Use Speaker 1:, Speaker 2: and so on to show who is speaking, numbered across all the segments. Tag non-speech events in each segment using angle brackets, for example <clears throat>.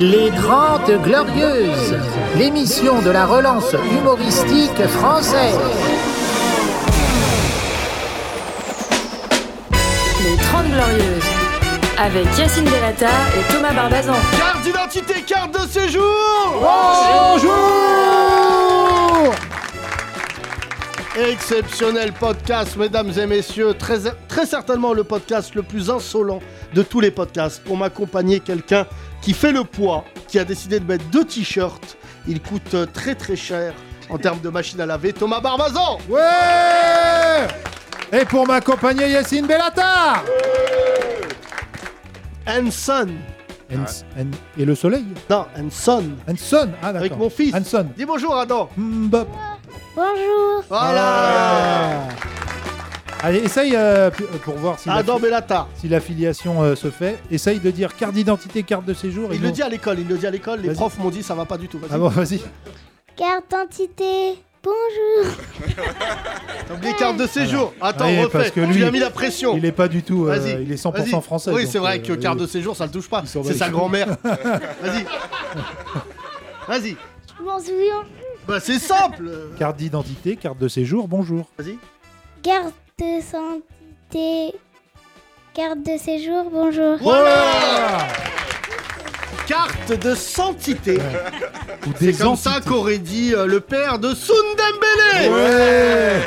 Speaker 1: Les Grandes Glorieuses, l'émission de la relance humoristique française.
Speaker 2: Les 30 Glorieuses, avec Yacine Delata et Thomas Barbazan.
Speaker 3: Carte d'identité, carte de séjour
Speaker 1: Bonjour
Speaker 3: Exceptionnel podcast, mesdames et messieurs. Très, très certainement le podcast le plus insolent de tous les podcasts. Pour m'accompagner, quelqu'un qui fait le poids, qui a décidé de mettre deux t-shirts. Il coûte euh, très très cher en termes de machine à laver. Thomas Barbazan
Speaker 4: Ouais Et pour m'accompagner, Yacine
Speaker 3: Ah.
Speaker 4: Bellata
Speaker 3: Hanson
Speaker 4: Hans- Hans- Et le soleil
Speaker 3: Non, Hanson
Speaker 4: Hanson Ah d'accord. Mm,
Speaker 3: Avec mon fils.
Speaker 4: Hanson.
Speaker 3: Dis bonjour, Adam
Speaker 4: Mbop.
Speaker 5: Bonjour.
Speaker 3: Voilà
Speaker 4: Ah. Allez, essaye, euh, pu- euh, pour voir si, la,
Speaker 3: Adam
Speaker 4: fi-
Speaker 3: Bellata
Speaker 4: si la filiation euh, se fait, essaye de dire carte d'identité, carte de séjour. et
Speaker 3: Il le
Speaker 4: non.
Speaker 3: dit à l'école, il le dit à l'école. Les
Speaker 4: Vas-y.
Speaker 3: profs m'ont dit ça va pas du tout. Vas-y.
Speaker 4: Ah bon, vas-y.
Speaker 5: Carte d'identité. Bonjour.
Speaker 3: <laughs> T'as oublié carte de séjour. Attends,
Speaker 4: Oui,
Speaker 3: refais.
Speaker 4: parce que
Speaker 3: tu
Speaker 4: lui,
Speaker 3: lui as mis la pression.
Speaker 4: Il est pas du tout... euh,
Speaker 3: Vas-y,
Speaker 4: il est
Speaker 3: vas-y.
Speaker 4: 100% français.
Speaker 3: Oui,
Speaker 4: donc,
Speaker 3: c'est vrai
Speaker 4: euh,
Speaker 3: que quart de séjour, ça le touche pas.
Speaker 4: il s'en bat
Speaker 3: C'est
Speaker 4: les
Speaker 3: sa
Speaker 4: couilles. <laughs>
Speaker 3: grand-mère. Vas-y. Vas-y.
Speaker 5: Je m'en souviens.
Speaker 3: Bah, c'est simple.
Speaker 4: Carte d'identité, carte de séjour, bonjour.
Speaker 3: Vas-y.
Speaker 5: Carte d'identité. Carte de séjour. Bonjour.
Speaker 3: Voilà Carte de santité.
Speaker 4: Ou
Speaker 3: C'est
Speaker 4: des
Speaker 3: comme ça
Speaker 4: entités.
Speaker 3: qu'aurait dit euh, le père de Sundembele.
Speaker 4: Ouais.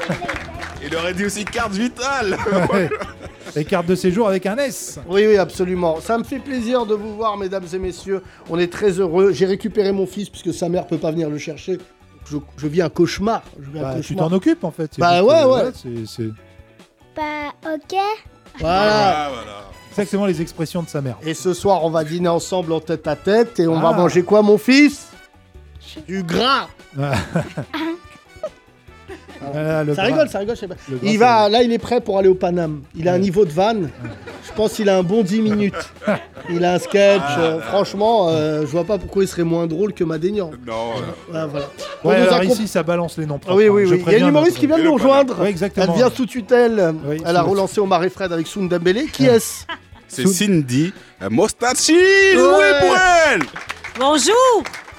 Speaker 6: <laughs> Il aurait dit aussi carte vitale
Speaker 4: Ouais. Et carte de séjour avec un S.
Speaker 3: Oui, oui, absolument. Ça me fait plaisir de vous voir, mesdames et messieurs. On est très heureux. J'ai récupéré mon fils puisque sa mère peut pas venir le chercher. Je, je vis un cauchemar. Je vis un
Speaker 4: Bah, tu
Speaker 3: cauchemar.
Speaker 4: t'en occupes en fait. c'est
Speaker 3: Bah,
Speaker 4: juste,
Speaker 3: ouais,
Speaker 4: euh,
Speaker 3: ouais.
Speaker 4: voilà, c'est- c'est
Speaker 5: Bah ok.
Speaker 3: Voilà.
Speaker 6: Ah voilà
Speaker 4: exactement les expressions de sa mère.
Speaker 3: Et ce soir, on va dîner ensemble en tête à tête. Et on va
Speaker 4: Ah.
Speaker 3: manger quoi, mon
Speaker 4: <laughs>
Speaker 3: fils Du gras.
Speaker 4: Ah, le
Speaker 3: Ça
Speaker 4: bras.
Speaker 3: rigole, ça rigole. je sais pas.
Speaker 4: Le gras,
Speaker 3: Il
Speaker 4: c'est
Speaker 3: va, là, il est prêt pour aller au Paname. Il a un niveau de vanne. Je pense qu'il a un bon 10 minutes. Il a un sketch.
Speaker 4: Ah.
Speaker 3: euh, franchement, euh, je vois pas pourquoi il serait moins drôle que Madénian.
Speaker 6: Non, voilà.
Speaker 3: Ah, voilà. On
Speaker 4: Ouais,
Speaker 3: nous
Speaker 4: alors
Speaker 3: accomp-
Speaker 4: ici, ça balance les noms
Speaker 3: Ah
Speaker 4: propres. hein.
Speaker 3: oui, oui, oui.
Speaker 4: Je
Speaker 3: Il y a
Speaker 4: préviens euh,
Speaker 3: une humoriste
Speaker 4: notre-
Speaker 3: qui vient de nous
Speaker 6: Et le Paname.
Speaker 3: rejoindre.
Speaker 4: Ouais,
Speaker 3: Elle
Speaker 4: exactement.
Speaker 3: vient sous tutelle.
Speaker 4: Oui,
Speaker 3: Elle a
Speaker 4: sous-
Speaker 3: relancé au Marais Fred avec Sundembele. Qui est-ce
Speaker 6: <laughs> C'est
Speaker 4: Soon-
Speaker 6: Cindy euh, Mostachi
Speaker 3: Ouais.
Speaker 6: Oui pour elle
Speaker 7: Bonjour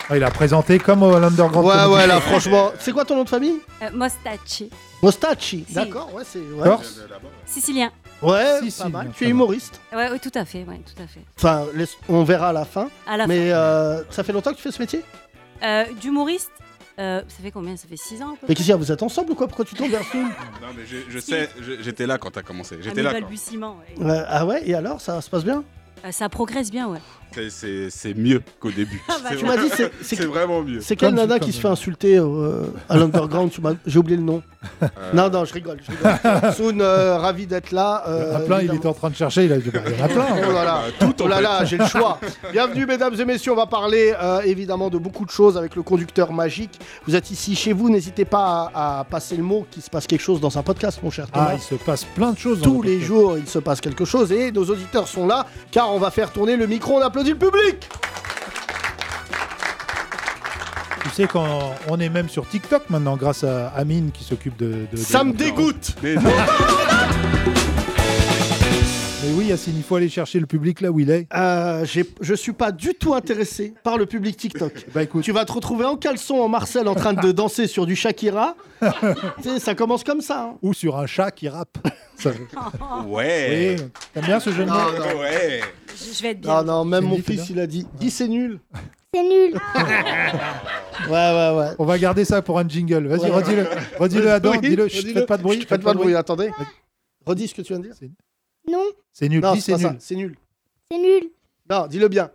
Speaker 4: Ah, Il a présenté comme à l'Underground.
Speaker 3: Ouais,
Speaker 4: Comedy.
Speaker 3: ouais, là, franchement. C'est quoi ton nom de famille
Speaker 7: Euh, Mostaci,
Speaker 3: Mostachi.
Speaker 7: Si.
Speaker 3: D'accord, ouais, c'est. Ouais, Euh,
Speaker 4: Corse.
Speaker 7: sicilien.
Speaker 3: ouais
Speaker 4: Si, si,
Speaker 3: pas mal.
Speaker 4: bien,
Speaker 3: Tu
Speaker 4: ça
Speaker 3: es
Speaker 4: va.
Speaker 3: humoriste.
Speaker 7: Ouais, oui, tout à fait, ouais, tout à fait.
Speaker 3: Enfin, laisse- on verra à la fin.
Speaker 7: À la
Speaker 3: mais euh, ça fait longtemps que tu fais ce métier
Speaker 7: fin. Euh, d'humoriste, euh, ça fait combien Ça fait 6 ans à peu
Speaker 3: Mais
Speaker 7: près.
Speaker 3: qu'est-ce qu'il y a Vous êtes ensemble ou quoi Pourquoi tu tombes vers Soon
Speaker 6: Non mais je, je sais, je- j'étais là quand t'as commencé.
Speaker 3: Ah,
Speaker 7: À
Speaker 6: J'étais
Speaker 7: mes
Speaker 6: là. quand-
Speaker 7: balbutiements, ouais.
Speaker 3: Ouais, Ah ouais Et alors Ça se passe bien
Speaker 7: Euh, ça progresse bien, ouais.
Speaker 6: C'est- C'est c'est mieux qu'au début.
Speaker 7: bah,
Speaker 6: C'est
Speaker 3: Ah, Tu m'as
Speaker 6: vrai-
Speaker 3: dit, c'est-
Speaker 6: <laughs>
Speaker 3: c'est
Speaker 6: c'est vraiment mieux.
Speaker 3: c'est quelle
Speaker 4: Comme-
Speaker 3: nana qui
Speaker 4: comme-
Speaker 3: se fait insulter euh, à l'underground Tu m'as- J'ai oublié le nom.
Speaker 6: <laughs> Euh,
Speaker 3: Non, non, je rigole. Je rigole. Soon, euh, ravi d'être là. euh,
Speaker 4: À plein, il
Speaker 3: évidemment.
Speaker 4: était en train de chercher. Il a dit bah, il y en a plein.
Speaker 3: <laughs> Oh là là, oh là, là, j'ai le choix. Bienvenue mesdames et messieurs, on va parler euh, évidemment de beaucoup de choses avec le conducteur magique. Vous êtes ici chez vous, n'hésitez pas à, à passer le mot qu'il se passe quelque chose dans un podcast mon cher Thomas.
Speaker 4: Ah, il se passe plein de choses. dans
Speaker 3: Tous
Speaker 4: le
Speaker 3: les
Speaker 4: podcast.
Speaker 3: jours, il se passe quelque chose et nos auditeurs sont là car on va faire tourner le micro. On applaudit le public.
Speaker 4: Tu sais, quand on est même sur TikTok maintenant, grâce à Amine qui s'occupe de, de- de-
Speaker 3: Ça me
Speaker 4: <laughs>
Speaker 3: dégoûte.
Speaker 6: <laughs> Mais non,
Speaker 4: Mais oui, Yacine, il faut aller chercher le public là où il est.
Speaker 3: Euh, j'ai- je suis pas du tout intéressé par le public TikTok.
Speaker 4: <laughs> Bah écoute,
Speaker 3: Tu vas te retrouver en caleçon en Marcel en train de danser sur du
Speaker 4: <laughs>
Speaker 3: Shakira. Tu sais, ça commence comme ça. hein.
Speaker 4: ou sur un chat qui rappe. <laughs> Ça-
Speaker 3: <laughs>
Speaker 6: ouais.
Speaker 4: Oui, T'aimes bien ce jeu de
Speaker 3: Ah,
Speaker 4: mots
Speaker 6: Ouais.
Speaker 7: Je, je vais être bien.
Speaker 3: Non, non, même
Speaker 4: C'est
Speaker 3: mon
Speaker 4: nul,
Speaker 3: fils,
Speaker 4: c'est
Speaker 3: il a dit, dis c'est nul.
Speaker 5: C'est nul.
Speaker 3: Ouais, ouais, ouais.
Speaker 4: On va garder ça pour un jingle. Vas-y,
Speaker 3: Ouais.
Speaker 4: redis-le. Redis-le, Adam.
Speaker 3: Oui,
Speaker 4: Dis-le. Chut,
Speaker 3: redis-le.
Speaker 4: Faites pas de bruit.
Speaker 3: Chut, Faites pas de bruit, attendez. Redis ce que tu viens de dire.
Speaker 5: Non.
Speaker 4: C'est nul.
Speaker 3: Non,
Speaker 4: Dis,
Speaker 3: c'est
Speaker 4: c'est
Speaker 3: pas ça,
Speaker 4: nul.
Speaker 3: c'est nul.
Speaker 5: C'est nul.
Speaker 3: Non, dis-le bien.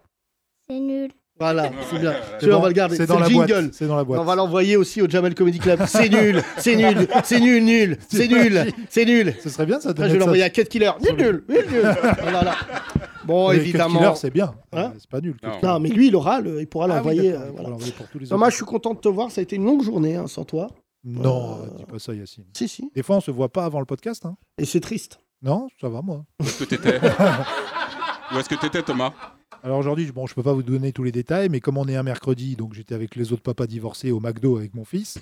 Speaker 5: C'est nul.
Speaker 3: Voilà, c'est bien.
Speaker 4: C'est
Speaker 3: Tu vois, on
Speaker 4: dans-
Speaker 3: va le garder.
Speaker 4: C'est dans
Speaker 3: le
Speaker 4: la
Speaker 3: jingle.
Speaker 4: boîte. C'est dans la boîte.
Speaker 3: On va l'envoyer aussi au Jamel Comedy Club. C'est nul, c'est nul, c'est nul,
Speaker 4: <laughs>
Speaker 3: nul, c'est nul, c'est nul.
Speaker 4: Ce serait bien ça. de
Speaker 3: Après, je vais
Speaker 4: mettre ça-
Speaker 3: l'envoyer à Cut Killer. Nul, nul, nul, nul. Voilà. Bon,
Speaker 4: Mais Cut Killer,
Speaker 3: évidemment.
Speaker 4: c'est bien.
Speaker 3: Hein
Speaker 4: Euh, c'est pas nul. Cut
Speaker 6: Non.
Speaker 4: Killer.
Speaker 3: Non, mais lui, il aura, le- il pourra
Speaker 4: Ah oui,
Speaker 3: l'envoyer.
Speaker 4: d'accord,
Speaker 3: euh,
Speaker 4: on va
Speaker 3: voilà.
Speaker 4: l'envoyer pour tous les
Speaker 3: Thomas, je
Speaker 4: autres.
Speaker 3: suis content de te voir. Ça a été une longue journée hein, sans toi.
Speaker 4: Non, dis pas ça, Yacine.
Speaker 3: Si, si.
Speaker 4: Des fois, on se voit pas avant le podcast. hein.
Speaker 3: Et c'est triste.
Speaker 4: Non, ça va, moi.
Speaker 3: <laughs>
Speaker 6: Où est-ce que t'étais Où est-ce que t'étais Thomas
Speaker 4: <laughs> Alors aujourd'hui, bon, je peux pas vous donner tous les détails, mais comme on est un mercredi, donc j'étais avec les autres papas divorcés au McDo avec
Speaker 3: <laughs>
Speaker 4: mon fils.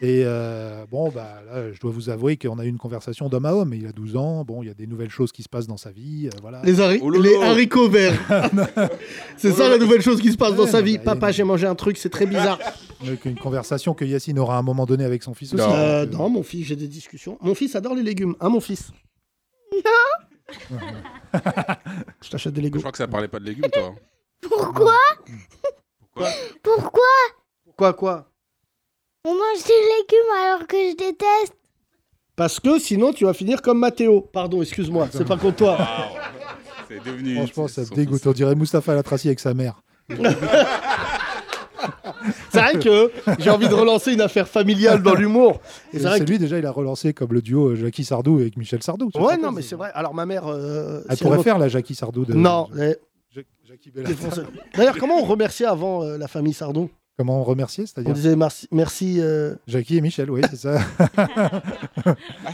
Speaker 4: et euh, bon, bah là, je dois vous avouer qu'on a eu une conversation d'homme à homme. Il a 12 ans, bon, il y a des nouvelles choses qui se passent dans sa vie, euh, voilà. Ah,
Speaker 3: Les, hari-
Speaker 6: Oh lolo.
Speaker 3: les haricots
Speaker 4: <laughs>
Speaker 3: verts. <laughs> c'est ça la nouvelle chose qui se passe dans
Speaker 4: Ouais,
Speaker 3: sa vie.
Speaker 4: bah,
Speaker 3: Papa,
Speaker 4: il-
Speaker 3: j'ai mangé un truc, c'est très bizarre.
Speaker 4: <laughs> Donc, une conversation que Yacine aura à un moment donné avec son fils aussi.
Speaker 6: Non.
Speaker 3: Euh,
Speaker 4: Donc, euh,
Speaker 3: non, mon fils, j'ai des discussions. Mon fils adore les légumes. Hein, mon fils <laughs> Non Je t'achète des
Speaker 6: Je
Speaker 3: légumes.
Speaker 6: crois que ça parlait pas de légumes, toi. hein.
Speaker 5: Pourquoi
Speaker 6: Pourquoi
Speaker 5: Pourquoi
Speaker 3: Quoi, quoi
Speaker 5: on mange des légumes alors que je déteste
Speaker 3: Parce que sinon, tu vas finir comme Mathéo. Pardon, excuse-moi, c'est pas contre toi.
Speaker 6: Waouh. C'est devenu.
Speaker 4: Franchement, ça
Speaker 6: son-
Speaker 4: me dégoûte. On dirait Mustapha Latraci avec sa mère.
Speaker 3: <laughs> C'est vrai que j'ai envie de relancer une affaire familiale dans
Speaker 4: <laughs>
Speaker 3: l'humour. Et
Speaker 4: Et
Speaker 3: c'est vrai
Speaker 4: c'est
Speaker 3: que...
Speaker 4: lui déjà, il a relancé comme le duo euh, Jackie Sardou avec Michel Sardou.
Speaker 3: Ouais, non, mais c'est vrai. Alors, ma mère. euh,
Speaker 4: Elle
Speaker 3: si
Speaker 4: pourrait
Speaker 3: elle-
Speaker 4: faire Ah, la Jackie Sardou de.
Speaker 3: Non. elle-
Speaker 4: Ja- Jackie
Speaker 3: elle est
Speaker 4: Bellatar.
Speaker 3: française. D'ailleurs, comment on remerciait avant euh, la famille Sardon
Speaker 6: Ah,
Speaker 4: Comment remercier
Speaker 3: On
Speaker 4: C'est-à-dire
Speaker 3: disait merci. merci euh,
Speaker 4: Jackie et Michel, oui,
Speaker 6: <laughs>
Speaker 4: c'est ça.
Speaker 6: Ah,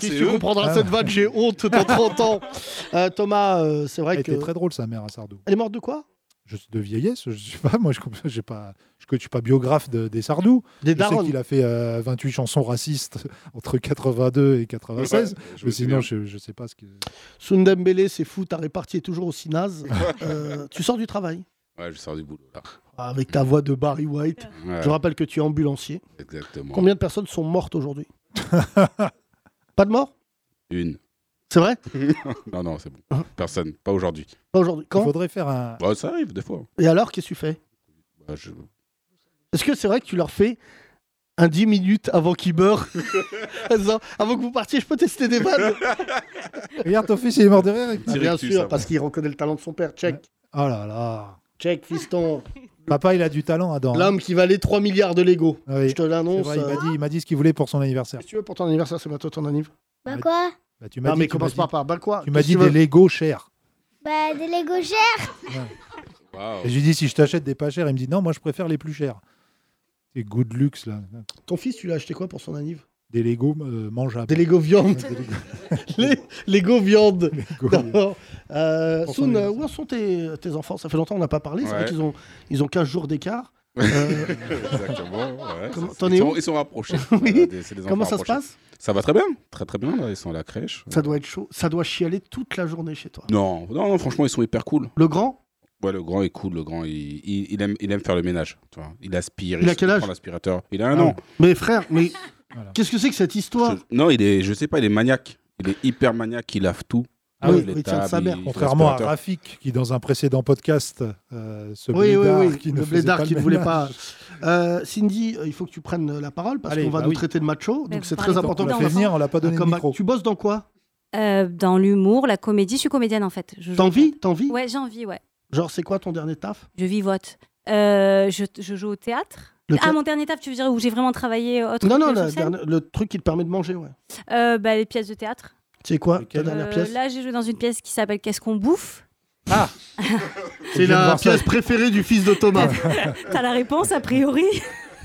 Speaker 3: Si
Speaker 6: c'est
Speaker 3: tu
Speaker 6: eux
Speaker 3: comprendras
Speaker 4: Ah.
Speaker 3: cette vanne, j'ai honte dans 30
Speaker 4: <laughs>
Speaker 3: ans. Euh, Thomas, euh, c'est
Speaker 4: Elle
Speaker 3: vrai que.
Speaker 4: était très drôle, sa mère à Sardou.
Speaker 3: Elle est morte de quoi
Speaker 4: Je suis de vieillesse, je sais pas. Moi, je ne suis pas, je suis pas biographe de- des Sardou.
Speaker 3: Des
Speaker 4: Je sais
Speaker 3: darons.
Speaker 4: qu'il a fait euh, 28 chansons racistes <laughs> entre 82 et 96.
Speaker 6: Ouais, je me
Speaker 4: mais sinon,
Speaker 6: souviens.
Speaker 4: je, je sais pas ce que.
Speaker 3: Sundembele, c'est fou, ta répartie est toujours aussi
Speaker 6: <laughs>
Speaker 3: naze. Euh, tu sors du travail
Speaker 6: Ouais, je sors du boulot là.
Speaker 3: avec ta voix de Barry White.
Speaker 6: Ouais,
Speaker 3: Je rappelle que tu es ambulancier.
Speaker 6: exactement.
Speaker 3: Combien de personnes sont mortes
Speaker 4: <laughs>
Speaker 3: aujourd'hui Pas de mort
Speaker 6: Une.
Speaker 3: C'est vrai Ah.
Speaker 6: Non, non, c'est bon. Personne. Pas aujourd'hui.
Speaker 3: Pas aujourd'hui.
Speaker 4: Il
Speaker 3: Quand
Speaker 4: faudrait faire
Speaker 3: Ah.
Speaker 4: un.
Speaker 6: Bah, ça arrive des fois.
Speaker 3: Et alors, qu'est-ce que tu fais
Speaker 6: Bah, je-
Speaker 3: Est-ce que c'est vrai que tu leur fais un 10 minutes avant qu'ils
Speaker 6: <laughs>
Speaker 3: meurent En disant, Avant que vous partiez, je peux tester des vannes
Speaker 4: <laughs>
Speaker 3: Ah,
Speaker 4: Regarde ton fils, il est mort de rire. avec-
Speaker 6: Petit
Speaker 3: Bien
Speaker 6: rectus,
Speaker 3: sûr,
Speaker 6: avant.
Speaker 3: parce qu'il reconnaît le talent de son père. Check,
Speaker 4: Oh là là.
Speaker 3: check, fiston.
Speaker 4: <laughs> Papa, il a du talent, Adam. hein. Ah
Speaker 3: L'âme qui valait 3 milliards de Lego.
Speaker 4: Oui,
Speaker 3: Je te
Speaker 4: c'est
Speaker 3: l'annonce.
Speaker 4: vrai, il
Speaker 3: euh,
Speaker 4: m'a dit, il m'a dit ce qu'il voulait pour son anniversaire.
Speaker 3: Qu'est-ce que tu veux pour ton anniversaire C'est bientôt ton anniversaire.
Speaker 5: Bah
Speaker 4: Ouais.
Speaker 5: quoi
Speaker 4: Bah, tu m'as
Speaker 3: Non,
Speaker 4: dit,
Speaker 3: mais
Speaker 4: tu m'as
Speaker 3: commence
Speaker 4: dit-
Speaker 3: pas par bah quoi
Speaker 4: Tu m'as
Speaker 3: Qu'est-ce
Speaker 4: dit
Speaker 3: que
Speaker 4: des
Speaker 3: veux
Speaker 4: Lego chers.
Speaker 5: Bah des Lego chers
Speaker 6: Waouh.
Speaker 4: Et je lui dis si je t'achète des pas chers, il me dit non, moi je préfère les plus chers. C'est goût de luxe là.
Speaker 3: Ton fils, tu l'as acheté quoi pour son anniversaire
Speaker 4: Des Lego euh, mangeables.
Speaker 3: Des
Speaker 4: Ah
Speaker 3: Lego viande. <laughs> Les- Lego viande.
Speaker 4: Lego.
Speaker 3: Non. Euh,
Speaker 4: Pour son
Speaker 3: Soun, euh,
Speaker 4: anniversaire.
Speaker 3: où en sont tes, tes enfants Ça fait longtemps qu'on n'a pas parlé. C'est vrai
Speaker 6: Ouais.
Speaker 3: qu'ils ont, ils ont 15 jours d'écart. Euh,
Speaker 6: Exactement. ouais,
Speaker 3: Comment-
Speaker 6: c'est-
Speaker 3: t'en
Speaker 6: ils,
Speaker 3: es
Speaker 6: sont,
Speaker 3: où
Speaker 6: ils sont rapprochés.
Speaker 3: <laughs> Oui.
Speaker 6: Voilà, des- c'est des
Speaker 3: comment
Speaker 6: enfants
Speaker 3: ça se
Speaker 6: rapprochés.
Speaker 3: passe
Speaker 6: Ça va très bien. Très très bien. Là, ils sont à la crèche.
Speaker 3: Ça doit être chaud. Ça doit chialer toute la journée chez toi.
Speaker 6: Non, non, non, franchement, ils sont hyper cool.
Speaker 3: Le grand
Speaker 6: Ouais, le grand est cool. Le grand, il, il- il aime, il aime faire le ménage. Tu vois. Il aspire.
Speaker 3: Il a quel âge
Speaker 6: prend l'aspirateur. Il a un
Speaker 4: Ah
Speaker 6: an.
Speaker 3: Mais frère,
Speaker 8: <laughs>
Speaker 3: mais
Speaker 4: Voilà.
Speaker 3: qu'est-ce que c'est que cette histoire
Speaker 6: Je- non, il est, je sais pas, il est maniaque. Il est hyper maniaque. Il lave tout.
Speaker 4: Ah
Speaker 6: Il
Speaker 3: oui,
Speaker 6: lave
Speaker 3: oui,
Speaker 6: les
Speaker 3: tiens, de sa
Speaker 6: tables,
Speaker 3: mère.
Speaker 6: il-
Speaker 4: Contrairement à
Speaker 6: l'aspirateur.
Speaker 4: Rafik qui dans un précédent podcast euh, ce
Speaker 3: Oui, oui,
Speaker 4: blédard
Speaker 3: oui.
Speaker 4: qui ne
Speaker 3: Le
Speaker 4: faisait
Speaker 3: blédard
Speaker 4: pas
Speaker 3: qui
Speaker 4: le
Speaker 3: ne voulait
Speaker 4: ménage.
Speaker 3: pas. Euh, Cindy, euh, il faut que tu prennes la parole parce
Speaker 4: Allez,
Speaker 3: qu'on va
Speaker 4: bah
Speaker 3: nous
Speaker 4: oui.
Speaker 3: traiter de macho.
Speaker 7: Mais
Speaker 3: Donc c'est
Speaker 7: vous
Speaker 3: très
Speaker 7: parlez
Speaker 4: Donc,
Speaker 3: important
Speaker 4: on
Speaker 3: que
Speaker 4: l'a
Speaker 7: d'enfants.
Speaker 4: fait
Speaker 3: tu fasses
Speaker 4: venir, on l'a pas donné
Speaker 3: un
Speaker 4: de
Speaker 3: comeback.
Speaker 4: micro.
Speaker 3: Tu bosses dans quoi
Speaker 7: Euh, dans l'humour, la comédie, je suis comédienne en fait. Je joue-
Speaker 3: T'en vis T'en vis
Speaker 7: Ouais, j'ai envie, ouais.
Speaker 3: Genre, c'est quoi ton dernier taf
Speaker 7: Je vivote. Euh, je, je joue au théâtre.
Speaker 3: Le
Speaker 7: Ah,
Speaker 3: thé-
Speaker 7: mon dernier taf, tu veux dire, où j'ai vraiment travaillé euh, autre
Speaker 3: Non,
Speaker 7: que
Speaker 3: non,
Speaker 7: sur
Speaker 3: la
Speaker 7: scène
Speaker 3: dernière- le truc qui te permet de manger, ouais.
Speaker 7: Euh, bah, Les pièces de théâtre.
Speaker 3: C'est quoi
Speaker 4: Lequel
Speaker 3: ta dernière
Speaker 7: Euh,
Speaker 3: pièce
Speaker 7: Là, j'ai joué dans une pièce qui s'appelle Qu'est-ce qu'on bouffe
Speaker 4: je viens de voir ça.
Speaker 3: préférée du fils de
Speaker 4: <laughs>
Speaker 3: Thomas.
Speaker 7: T'as la réponse, a priori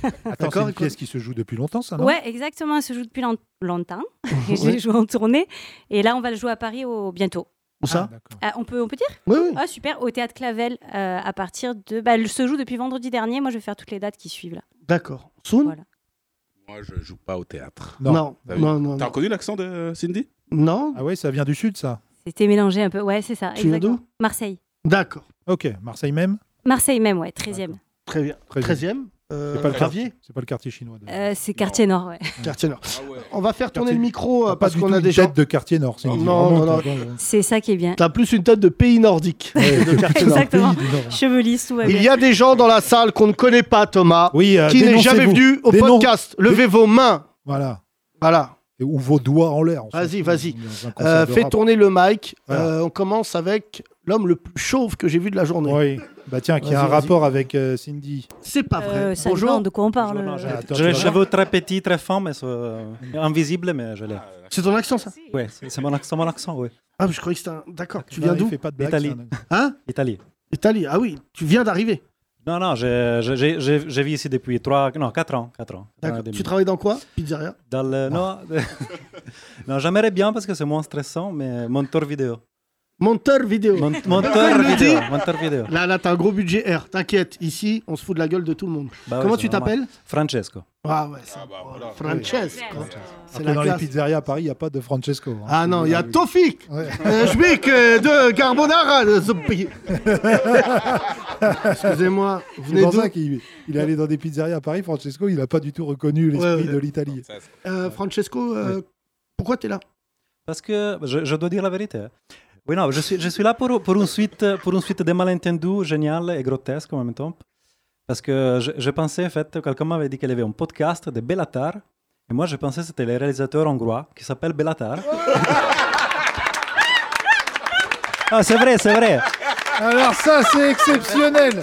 Speaker 4: Attends, c'est
Speaker 3: D'accord,
Speaker 4: une pièce qui se joue depuis longtemps ça non
Speaker 7: Ouais, exactement. Elle se joue depuis long-
Speaker 3: <laughs>
Speaker 7: longtemps. j'ai joué en tournée. Et là, on va le jouer à Paris au... bientôt.
Speaker 3: Où
Speaker 4: Ah,
Speaker 3: ça
Speaker 4: d'accord.
Speaker 7: Ah, on, peut, on peut dire
Speaker 3: Oui, oui.
Speaker 7: Ah, super. Au théâtre Clavel, euh, à partir de. Bah, elle se joue depuis vendredi dernier. Moi, je vais faire toutes les dates qui suivent. là.
Speaker 3: D'accord. Soon
Speaker 7: Voilà.
Speaker 6: Moi, je joue pas au théâtre.
Speaker 4: Non.
Speaker 3: Non,
Speaker 6: Ah
Speaker 3: non,
Speaker 6: oui.
Speaker 3: non. non.
Speaker 6: T'as reconnu l'accent de euh, Cindy
Speaker 3: Non
Speaker 4: Ah ouais, ça vient du sud ça.
Speaker 7: C'était mélangé un peu. Ouais, c'est ça.
Speaker 3: Tu viens
Speaker 7: exactement.
Speaker 3: d'où
Speaker 7: Marseille.
Speaker 3: D'accord.
Speaker 4: OK, Marseille même.
Speaker 7: Marseille même, ouais, 13e.
Speaker 3: Très bien.
Speaker 4: Très bien.
Speaker 3: 13e euh,
Speaker 4: C'est pas le
Speaker 3: Gravier,
Speaker 4: C'est pas le quartier chinois. de-
Speaker 7: Euh, c'est quartier nord, ouais.
Speaker 3: quartier nord.
Speaker 6: Ah ouais.
Speaker 3: On va faire tourner
Speaker 4: Quartier-
Speaker 3: le micro euh,
Speaker 4: T'as
Speaker 3: parce
Speaker 4: du
Speaker 3: qu'on
Speaker 4: tout
Speaker 3: a
Speaker 4: une
Speaker 3: des gens.
Speaker 4: tête de quartier nord, c'est
Speaker 3: Non,
Speaker 4: une
Speaker 3: non,
Speaker 4: vraiment,
Speaker 3: non.
Speaker 4: t'as- dans-
Speaker 7: C'est ça qui est bien.
Speaker 3: T'as plus une tête de pays nordique.
Speaker 4: Ouais,
Speaker 3: de quartier
Speaker 4: dans le
Speaker 7: <laughs> Exactement.
Speaker 4: pays du Nord.
Speaker 7: Cheveux lisses, tout va
Speaker 3: Il
Speaker 7: bien.
Speaker 3: y a des gens dans la salle qu'on ne connaît pas, Thomas,
Speaker 4: Oui, euh,
Speaker 3: qui n'est jamais
Speaker 4: dénoncez-vous.
Speaker 3: venu au
Speaker 4: Dénon-
Speaker 3: podcast. Levez vos mains.
Speaker 4: Voilà.
Speaker 3: Voilà.
Speaker 4: Et- Ou vos doigts en l'air. on s'en
Speaker 3: Vas-y,
Speaker 4: fout,
Speaker 3: vas-y.
Speaker 4: on est dans un concert
Speaker 3: Euh,
Speaker 4: de
Speaker 3: fais
Speaker 4: rap.
Speaker 3: tourner le mic.
Speaker 4: Voilà.
Speaker 3: Euh, on commence avec l'homme le plus chauve que j'ai vu de la journée.
Speaker 4: Oui. Bah tiens, qui a un
Speaker 3: Vas-y,
Speaker 4: rapport avec euh, Cindy.
Speaker 3: C'est pas vrai.
Speaker 7: Euh, ça
Speaker 3: Bonjour. Euh,
Speaker 7: dépend de quoi on parle.
Speaker 8: Non, j'ai-
Speaker 4: Ah, attends,
Speaker 8: J'ai les
Speaker 4: tu vas
Speaker 8: cheveux très petits, très fins, mais euh, invisibles, mais je l'ai.
Speaker 3: C'est ton accent, ça
Speaker 8: Ouais, c'est c'est mon accent, mon accent, oui.
Speaker 3: Ah, je croyais que c'était un. D'accord. Tu
Speaker 4: Non,
Speaker 3: viens
Speaker 4: il
Speaker 3: d'où
Speaker 4: fait pas de blague,
Speaker 8: Italie.
Speaker 4: c'est un-
Speaker 3: Hein
Speaker 8: Italie.
Speaker 3: Italie. Ah oui, tu viens d'arriver.
Speaker 8: Non, non, j'ai- j'ai j'ai- j'ai- j'ai vécu ici depuis 3, non, 4 ans. 4 ans. quatre ans et
Speaker 3: D'accord.
Speaker 8: demi.
Speaker 3: Tu travailles dans quoi Pizzeria.
Speaker 8: Dans
Speaker 3: <laughs>
Speaker 8: le... Non, non j'aimerais bien parce que c'est moins stressant, mais monteur vidéo.
Speaker 3: Monteur vidéo.
Speaker 8: Mon- Monteur
Speaker 3: Il le
Speaker 8: vidéo.
Speaker 3: dit.
Speaker 8: Monteur vidéo.
Speaker 3: Là, là, t'as un gros budget R. T'inquiète, ici, on se fout de la gueule de tout le monde.
Speaker 8: Bah ouais,
Speaker 3: Comment
Speaker 8: c'est
Speaker 3: tu
Speaker 8: normal.
Speaker 3: t'appelles
Speaker 8: Francesco.
Speaker 3: Ah ouais, ça.
Speaker 6: Ah bah voilà.
Speaker 3: Francesco.
Speaker 4: Alors
Speaker 3: C'est
Speaker 4: que
Speaker 3: la
Speaker 4: dans
Speaker 3: classe.
Speaker 4: les pizzerias à Paris, il n'y a pas de Francesco. hein.
Speaker 3: Ah non, il y a
Speaker 4: <laughs>
Speaker 3: Tofik,
Speaker 4: Ouais.
Speaker 3: euh, Jbik, euh, de Carbonara. de
Speaker 4: <laughs>
Speaker 3: Zoppi. Excusez-moi, vous
Speaker 4: C'est
Speaker 3: venez
Speaker 4: pour
Speaker 3: d'où
Speaker 4: ça qu'il il est allé dans des pizzerias à Paris, Francesco, il n'a pas du tout reconnu l'esprit
Speaker 3: Ouais, ouais.
Speaker 4: de l'Italie.
Speaker 3: Euh, Francesco, euh, pourquoi t'es là
Speaker 8: Parce que je, je dois dire la vérité. hein. Oui, non, je suis, je suis là pour, pour, une suite, pour une suite de malentendus géniale et grotesque en même temps. Parce que je, je pensais, en fait, quelqu'un m'avait dit qu'il y avait un podcast de Bellatar. Et moi, je pensais que c'était le réalisateur hongrois qui s'appelle Bellatar. ah, c'est vrai, c'est vrai.
Speaker 4: Alors ça, c'est exceptionnel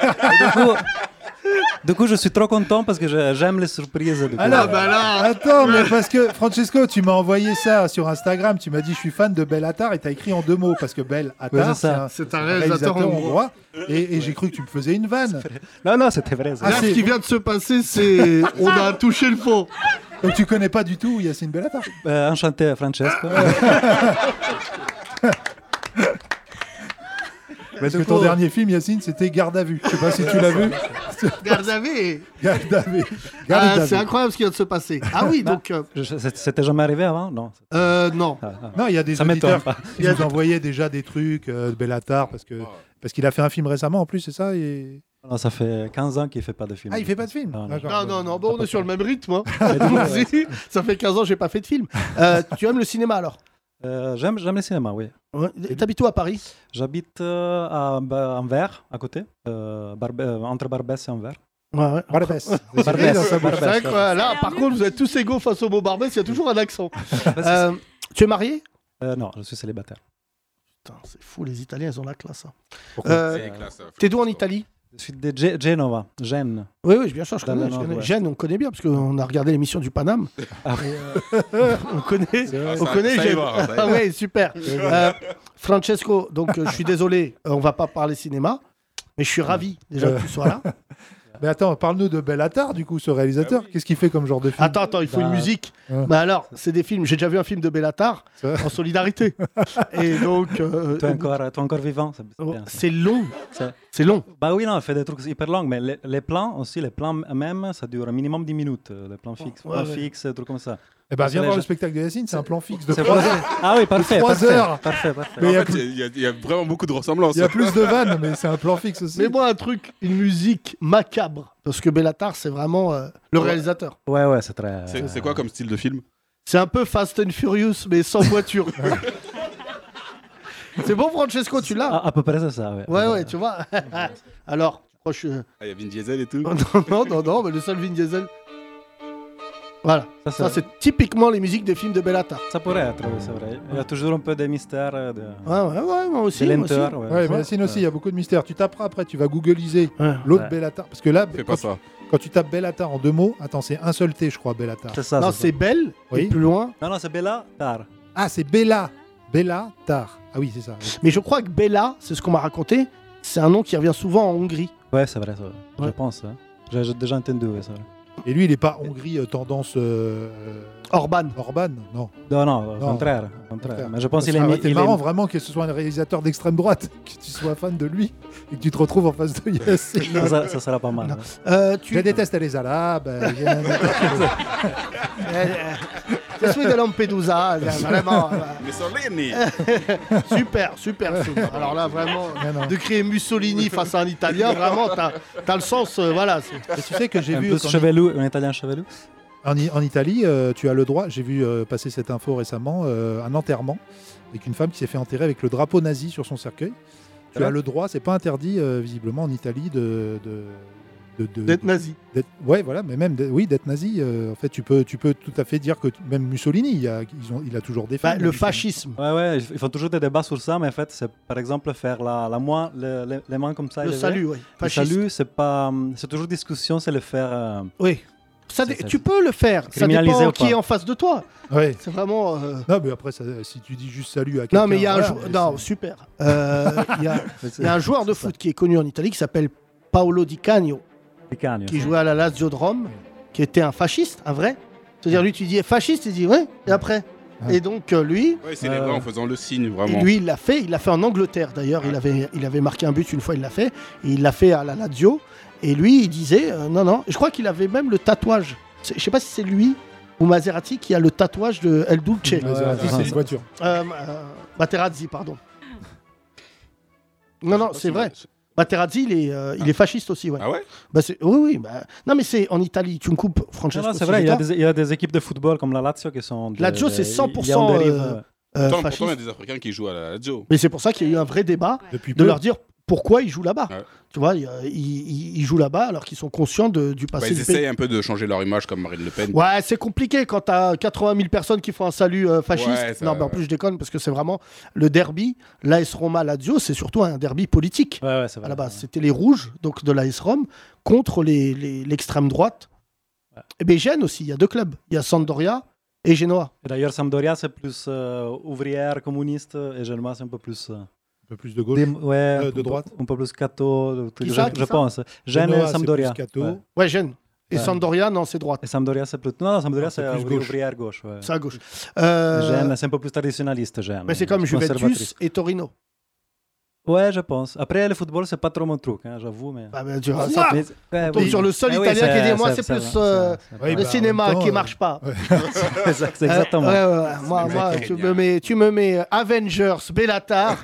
Speaker 8: Du coup, du coup, je suis trop content parce que je- j'aime les surprises.
Speaker 3: Ah
Speaker 8: Du coup.
Speaker 4: Alors,
Speaker 3: bah
Speaker 4: attends, mais parce que Francesco, tu m'as envoyé ça sur Instagram, tu m'as dit je suis fan de Bel Attar et t'as écrit en deux mots parce que Bel Attar,
Speaker 8: Ouais, c'est
Speaker 4: c'est
Speaker 8: ça.
Speaker 4: un,
Speaker 3: C'est un
Speaker 4: réalisateur
Speaker 3: réalisateur hongrois.
Speaker 4: hongrois et, et j'ai cru que tu me faisais une vanne.
Speaker 8: Non, non, c'était vrai. c'est
Speaker 4: Ah,
Speaker 3: Là,
Speaker 8: vrai.
Speaker 3: ce qui vient de se passer,
Speaker 4: <laughs>
Speaker 3: c'est. On a touché le fond.
Speaker 4: Donc tu connais pas du tout Yacine
Speaker 8: <laughs>
Speaker 4: Bel Attar.
Speaker 8: Euh, enchanté, Francesco.
Speaker 4: Parce que ton dernier film, Yacine, c'était Garde à vue. Je sais pas Ah, si tu l'as vu.
Speaker 3: Garde à vue.
Speaker 4: Garde à vue. Garde
Speaker 3: Ah,
Speaker 4: à
Speaker 3: C'est
Speaker 4: vue.
Speaker 3: incroyable ce qui vient de se passer. Ah oui, donc. euh,
Speaker 8: Je- je- C'était jamais arrivé avant Non.
Speaker 3: euh, non.
Speaker 8: Ah, ah.
Speaker 4: Non, il y a des
Speaker 8: Ça m'étonne
Speaker 4: auditeurs
Speaker 8: pas.
Speaker 4: qui nous envoyaient déjà des trucs euh, de Bellatar parce que parce qu'il a fait un film récemment en plus, c'est ça et...
Speaker 8: Ah Non, ça fait 15 ans qu'il ne fait pas de film.
Speaker 4: Ah, il fait pas de film.
Speaker 8: Non, non.
Speaker 4: D'accord.
Speaker 3: Non, non, non. Bon, on est sur le même rythme.
Speaker 8: <laughs>
Speaker 3: hein.
Speaker 8: ouais.
Speaker 3: <laughs> Si, Ça fait 15 ans que j'ai pas fait de film. Euh, tu aimes le cinéma alors
Speaker 8: Euh, J'aime j'aime le cinéma, oui.
Speaker 3: Ouais. T'habites où à Paris
Speaker 8: J'habite euh, à Ba- Anvers, à côté, euh, Barbe- euh, entre Barbès et Anvers. euh,
Speaker 3: Ouais, ouais.
Speaker 4: Barbès.
Speaker 8: Barbès.
Speaker 4: Dans sa bouche.
Speaker 3: C'est vrai
Speaker 8: Barbès,
Speaker 3: que
Speaker 8: ouais.
Speaker 3: ouais, là, par contre, vous êtes tous égaux face au mot Barbès, il y a toujours un
Speaker 6: <laughs>
Speaker 3: accent.
Speaker 6: Bah,
Speaker 8: Euh,
Speaker 3: Euh, tu es marié
Speaker 8: euh, non, je suis célibataire.
Speaker 3: Putain, c'est fou, les Italiens, ils ont la classe. hein.
Speaker 4: Pourquoi
Speaker 3: Euh, T'es d'où en Italie
Speaker 8: Je suis de Ge- Genova, Gênes.
Speaker 3: Oui, oui, bien sûr, je
Speaker 8: Dans
Speaker 3: connais.
Speaker 8: le
Speaker 3: je
Speaker 8: nord,
Speaker 3: connais.
Speaker 8: ouais.
Speaker 3: Gênes, on connaît bien, parce qu'on a regardé l'émission
Speaker 6: <laughs>
Speaker 3: du Paname.
Speaker 8: Ah
Speaker 3: Et, euh, <laughs> on connaît. On connaît,
Speaker 6: Ça y
Speaker 3: j'ai-
Speaker 6: va, ça y va.
Speaker 3: Ah ouais, super. Euh, Francesco, donc euh, je suis désolé, euh, on va pas parler cinéma, mais je
Speaker 8: Ah.
Speaker 3: suis ravi déjà que tu sois là.
Speaker 4: <laughs> Mais attends, parle-nous de Bellatar du coup, ce réalisateur.
Speaker 6: Ah
Speaker 4: Qu'est-ce qu'il fait comme genre de film
Speaker 3: Attends, attends, il faut
Speaker 8: Bah,
Speaker 3: une musique.
Speaker 4: hein.
Speaker 3: Bah alors, c'est des films. J'ai déjà vu un film de Bellatar
Speaker 4: C'est vrai.
Speaker 6: <laughs>
Speaker 3: en solidarité. Et donc, euh,
Speaker 8: Toi encore, toi encore vivant c'est
Speaker 3: oh,
Speaker 8: bien, ça.
Speaker 3: c'est long.
Speaker 8: Ça-
Speaker 3: C'est long.
Speaker 8: Bah oui, non, il fait des trucs hyper longs, mais les, les plans aussi, les plans même, ça dure un minimum 10 minutes. euh, Les plans fixes,
Speaker 3: Ouais,
Speaker 8: plans
Speaker 3: ouais.
Speaker 8: fixes, des trucs comme ça.
Speaker 4: Eh ben,
Speaker 8: C'est
Speaker 4: viens voir
Speaker 8: les-
Speaker 4: le spectacle de Yacine, c'est un plan fixe de
Speaker 8: C'est-
Speaker 4: trois heures.
Speaker 8: Ah oui, parfait.
Speaker 4: trois
Speaker 8: parfait,
Speaker 4: heures.
Speaker 8: Parfait, parfait.
Speaker 4: Mais il y, a
Speaker 6: En fait,
Speaker 4: plus-
Speaker 6: il y a- il y a vraiment beaucoup de ressemblances.
Speaker 4: il y
Speaker 6: <laughs>
Speaker 4: a plus de vannes, mais c'est un plan fixe aussi.
Speaker 3: Mais moi, un truc, une musique macabre, parce que Bellatar, c'est vraiment euh, le réalisateur.
Speaker 8: Ouais,
Speaker 6: Ah,
Speaker 8: ouais, c'est très.
Speaker 6: C'est c'est quoi comme style de film
Speaker 3: C'est un peu Fast and Furious, mais sans
Speaker 4: <laughs>
Speaker 3: voiture. c'est bon, Francesco, tu l'as.
Speaker 8: Ah, à, à peu près c'est ça, ouais.
Speaker 3: Ouais, ouais,
Speaker 8: <laughs>
Speaker 3: tu vois. Alors, je crois que je suis-
Speaker 6: Ah, Il y a Vin Diesel et tout.
Speaker 3: <laughs> Non, non, non, non, mais le seul Vin Diesel. Voilà,
Speaker 8: Ça,
Speaker 3: ça
Speaker 8: c'est-
Speaker 3: c'est typiquement les musiques des films de Bellatar.
Speaker 8: Ça pourrait être, oui, c'est vrai. Il y a toujours un peu des mystères, euh, de,
Speaker 3: Ouais, ouais, ouais, moi aussi.
Speaker 8: des
Speaker 3: moi aussi.
Speaker 8: lenteurs.
Speaker 4: Ouais, mais Yacine aussi, il y a beaucoup de mystères. Tu taperas après, tu vas googliser l'autre
Speaker 8: Ouais.
Speaker 4: Bellatar. Parce que là,
Speaker 6: Fais
Speaker 4: quand
Speaker 6: pas
Speaker 4: tu-
Speaker 6: ça.
Speaker 4: Quand tu tapes Bellatar en deux mots, attends, c'est un seul T, je crois, Bellatar.
Speaker 8: C'est ça.
Speaker 3: Non,
Speaker 8: c'est
Speaker 3: c'est Belle, et
Speaker 4: Oui.
Speaker 3: plus loin.
Speaker 8: ça. non, non, c'est Bella Tar.
Speaker 4: Ah, c'est Bella. Bella Tar. Ah oui, c'est ça. oui.
Speaker 3: Mais je crois que Bella, c'est ce qu'on m'a raconté, c'est un nom qui revient souvent en Hongrie.
Speaker 8: Ouais, c'est vrai, c'est vrai. Je
Speaker 3: Ouais.
Speaker 8: pense. hein. J'ai j'ai déjà entendu, ouais, c'est vrai.
Speaker 4: Et lui, il est pas Hongrie euh, tendance euh, euh,
Speaker 3: Orban.
Speaker 4: Orban, non.
Speaker 8: Non, non, au
Speaker 4: Non.
Speaker 8: contraire. au contraire.
Speaker 4: Contraire.
Speaker 8: Mais je pense qu'il est,
Speaker 4: Ah ouais,
Speaker 8: mis-
Speaker 4: t'es
Speaker 8: il est-
Speaker 4: marrant vraiment que ce soit un réalisateur d'extrême droite, <laughs> que tu sois fan de lui et que tu te retrouves en face de Yassine.
Speaker 8: Ça, ça- ça sera pas mal. hein.
Speaker 3: Non.
Speaker 8: ouais.
Speaker 3: Euh, tu...
Speaker 4: Je déteste les Arabes. euh, <laughs> il y a-
Speaker 3: Euh, Je suis de Lampedusa, euh, vraiment. euh,
Speaker 6: Mussolini
Speaker 3: <laughs> super, super. film. Alors là, vraiment,
Speaker 4: Non, non.
Speaker 3: de créer Mussolini face à un Italien, vraiment, t'as t'as le sens, euh, voilà. c'est-
Speaker 4: Et tu sais que j'ai
Speaker 8: Un
Speaker 4: vu
Speaker 8: peu
Speaker 4: qu'en-
Speaker 8: chevelu, un italien chevelu.
Speaker 4: En, I- en Italie, euh, tu as le droit, j'ai vu euh, passer cette info récemment, euh, un enterrement avec une femme qui s'est fait enterrer avec le drapeau nazi sur son cercueil.
Speaker 8: Ça
Speaker 4: Tu
Speaker 8: va
Speaker 4: as le droit, c'est pas interdit euh, visiblement en Italie de. de de- de-
Speaker 3: D'être nazi.
Speaker 4: d'être- ouais, voilà, mais même, d'être- oui, d'être nazi. euh, en fait, tu peux, tu peux tout à fait dire que t- même Mussolini, il a, ils ont, il a toujours des
Speaker 3: Bah,
Speaker 4: films,
Speaker 3: le
Speaker 4: Mussolini.
Speaker 3: fascisme.
Speaker 8: Ouais, ouais, ils f- ils font toujours des débats sur ça, mais en fait, c'est par exemple faire la, la main, le- le- les mains comme ça.
Speaker 3: Le
Speaker 8: élevées.
Speaker 3: salut, oui.
Speaker 8: Le
Speaker 3: Fasciste.
Speaker 8: salut, c'est pas. hum, C'est toujours discussion, c'est le faire. euh,
Speaker 3: Oui. Ça
Speaker 8: C'est
Speaker 3: dé-
Speaker 8: ça.
Speaker 3: Tu peux le faire. Ça
Speaker 8: Criminalisé
Speaker 3: dépend
Speaker 8: ou
Speaker 3: qui
Speaker 8: pas
Speaker 3: est en face de toi.
Speaker 4: Ouais.
Speaker 3: C'est vraiment. euh,
Speaker 4: Non, mais après, ça- si tu dis juste salut à quelqu'un.
Speaker 3: Non, mais il y a un
Speaker 4: voilà,
Speaker 3: jou-
Speaker 4: mais
Speaker 3: non,
Speaker 4: c'est-
Speaker 3: super. Euh, Il y,
Speaker 4: <laughs>
Speaker 3: a- il y a un joueur de foot qui est connu en Italie qui s'appelle Paolo Di Canio,
Speaker 8: les cagnes.
Speaker 3: qui jouait à la Lazio de Rome, qui était un fasciste, un vrai. C'est-à-dire, lui, tu dis fasciste, il dit ouais, et après Et donc, euh, lui,
Speaker 6: Ouais, c'est les bras en faisant le signe, vraiment.
Speaker 3: Et lui, il l'a fait. Il l'a fait en Angleterre, d'ailleurs. Il avait, il avait marqué un but une fois, il l'a fait. Et il l'a fait à la Lazio. Et lui, il disait euh, non, non. Je crois qu'il avait même le tatouage. C'est- Je sais pas si c'est lui ou Maserati qui a le tatouage de El Dulce.
Speaker 4: Ouais,
Speaker 8: ouais,
Speaker 4: c'est
Speaker 8: ouais.
Speaker 4: une voiture.
Speaker 3: Euh, euh, Materazzi, pardon. Non, non,
Speaker 6: Je sais pas
Speaker 3: c'est
Speaker 6: si-
Speaker 3: vrai. Materazzi, il est, euh, il est fasciste aussi, ouais.
Speaker 6: Ah ouais
Speaker 3: Bah, c'est- oui, oui. bah, Non, mais c'est en Italie. Tu me coupes, Francesco.
Speaker 8: Non, non, Ah, c'est
Speaker 3: si
Speaker 8: vrai,
Speaker 3: j'ai
Speaker 8: il y, a
Speaker 3: tort,
Speaker 8: des, il y a des équipes de football comme la Lazio qui sont. de-
Speaker 3: Lazio,
Speaker 8: de-
Speaker 3: c'est
Speaker 8: il y a
Speaker 3: 100%,
Speaker 8: une dérive,
Speaker 3: euh,
Speaker 8: ouais.
Speaker 3: euh,
Speaker 6: Pourtant,
Speaker 3: fasciste.
Speaker 6: pourtant, il y a des Africains qui jouent à la radio.
Speaker 3: Mais c'est pour ça qu'il y a eu un vrai débat
Speaker 4: Depuis
Speaker 3: de
Speaker 4: peu.
Speaker 3: leur dire pourquoi ils jouent là-bas.
Speaker 6: Ah Ouais.
Speaker 3: Tu vois, ils, euh, ils- ils- ils jouent là-bas alors qu'ils sont conscients de- du
Speaker 6: Bah,
Speaker 3: passé
Speaker 6: ils
Speaker 3: du pays.
Speaker 6: essayent un peu de changer leur image comme Marine Le Pen.
Speaker 3: Ouais, c'est compliqué quand t'as 80 000 personnes qui font un salut euh, fasciste.
Speaker 6: Ouais, ça-
Speaker 3: non, mais en plus, je déconne parce que c'est vraiment le derby. L'AS Roma Lazio, c'est surtout un derby politique.
Speaker 8: Ouais, ouais, c'est vrai.
Speaker 3: À la base, c'était les rouges, donc de l'AS Rome, contre les- les- l'extrême droite. Et bien, Gênes aussi, il y a deux clubs. Il y a Sampdoria et Genoa.
Speaker 8: Et D'ailleurs, Sampdoria, c'est plus euh, ouvrière, communiste, et Genoa, c'est un peu plus. euh,
Speaker 4: Un peu plus de gauche. Euh,
Speaker 8: des- ouais,
Speaker 4: de
Speaker 8: un peu-
Speaker 4: droite.
Speaker 8: Un peu plus catho, le truc, je,
Speaker 3: Qui ça, qui
Speaker 8: je
Speaker 3: ça
Speaker 8: pense. Gênes
Speaker 4: Genoa,
Speaker 8: et
Speaker 4: c'est
Speaker 8: Sampdoria.
Speaker 4: plus catho.
Speaker 8: ouais.
Speaker 3: Ouais, Gênes. Et
Speaker 8: Ouais.
Speaker 3: Sampdoria, non, c'est droite.
Speaker 8: Et Sampdoria, c'est plus. Non, non, Sampdoria,
Speaker 4: Non, Ah, c'est
Speaker 8: c'est
Speaker 4: plus
Speaker 8: ouvri-
Speaker 4: gauche.
Speaker 8: ouvrière gauche. ouais.
Speaker 3: C'est à gauche. Euh,
Speaker 8: Gênes, c'est un peu plus traditionnaliste, Gênes.
Speaker 3: mais c'est comme Juventus
Speaker 8: conservatrice.
Speaker 3: et Torino.
Speaker 8: Ouais, je pense. Après, le football, c'est pas trop mon truc, hein, j'avoue, mais.
Speaker 3: Bah, bah, tu vois,
Speaker 8: Ça-
Speaker 3: ça-
Speaker 8: mais- ouais,
Speaker 3: tombe sur le sol
Speaker 8: Ah oui,
Speaker 3: italien qui
Speaker 8: c'est-
Speaker 3: dit, moi, c'est
Speaker 8: ça,
Speaker 3: plus,
Speaker 8: ça,
Speaker 3: euh,
Speaker 8: ça, ça.
Speaker 4: Oui,
Speaker 3: le
Speaker 4: bah, en
Speaker 3: cinéma
Speaker 4: même temps,
Speaker 3: qui
Speaker 4: euh,
Speaker 3: marche pas.
Speaker 4: <laughs>
Speaker 8: C'est exactement.
Speaker 3: Euh, Ouais, ouais, ouais. Moi,
Speaker 6: C'est
Speaker 3: moi,
Speaker 6: exactement.
Speaker 3: tu, me mets, tu me mets euh, Avengers, Bellatar.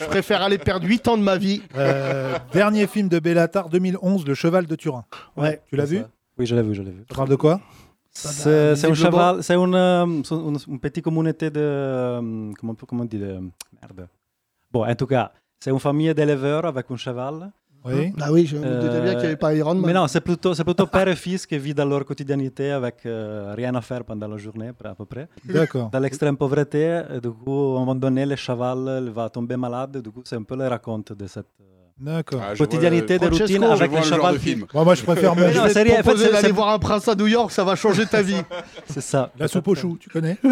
Speaker 3: je préfère aller perdre 8 ans de ma vie.
Speaker 4: Euh, dernier film de Bellatar 2011, Le Cheval de Turin.
Speaker 3: Ouais.
Speaker 4: Tu l'as
Speaker 8: C'est
Speaker 4: vu
Speaker 8: ça. Oui, je l'ai vu, je l'ai vu.
Speaker 4: Tu parles de quoi
Speaker 8: C'est c'est un
Speaker 3: visiblement-
Speaker 8: cheval, c'est une, euh, c'est une, une petite communauté de. euh, Comment, comment on dit de, Merde. Bon, en tout cas, c'est une famille d'éleveurs avec un cheval.
Speaker 4: Oui.
Speaker 3: Bah oui, je me
Speaker 8: Euh,
Speaker 3: doutais bien qu'il n'y avait pas Iron Man.
Speaker 8: Mais non, c'est plutôt, c'est plutôt père et fils qui vivent dans leur quotidianité avec euh, rien à faire pendant la journée, à peu près.
Speaker 4: D'accord.
Speaker 8: Dans l'extrême pauvreté, et du coup, à un moment donné, le cheval il va tomber malade. Du coup, c'est un peu le raconte de cette euh,
Speaker 4: D'accord.
Speaker 6: Ah, je
Speaker 8: quotidianité
Speaker 6: vois
Speaker 8: de
Speaker 6: le-
Speaker 8: routine
Speaker 3: Francesco,
Speaker 6: je
Speaker 8: avec
Speaker 6: vois
Speaker 8: le
Speaker 6: le genre
Speaker 8: cheval.
Speaker 6: de
Speaker 8: qui-
Speaker 6: film.
Speaker 4: Bon, moi, je préfère
Speaker 3: Mais
Speaker 4: me-
Speaker 8: non,
Speaker 3: je vais
Speaker 8: c'est
Speaker 3: te
Speaker 8: rien, en fait,
Speaker 3: proposer
Speaker 8: c'est-
Speaker 3: d'aller
Speaker 8: c'est-
Speaker 3: voir un prince à New York, ça va changer ta
Speaker 4: <laughs>
Speaker 3: vie.
Speaker 8: C'est ça.
Speaker 4: La soupe au chou,
Speaker 3: <laughs>
Speaker 4: tu connais
Speaker 8: La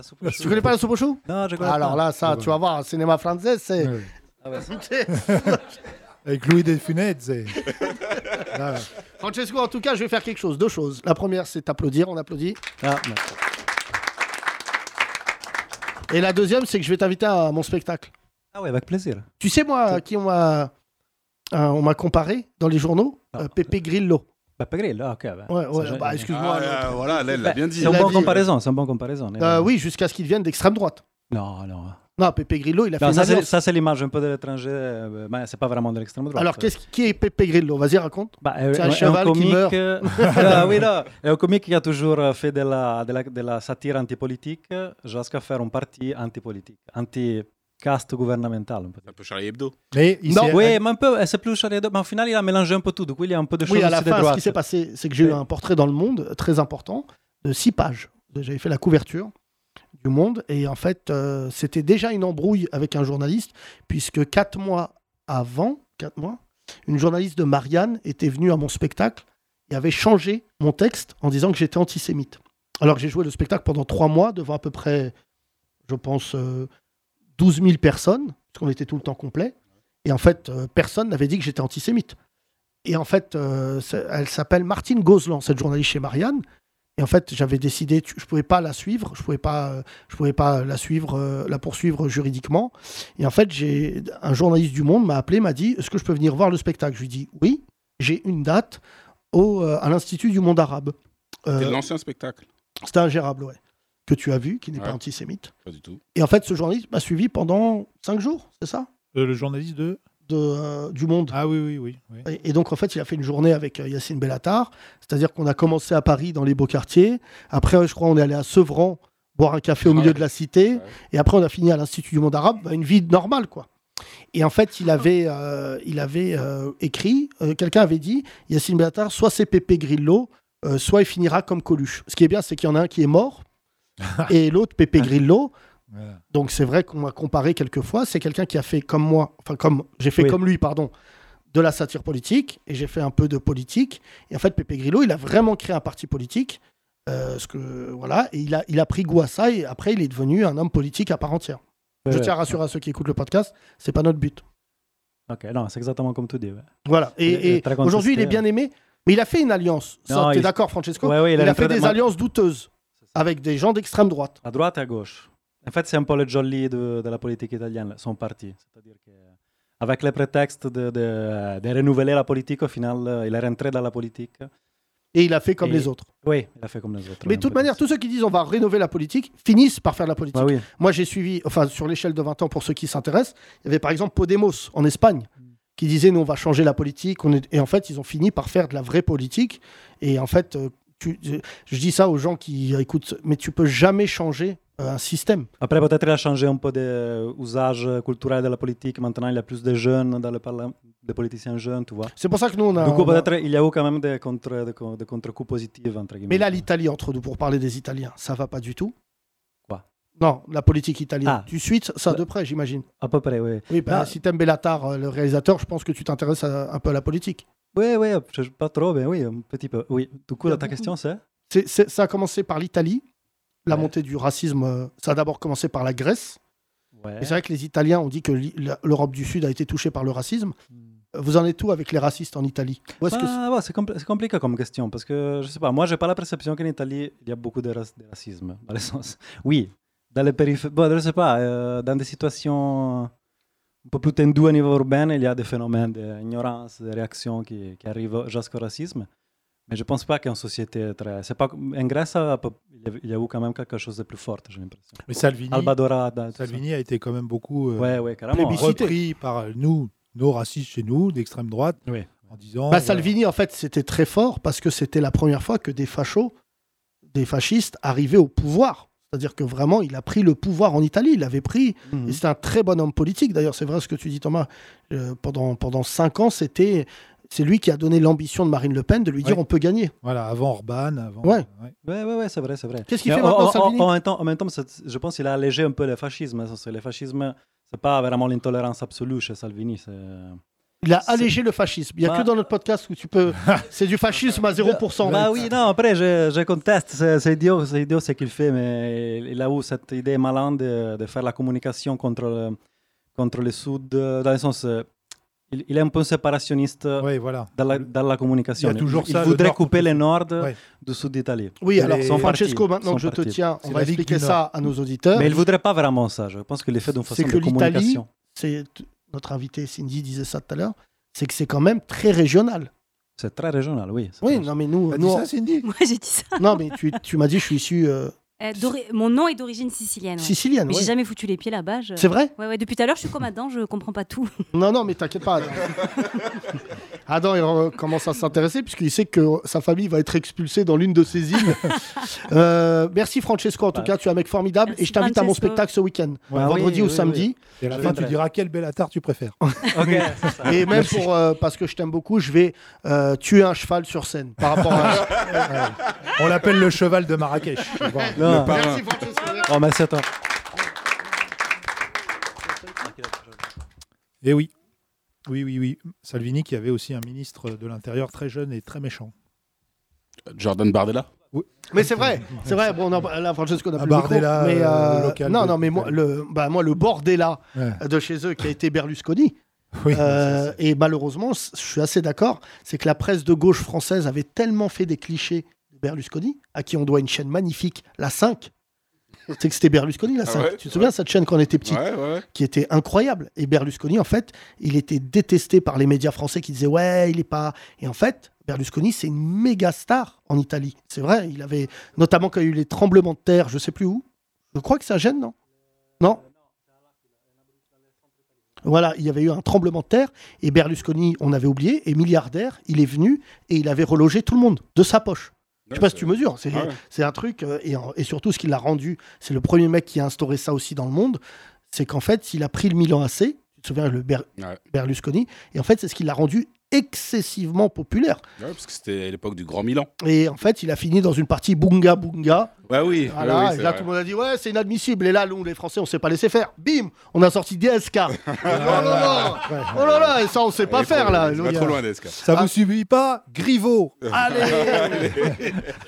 Speaker 8: soupe au
Speaker 3: tu
Speaker 8: chou.
Speaker 3: connais pas la soupe au chou
Speaker 8: Non, je connais
Speaker 3: Alors
Speaker 8: pas.
Speaker 3: là,
Speaker 4: Ah,
Speaker 3: ça,
Speaker 4: bah.
Speaker 3: tu vas voir, un cinéma français, c'est.
Speaker 4: Ouais.
Speaker 8: Ah ouais,
Speaker 4: <laughs> Avec Louis des Funès.
Speaker 3: <laughs>
Speaker 4: et- Ah,
Speaker 3: Francesco, en tout cas, je vais faire quelque chose. Deux choses. La première, c'est t'applaudir, on applaudit.
Speaker 8: Ah, non.
Speaker 3: Et la deuxième, c'est que je vais t'inviter à mon spectacle.
Speaker 8: Ah ouais, avec plaisir.
Speaker 3: Tu sais, moi, à qui on m'a euh, on m'a comparé dans les journaux
Speaker 8: Ah.
Speaker 3: euh, Pepe Grillo.
Speaker 8: Papa Grill, ah, ok. bah,
Speaker 3: Ouais,
Speaker 8: ça,
Speaker 3: ouais,
Speaker 8: j'ai-
Speaker 3: bah, excuse-moi.
Speaker 6: Ah,
Speaker 3: l'autre.
Speaker 6: euh, voilà, elle elle l'a bien dit.
Speaker 8: c'est une
Speaker 3: l'a
Speaker 8: bonne
Speaker 3: dit,
Speaker 8: comparaison, c'est une bonne comparaison.
Speaker 3: Euh, oui, jusqu'à ce qu'il devienne d'extrême droite.
Speaker 8: Non, non.
Speaker 3: Non, Pepe Grillo, il a fait
Speaker 8: Non,
Speaker 3: une
Speaker 8: ça, c'est,
Speaker 3: alliance.
Speaker 8: ça, c'est l'image un peu de l'étranger, euh, mais c'est pas vraiment de l'extrême droite.
Speaker 3: Alors, qu'est-ce qui est Pepe Grillo Vas-y, raconte.
Speaker 8: Bah, euh,
Speaker 3: C'est un
Speaker 8: euh,
Speaker 3: cheval qui
Speaker 8: comique,
Speaker 3: meurt. <laughs>
Speaker 8: euh, <laughs> ah, oui, là, un comique qui a toujours euh, fait de la, de la, de la satire antipolitique euh, jusqu'à faire un parti antipolitique, anti-caste gouvernemental. on peut dire.
Speaker 6: C'est un peu Charlie Hebdo.
Speaker 4: Mais il
Speaker 3: Non,
Speaker 4: s'est-
Speaker 8: Oui, mais un peu, euh, c'est plus Charlie Hebdo, mais au final, il a mélangé un peu tout. Du coup, il y a un peu de choses
Speaker 3: Oui, à la
Speaker 8: aussi de
Speaker 3: fin, ce
Speaker 8: droite.
Speaker 3: qui s'est passé, c'est que j'ai eu
Speaker 8: Ouais.
Speaker 3: un portrait dans le monde euh, très important de six pages. J'avais fait la couverture du monde et en fait, euh, c'était déjà une embrouille avec un journaliste puisque quatre mois avant, quatre mois, une journaliste de Marianne était venue à mon spectacle et avait changé mon texte en disant que j'étais antisémite. Alors que j'ai joué le spectacle pendant trois mois devant à peu près, je pense, euh, 12 000 personnes, parce qu'on était tout le temps complet. Et en fait, euh, personne n'avait dit que j'étais antisémite. Et en fait, euh, c'est- elle s'appelle Martine Gozlan, cette journaliste chez Marianne. Et en fait, j'avais décidé, tu- je pouvais pas la suivre, je pouvais pas, euh, je pouvais pas la suivre, euh, la poursuivre juridiquement. Et en fait, j'ai un journaliste du Monde m'a appelé, m'a dit, est-ce que je peux venir voir le spectacle Je lui dis oui, j'ai une date au, euh, à l'institut du Monde arabe. Euh,
Speaker 6: C'est l'ancien spectacle.
Speaker 3: C'était ingérable, ouais. Que tu as vu, qui n'est
Speaker 6: Ouais.
Speaker 3: pas antisémite.
Speaker 6: Pas du tout.
Speaker 3: Et en fait, ce journaliste m'a suivi pendant cinq jours, c'est ça,
Speaker 4: Euh, le journaliste de.
Speaker 3: de, euh, du Monde.
Speaker 4: Ah oui, oui, oui. oui.
Speaker 3: Et, et donc, en fait, il a fait une journée avec euh, Yacine Bellatar. C'est-à-dire qu'on a commencé à Paris, dans les beaux quartiers. Après, euh, je crois, on est allé à Sevran, boire un café au
Speaker 6: Ouais.
Speaker 3: milieu de la cité.
Speaker 6: Ouais.
Speaker 3: Et après, on a fini à l'Institut du Monde Arabe, bah, une vie normale, quoi. Et en fait,
Speaker 4: Ah.
Speaker 3: il avait, euh, il avait euh, écrit, euh, quelqu'un avait dit, Yacine Bellatar, soit c'est Pépé Grillo, euh, soit il finira comme Coluche. Ce qui est bien, c'est qu'il y en a un qui est
Speaker 4: <laughs>
Speaker 3: mort, et l'autre, Pépé Grillo.
Speaker 4: Voilà.
Speaker 3: Donc c'est vrai qu'on m'a comparé quelques fois. C'est quelqu'un qui a fait comme moi, enfin comme j'ai fait
Speaker 8: Oui.
Speaker 3: comme lui, pardon, de la satire politique et j'ai fait un peu de politique. Et en fait, Pépé Grillo, il a vraiment créé un parti politique. euh, ce que voilà, et il a, il a pris goût à ça et après il est devenu un homme politique à part entière.
Speaker 8: Ouais,
Speaker 3: Je
Speaker 8: ouais.
Speaker 3: tiens à rassurer à ceux qui écoutent le podcast, c'est pas notre but.
Speaker 8: Ok, non, c'est exactement comme tu dis. Ouais,
Speaker 3: Voilà.
Speaker 8: Il est
Speaker 3: Et, et
Speaker 8: très contesté,
Speaker 3: aujourd'hui, il est bien aimé, mais il a fait une alliance. Ça,
Speaker 8: Non,
Speaker 3: t'es
Speaker 8: il-
Speaker 3: d'accord, Francesco
Speaker 8: ouais, ouais,
Speaker 3: Il a fait
Speaker 8: une-
Speaker 3: des alliances douteuses.
Speaker 8: C'est
Speaker 3: avec des gens d'extrême droite.
Speaker 8: à droite et à gauche. En fait, c'est un peu le jolly de, de la politique italienne, son parti. C'est-à-dire que, avec le prétexte de, de- de renouveler la politique, au final, euh, il est rentré dans la politique.
Speaker 3: Et il a fait comme
Speaker 8: Et-
Speaker 3: les autres.
Speaker 8: Oui, il a fait comme les autres.
Speaker 3: Mais de toute manière, tous ceux qui disent on va rénover la politique finissent par faire la politique.
Speaker 8: Bah oui.
Speaker 3: Moi, j'ai suivi, enfin, sur l'échelle de 20 ans, pour ceux qui s'intéressent, il y avait par exemple Podemos en Espagne qui disait nous, on va changer la politique. On est... Et en fait, ils ont fini par faire de la vraie politique. Et en fait, euh, tu- je- je dis ça aux gens qui écoutent, mais tu peux jamais changer euh, un système.
Speaker 8: Après, peut-être il a changé un peu des usages culturels de la politique. Maintenant, il y a plus de jeunes dans le parlement, des politiciens jeunes, tu vois.
Speaker 3: C'est pour ça que nous, on a.
Speaker 8: du coup,
Speaker 3: on a-
Speaker 8: peut-être il y a eu quand même des contre- des co- des contre-coups positifs, entre guillemets.
Speaker 3: Mais là, l'Italie, entre nous, pour parler des Italiens, ça va pas du tout.
Speaker 8: Quoi
Speaker 3: Non, la politique italienne.
Speaker 8: Ah.
Speaker 3: Tu suis ça de près, j'imagine.
Speaker 8: à peu près, oui.
Speaker 3: Oui, bah,
Speaker 8: Ah.
Speaker 3: si t'aimes Bellatar, euh, le réalisateur, je pense que tu t'intéresses à- un peu à la politique.
Speaker 8: Oui, oui, je- pas trop, mais oui, un petit peu. Oui. Du coup,
Speaker 3: Il y a
Speaker 8: ta
Speaker 3: beaucoup-
Speaker 8: question, c'est
Speaker 3: C'est- c'est- ça a commencé par l'Italie, la
Speaker 8: Ouais.
Speaker 3: montée du racisme. euh, Ça a d'abord commencé par la Grèce.
Speaker 8: Ouais.
Speaker 3: Et C'est vrai que les Italiens ont dit que l'I- la- l'Europe du Sud a été touchée par le racisme.
Speaker 8: Hmm.
Speaker 3: Euh, Vous en êtes où avec les racistes en Italie Où est-ce que
Speaker 8: Ah, ouais, c'est compli- c'est compliqué comme question parce que je sais pas, moi j'ai pas la perception qu'en Italie il y a beaucoup de, rac- de racisme <laughs> dans le sens. Oui, dans les périphéries, bon, je sais pas, euh, dans des situations un peu plus tendues au niveau urbain, il y a des phénomènes d'ignorance, de réactions qui, qui arrivent jusqu'au racisme. Mais je pense pas qu'en société très. c'est Pas... comme- En Grèce, ça peut- il y a- il y a eu quand même quelque chose de plus fort, j'ai l'impression.
Speaker 4: Mais Salvini,
Speaker 8: Albadora, da- tout ça.
Speaker 4: Salvini a été quand même beaucoup euh,
Speaker 8: Ouais, ouais, carrément.
Speaker 3: Plébiscite.
Speaker 4: repris par euh, nous, nos racistes chez nous, d'extrême droite,
Speaker 8: Oui.
Speaker 4: en disant.
Speaker 3: Bah,
Speaker 4: euh,
Speaker 3: Salvini, en fait, c'était très fort parce que c'était la première fois que des fachos, des fascistes arrivaient au pouvoir. C'est-à-dire que vraiment, il a pris le pouvoir en Italie. Il l'avait pris.
Speaker 8: Mhm.
Speaker 3: Et c'est un très bon homme politique. D'ailleurs, c'est vrai ce que tu dis, Thomas. Euh, pendant, pendant cinq ans, c'était. C'est lui qui a donné l'ambition de Marine Le Pen de lui dire on peut gagner.
Speaker 4: Voilà, avant Orban, avant.
Speaker 3: Ouais.
Speaker 8: Ouais, ouais, ouais, c'est vrai, c'est vrai.
Speaker 3: Qu'est-ce qu'il
Speaker 8: Mais
Speaker 3: fait
Speaker 8: en-
Speaker 3: maintenant,
Speaker 8: en-
Speaker 3: Salvini
Speaker 8: en, en même temps, en même temps, c'est- je pense qu'il a allégé un peu le fascisme. hein, ça, c'est- Le fascisme, c'est pas vraiment l'intolérance absolue chez Salvini. c'est-
Speaker 3: Il a
Speaker 8: C'est-
Speaker 3: allégé le fascisme. Il n'y a
Speaker 8: Bah-
Speaker 3: que dans notre podcast où tu
Speaker 8: <laughs>
Speaker 3: peux. C'est du fascisme à 0%.
Speaker 8: Bah oui, non, après, je, je conteste. C'est c'est idiot, c'est idiot ce qu'il fait, mais il a eu cette idée malade de, de faire la communication contre le, contre le Sud. euh, Dans le sens, euh, il, il est un peu séparationniste euh,
Speaker 4: Ouais, voilà.
Speaker 8: dans, la, dans la communication.
Speaker 4: Il y a toujours ça, le
Speaker 8: voudrait
Speaker 4: Nord
Speaker 8: couper
Speaker 4: contre
Speaker 8: le Nord
Speaker 4: Ouais.
Speaker 8: du Sud d'Italie.
Speaker 3: Oui, alors
Speaker 4: Les-
Speaker 3: Francesco,
Speaker 8: Son
Speaker 3: maintenant que je te
Speaker 8: parti.
Speaker 3: tiens, on
Speaker 4: C'est
Speaker 3: va
Speaker 4: la Ligue
Speaker 3: expliquer
Speaker 4: du
Speaker 3: ça à nos auditeurs.
Speaker 8: Mais il voudrait pas vraiment ça. Je pense qu'il est fait d'une
Speaker 3: C'est
Speaker 8: façon
Speaker 3: que
Speaker 8: de
Speaker 3: l'Italie-
Speaker 8: communication.
Speaker 3: C'est notre invité Cindy disait ça tout à l'heure. C'est que c'est quand même très régional.
Speaker 8: C'est très régional, oui. c'est
Speaker 3: Oui,
Speaker 8: très-
Speaker 3: non mais nous,
Speaker 4: T'as
Speaker 3: nous-
Speaker 4: dit ça, Cindy
Speaker 7: <laughs> Moi, j'ai dit ça.
Speaker 3: non mais tu,
Speaker 7: <laughs>
Speaker 3: tu m'as dit je suis issu euh,
Speaker 7: Euh, d'ori- Mon nom est d'origine sicilienne. ouais.
Speaker 3: sicilienne.
Speaker 7: Mais
Speaker 3: ouais.
Speaker 7: j'ai jamais foutu les pieds là-bas. je-
Speaker 3: C'est vrai
Speaker 7: Ouais, ouais, depuis tout à l'heure, je suis comme Adam, je comprends pas tout. <laughs>
Speaker 3: Non non mais t'inquiète
Speaker 4: <laughs>
Speaker 3: pas. Adam. Adam il euh, commence à s'intéresser puisqu'il sait que sa famille va être expulsée dans l'une de ses
Speaker 4: <laughs>
Speaker 3: îles. Euh, merci Francesco en tout
Speaker 8: Bah.
Speaker 3: cas tu es un mec formidable
Speaker 7: Merci,
Speaker 3: et je t'invite à mon
Speaker 7: Francesco.
Speaker 3: spectacle ce week-end
Speaker 4: Bah
Speaker 8: Ouais,
Speaker 3: vendredi
Speaker 8: oui,
Speaker 3: ou
Speaker 8: oui,
Speaker 3: samedi
Speaker 4: Et à la
Speaker 8: Je
Speaker 4: fin,
Speaker 8: vais
Speaker 4: tu
Speaker 8: très-
Speaker 4: diras quel bel attard tu
Speaker 3: <laughs>
Speaker 4: préfères.
Speaker 8: oui. Ok, c'est ça.
Speaker 3: et même pour euh, parce que je t'aime beaucoup je vais euh, tuer un cheval sur scène par
Speaker 8: <laughs>
Speaker 3: rapport
Speaker 4: <laughs>
Speaker 3: à
Speaker 4: On l'appelle le cheval de
Speaker 3: <laughs>
Speaker 4: Marrakech. je vois.
Speaker 8: Non.
Speaker 3: merci Francesco
Speaker 8: Oh, merci à toi.
Speaker 4: Et Eh oui. Oui, oui, oui. Salvini qui avait aussi un ministre de l'Intérieur très jeune et très méchant.
Speaker 6: Jordan Bardella
Speaker 3: Mais c'est
Speaker 4: <laughs>
Speaker 3: vrai, c'est vrai. Bon, non, là, Francesco n'a
Speaker 4: Un
Speaker 3: plus le micro,
Speaker 4: bordella,
Speaker 3: mais
Speaker 4: euh, local
Speaker 3: Non,
Speaker 4: de-
Speaker 3: non, mais moi, le, bah, moi, le bordella
Speaker 4: Ouais.
Speaker 3: de chez eux qui a été Berlusconi.
Speaker 4: <laughs> Oui.
Speaker 3: euh, et malheureusement, c- je suis assez d'accord. C'est que la presse de gauche française avait tellement fait des clichés de Berlusconi, à qui on doit une chaîne magnifique, la 5. C'est que c'était Berlusconi, la 5.
Speaker 6: Ah ouais,
Speaker 3: tu te souviens de cette chaîne quand on était petit
Speaker 6: Ouais, ouais.
Speaker 3: qui était incroyable. Et Berlusconi, en fait, il était détesté par les médias français qui disaient ouais, il est pas. Et en fait, Berlusconi, c'est une méga star en Italie. C'est vrai, il avait notamment quand il y a eu les tremblements de terre, je sais plus où. Je crois que ça gêne, non Non. Voilà, il y avait eu un tremblement de terre et Berlusconi, on avait oublié, est milliardaire, il est venu et il avait relogé tout le monde de sa poche. Je sais pas si tu mesures, c'est
Speaker 6: Ah ouais.
Speaker 3: c'est un truc, euh, et, en- et surtout ce qu'il l'a rendu, c'est le premier mec qui a instauré ça aussi dans le monde, c'est qu'en fait, il a pris le Milan AC, tu te souviens, le Ber-
Speaker 6: Ouais.
Speaker 3: Berlusconi, et en fait, c'est ce qui l'a rendu excessivement populaire.
Speaker 6: Ouais, parce que c'était à l'époque du Grand Milan.
Speaker 3: Et en fait, il a fini dans une partie bunga bunga.
Speaker 6: Ouais, oui.
Speaker 3: Voilà,
Speaker 6: ouais, oui,
Speaker 3: et
Speaker 6: c'est
Speaker 3: Ah là,
Speaker 6: vrai.
Speaker 3: tout le monde a dit, ouais, c'est inadmissible. Et là, nous, les Français, on s'est pas laissé faire. Bim, on a
Speaker 6: <laughs>
Speaker 3: sorti DSK. oh là là, oh là là, et ça, on sait pas
Speaker 6: Elle est trop
Speaker 3: faire,
Speaker 6: loin,
Speaker 3: là. euh, Ah.
Speaker 6: elle est
Speaker 3: L'autre,
Speaker 6: pas trop loin d'Esca.
Speaker 4: Ça vous subit pas
Speaker 3: <laughs>
Speaker 4: Griveau
Speaker 3: Allez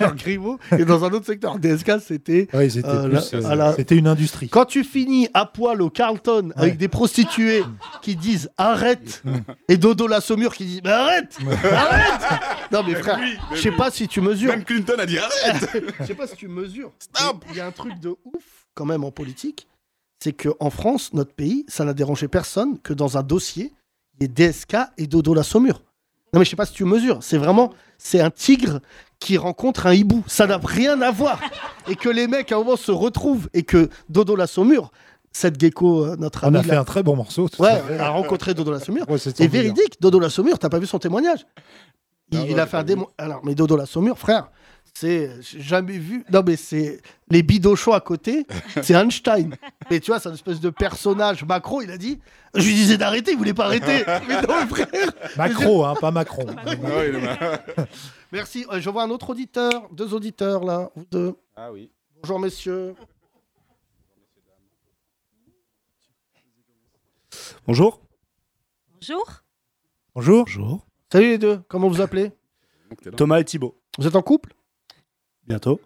Speaker 3: Alors, Grimaud, et dans un autre secteur, DSK, c'était...
Speaker 4: Oui, c'était
Speaker 3: Euh,
Speaker 4: plus,
Speaker 6: là-
Speaker 4: euh,
Speaker 3: à la-
Speaker 4: c'était une industrie.
Speaker 3: Quand tu finis à poil au Carlton avec des prostituées qui disent arrête et Dodo la Saumur qui dit mais arrête
Speaker 6: <laughs>
Speaker 3: arrête non mais frère
Speaker 6: oui, mais
Speaker 3: je sais
Speaker 6: oui.
Speaker 3: pas si tu mesures
Speaker 6: Même Clinton a dit arrête
Speaker 3: <laughs> je sais pas si tu mesures jure.
Speaker 6: Stop
Speaker 3: Il y a un truc de ouf, quand même, en politique. C'est qu'en France, notre pays, ça n'a dérangé personne que dans un dossier, il y ait DSK et Dodo la Saumure. Non, mais je sais pas si tu mesures. C'est vraiment. C'est un tigre qui rencontre un hibou. Ça n'a rien à voir. Et que les mecs, à un moment, se retrouvent et que Dodo la Saumure, cette gecko, euh, notre
Speaker 4: On
Speaker 3: ami.
Speaker 4: a fait
Speaker 3: là-
Speaker 4: un très bon morceau. tout à fait.
Speaker 3: Ouais, a rencontré Dodo la Saumure.
Speaker 4: Ouais, c'est
Speaker 3: C'est
Speaker 4: son délire.
Speaker 3: véridique, Dodo la Saumure, t'as pas vu son témoignage Il,
Speaker 6: Ah ouais,
Speaker 3: il a
Speaker 6: j'ai
Speaker 3: fait
Speaker 6: pas
Speaker 3: un
Speaker 6: vu.
Speaker 3: démo... Alors, mais Dodo la Saumure, frère, c'est. j'ai jamais vu. Non, mais c'est. Les bidochons
Speaker 6: <laughs>
Speaker 3: à côté, c'est Einstein. Mais tu vois, c'est un espèce de personnage macro, il a dit. Je lui disais d'arrêter, il voulait pas arrêter.
Speaker 6: <laughs>
Speaker 3: mais non, frère <laughs>
Speaker 4: Macro, hein, pas Macron.
Speaker 6: Ah oui, le-
Speaker 3: Merci, Euh, je vois un autre auditeur, deux auditeurs là, ou deux.
Speaker 6: Ah oui.
Speaker 3: Bonjour, messieurs.
Speaker 9: Bonjour.
Speaker 7: Bonjour.
Speaker 4: Bonjour.
Speaker 9: Bonjour.
Speaker 3: Salut les deux, comment vous appelez
Speaker 6: Donc, t'es là.
Speaker 9: Thomas et Thibaut.
Speaker 3: Vous êtes en couple
Speaker 9: Bientôt.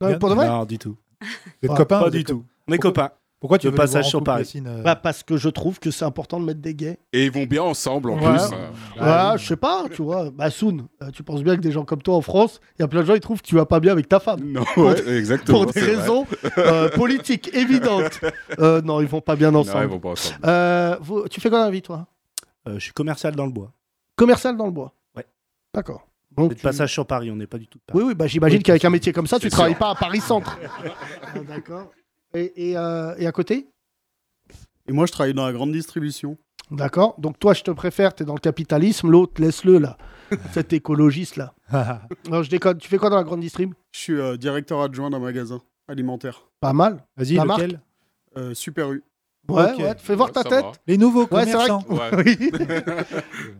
Speaker 3: Non, mais pour de vrai
Speaker 9: Non, du tout.
Speaker 4: Vous êtes
Speaker 3: Ah,
Speaker 4: copains
Speaker 9: pas
Speaker 4: vous
Speaker 9: du
Speaker 4: êtes co-
Speaker 9: tout. On est
Speaker 4: Pourquoi-
Speaker 9: copains.
Speaker 4: Pourquoi tu
Speaker 9: Le
Speaker 4: veux les voir
Speaker 9: passage
Speaker 4: en
Speaker 9: sur
Speaker 4: couple,
Speaker 9: Paris.
Speaker 4: Yacine, euh,
Speaker 3: Bah, parce que je trouve que c'est important de mettre des gays.
Speaker 6: Et ils vont bien ensemble en
Speaker 3: Ouais.
Speaker 6: plus. hein.
Speaker 4: bah
Speaker 3: Ah, je sais pas, tu vois. Bah, Soun, euh, tu penses bien que des gens comme toi en France, il y a plein de gens qui trouvent que tu vas pas bien avec ta femme.
Speaker 6: Non,
Speaker 3: Pour-
Speaker 6: ouais, exactement.
Speaker 3: Pour des
Speaker 6: c'est vrai.
Speaker 3: raisons euh, politiques
Speaker 4: <laughs>
Speaker 3: évidentes. Euh, non, ils vont
Speaker 4: Ah,
Speaker 3: pas bien
Speaker 6: Non,
Speaker 3: ensemble.
Speaker 6: ils vont pas ensemble.
Speaker 3: Euh, vous- tu fais quoi dans la vie, toi
Speaker 9: Euh, je suis commercial dans le bois.
Speaker 3: Commercial dans le bois
Speaker 9: Ouais.
Speaker 3: D'accord.
Speaker 9: On
Speaker 3: Donc,
Speaker 9: est de
Speaker 3: tu-
Speaker 9: passage sur Paris, on n'est pas du tout de Paris.
Speaker 3: Oui, oui, bah, j'imagine
Speaker 9: Oui,
Speaker 3: qu'avec un métier comme ça, tu
Speaker 6: c'est
Speaker 3: travailles
Speaker 6: sûr.
Speaker 3: pas à
Speaker 4: <laughs>
Speaker 3: Paris-Centre. Ah, D'accord. Et, et, euh, et à côté
Speaker 9: Et moi, je travaille dans la grande distribution.
Speaker 3: D'accord. Donc, toi, je te préfère, t'es dans le capitalisme, l'autre,
Speaker 9: <laughs>
Speaker 3: laisse-le, là. Cet écologiste, là. <laughs> Non, je déconne. Tu fais quoi dans la grande distrib
Speaker 9: Je suis euh, directeur adjoint d'un magasin alimentaire.
Speaker 3: Pas mal.
Speaker 4: Vas-y,
Speaker 3: La marque
Speaker 4: lequel
Speaker 10: euh,
Speaker 9: Super U.
Speaker 3: Ouais,
Speaker 4: Ok.
Speaker 3: ouais. Fais voir
Speaker 6: Ouais,
Speaker 3: ta
Speaker 6: ça
Speaker 3: tête.
Speaker 6: va.
Speaker 4: Les nouveaux
Speaker 3: Ouais, c'est vrai
Speaker 4: commerçants.
Speaker 6: Ouais.
Speaker 3: <laughs> Oui.
Speaker 10: <laughs>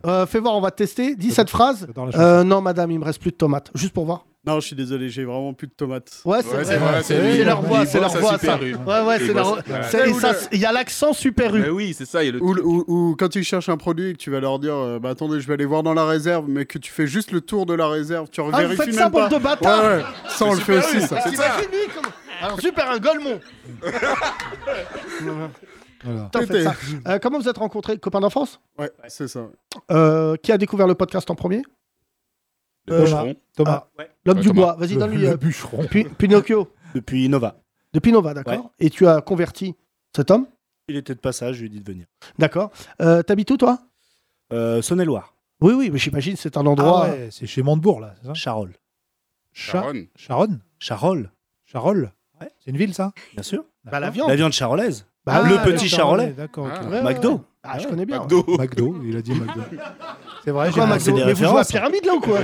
Speaker 3: Euh, fais voir, on va tester. Dis cette phrase.
Speaker 4: J'adore la chanson.
Speaker 3: Euh, non, madame, il me reste plus de tomates. Juste pour voir.
Speaker 9: Non, je suis désolé, j'ai vraiment plus de tomates.
Speaker 3: Ouais, c'est
Speaker 6: Ouais,
Speaker 3: vrai.
Speaker 6: vrai,
Speaker 4: c'est
Speaker 6: lui.
Speaker 4: vrai.
Speaker 3: C'est leur
Speaker 4: Il
Speaker 3: voix,
Speaker 6: bosse
Speaker 3: c'est leur
Speaker 6: à
Speaker 3: voix, ça.
Speaker 6: Super U.
Speaker 3: Ouais, ouais,
Speaker 6: Il
Speaker 3: c'est leur
Speaker 6: bosse-
Speaker 3: voix.
Speaker 6: Ouais.
Speaker 3: C'est- et ça, c'est- Il y a l'accent super U.
Speaker 6: Mais oui, c'est ça. Il y a le
Speaker 10: Ou, ou- ou quand tu cherches un produit et que tu vas leur dire euh, bah attendez je vais aller voir dans la réserve mais que tu fais juste le tour de la réserve tu
Speaker 3: Ah, vous
Speaker 10: revérifies
Speaker 3: faites
Speaker 10: même
Speaker 3: ça,
Speaker 10: pas
Speaker 3: bande de bâtards Ah,
Speaker 10: ouais ouais ça on le fait aussi ça
Speaker 6: C'est ça.
Speaker 10: <laughs>
Speaker 3: T'imagines, lui, comment- Alors, super, un Golemont.
Speaker 4: Voilà.
Speaker 3: Putain, faites ça. Euh, comment vous êtes rencontrés Copains d'enfance
Speaker 10: ouais c'est ça
Speaker 3: Euh, Qui a découvert le podcast en premier Euh,
Speaker 6: le bûcheron.
Speaker 4: Thomas.
Speaker 3: L'homme
Speaker 6: Ouais,
Speaker 3: du
Speaker 6: Thomas.
Speaker 3: bois. Vas-y,
Speaker 4: le,
Speaker 3: donne-lui.
Speaker 4: le
Speaker 3: euh,
Speaker 4: bûcheron.
Speaker 3: Pi- Pinocchio.
Speaker 9: Depuis Nova.
Speaker 3: De Pinova, d'accord Et tu as converti cet homme
Speaker 9: Il était de passage, je lui ai dit de venir.
Speaker 3: D'accord. Euh, T'habites où, toi
Speaker 9: Euh, Saône-et-Loire.
Speaker 3: Oui, oui, mais j'imagine c'est un endroit. euh,
Speaker 4: Ah ouais, c'est chez Montebourg, là. c'est ça
Speaker 9: Charolles.
Speaker 4: Cha-
Speaker 6: Sharon.
Speaker 4: Charonne
Speaker 9: Charolles
Speaker 4: Charolles
Speaker 9: Ouais.
Speaker 4: C'est une ville, ça
Speaker 9: Bien sûr.
Speaker 3: Bah, la viande.
Speaker 9: La viande charolaise.
Speaker 3: Bah,
Speaker 9: le
Speaker 3: oui,
Speaker 9: petit Charolais.
Speaker 4: D'accord. ok.
Speaker 6: Ah.
Speaker 3: Ouais, ouais,
Speaker 9: McDo.
Speaker 3: ouais. Ah, je connais bien.
Speaker 6: McDo.
Speaker 4: McDo, il a dit
Speaker 3: <laughs>
Speaker 4: McDo. C'est vrai, j'ai
Speaker 3: Pourquoi
Speaker 9: Ah,
Speaker 3: McDo
Speaker 9: c'est des
Speaker 3: Mais vous jouez à
Speaker 9: références.
Speaker 3: pyramide là ou quoi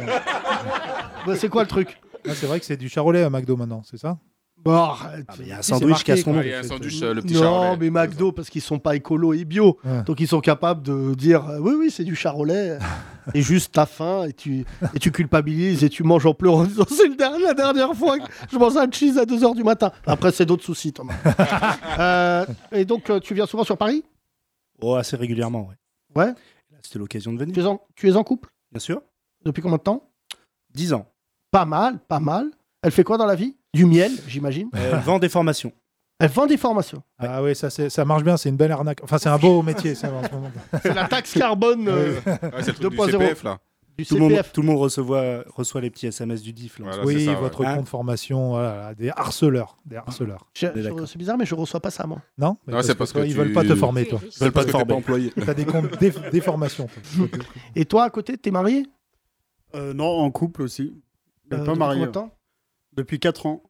Speaker 3: Bah, C'est quoi le truc Bah,
Speaker 4: Ah, c'est vrai que c'est du charolais à McDo maintenant, c'est ça
Speaker 3: Bon, arrête.
Speaker 9: Ah, mais il y a un
Speaker 4: Si, c'est
Speaker 9: sandwich
Speaker 4: marqué,
Speaker 9: qui a son
Speaker 4: quoi.
Speaker 9: nom.
Speaker 6: Ah, il y a un sandwich, euh, le petit
Speaker 3: Non,
Speaker 6: Charolais.
Speaker 3: mais McDo, parce qu'ils sont pas écolo et bio.
Speaker 4: Ouais.
Speaker 3: Donc ils sont capables de dire euh, oui, oui, c'est
Speaker 9: <laughs>
Speaker 3: du charolais. et juste t'as faim et tu, et tu culpabilises et tu manges en pleurant en disant c'est le der- la dernière fois que je mange un cheese à 2h du matin. Après, c'est d'autres soucis, Thomas.
Speaker 9: <laughs>
Speaker 3: Euh, et donc, euh, tu viens souvent sur Paris
Speaker 9: Oh, assez régulièrement, ouais.
Speaker 3: Ouais.
Speaker 9: Là, C'était l'occasion de
Speaker 3: tu
Speaker 9: venir.
Speaker 3: es, en, tu es en couple
Speaker 9: Bien sûr.
Speaker 3: Depuis combien de temps
Speaker 9: 10 ans.
Speaker 3: Pas mal, pas mal. Elle fait quoi dans la vie Du miel, j'imagine.
Speaker 9: Euh, vend des formations.
Speaker 3: Elle vend des formations.
Speaker 4: Ah oui, ça, c'est- ça marche bien, c'est une belle arnaque. Enfin, c'est un beau métier, ça, en ce moment.
Speaker 3: C'est la taxe carbone euh,
Speaker 6: Ah, c'est le truc du
Speaker 3: 2.0.
Speaker 6: CPF là.
Speaker 3: <laughs> du
Speaker 9: Tout le monde,
Speaker 3: CPF.
Speaker 9: tout le monde reçoit, reçoit les petits SMS du DIF. Là, en
Speaker 6: Voilà,
Speaker 9: ce
Speaker 6: c'est
Speaker 4: oui,
Speaker 6: ça, ouais.
Speaker 4: votre
Speaker 9: Hein
Speaker 4: compte formation, voilà, des harceleurs. Des harceleurs.
Speaker 3: Je-
Speaker 9: On est
Speaker 3: je-
Speaker 9: d'accord.
Speaker 3: C'est bizarre, mais je reçois pas ça, moi.
Speaker 4: Non, Mais
Speaker 6: Non, c'est parce
Speaker 4: toi,
Speaker 6: que
Speaker 4: Ils
Speaker 6: tu-
Speaker 4: veulent pas te former, toi.
Speaker 9: Ils veulent pas
Speaker 6: Parce
Speaker 9: te
Speaker 6: que t'es
Speaker 9: former.
Speaker 6: pas employé.
Speaker 4: T'as des comptes, des, des formations. toi.
Speaker 3: Et toi, à côté, t'es marié
Speaker 10: Euh, non en couple aussi Mais
Speaker 3: Euh,
Speaker 10: pas
Speaker 3: depuis
Speaker 10: marié
Speaker 3: combien de temps
Speaker 10: depuis 4 ans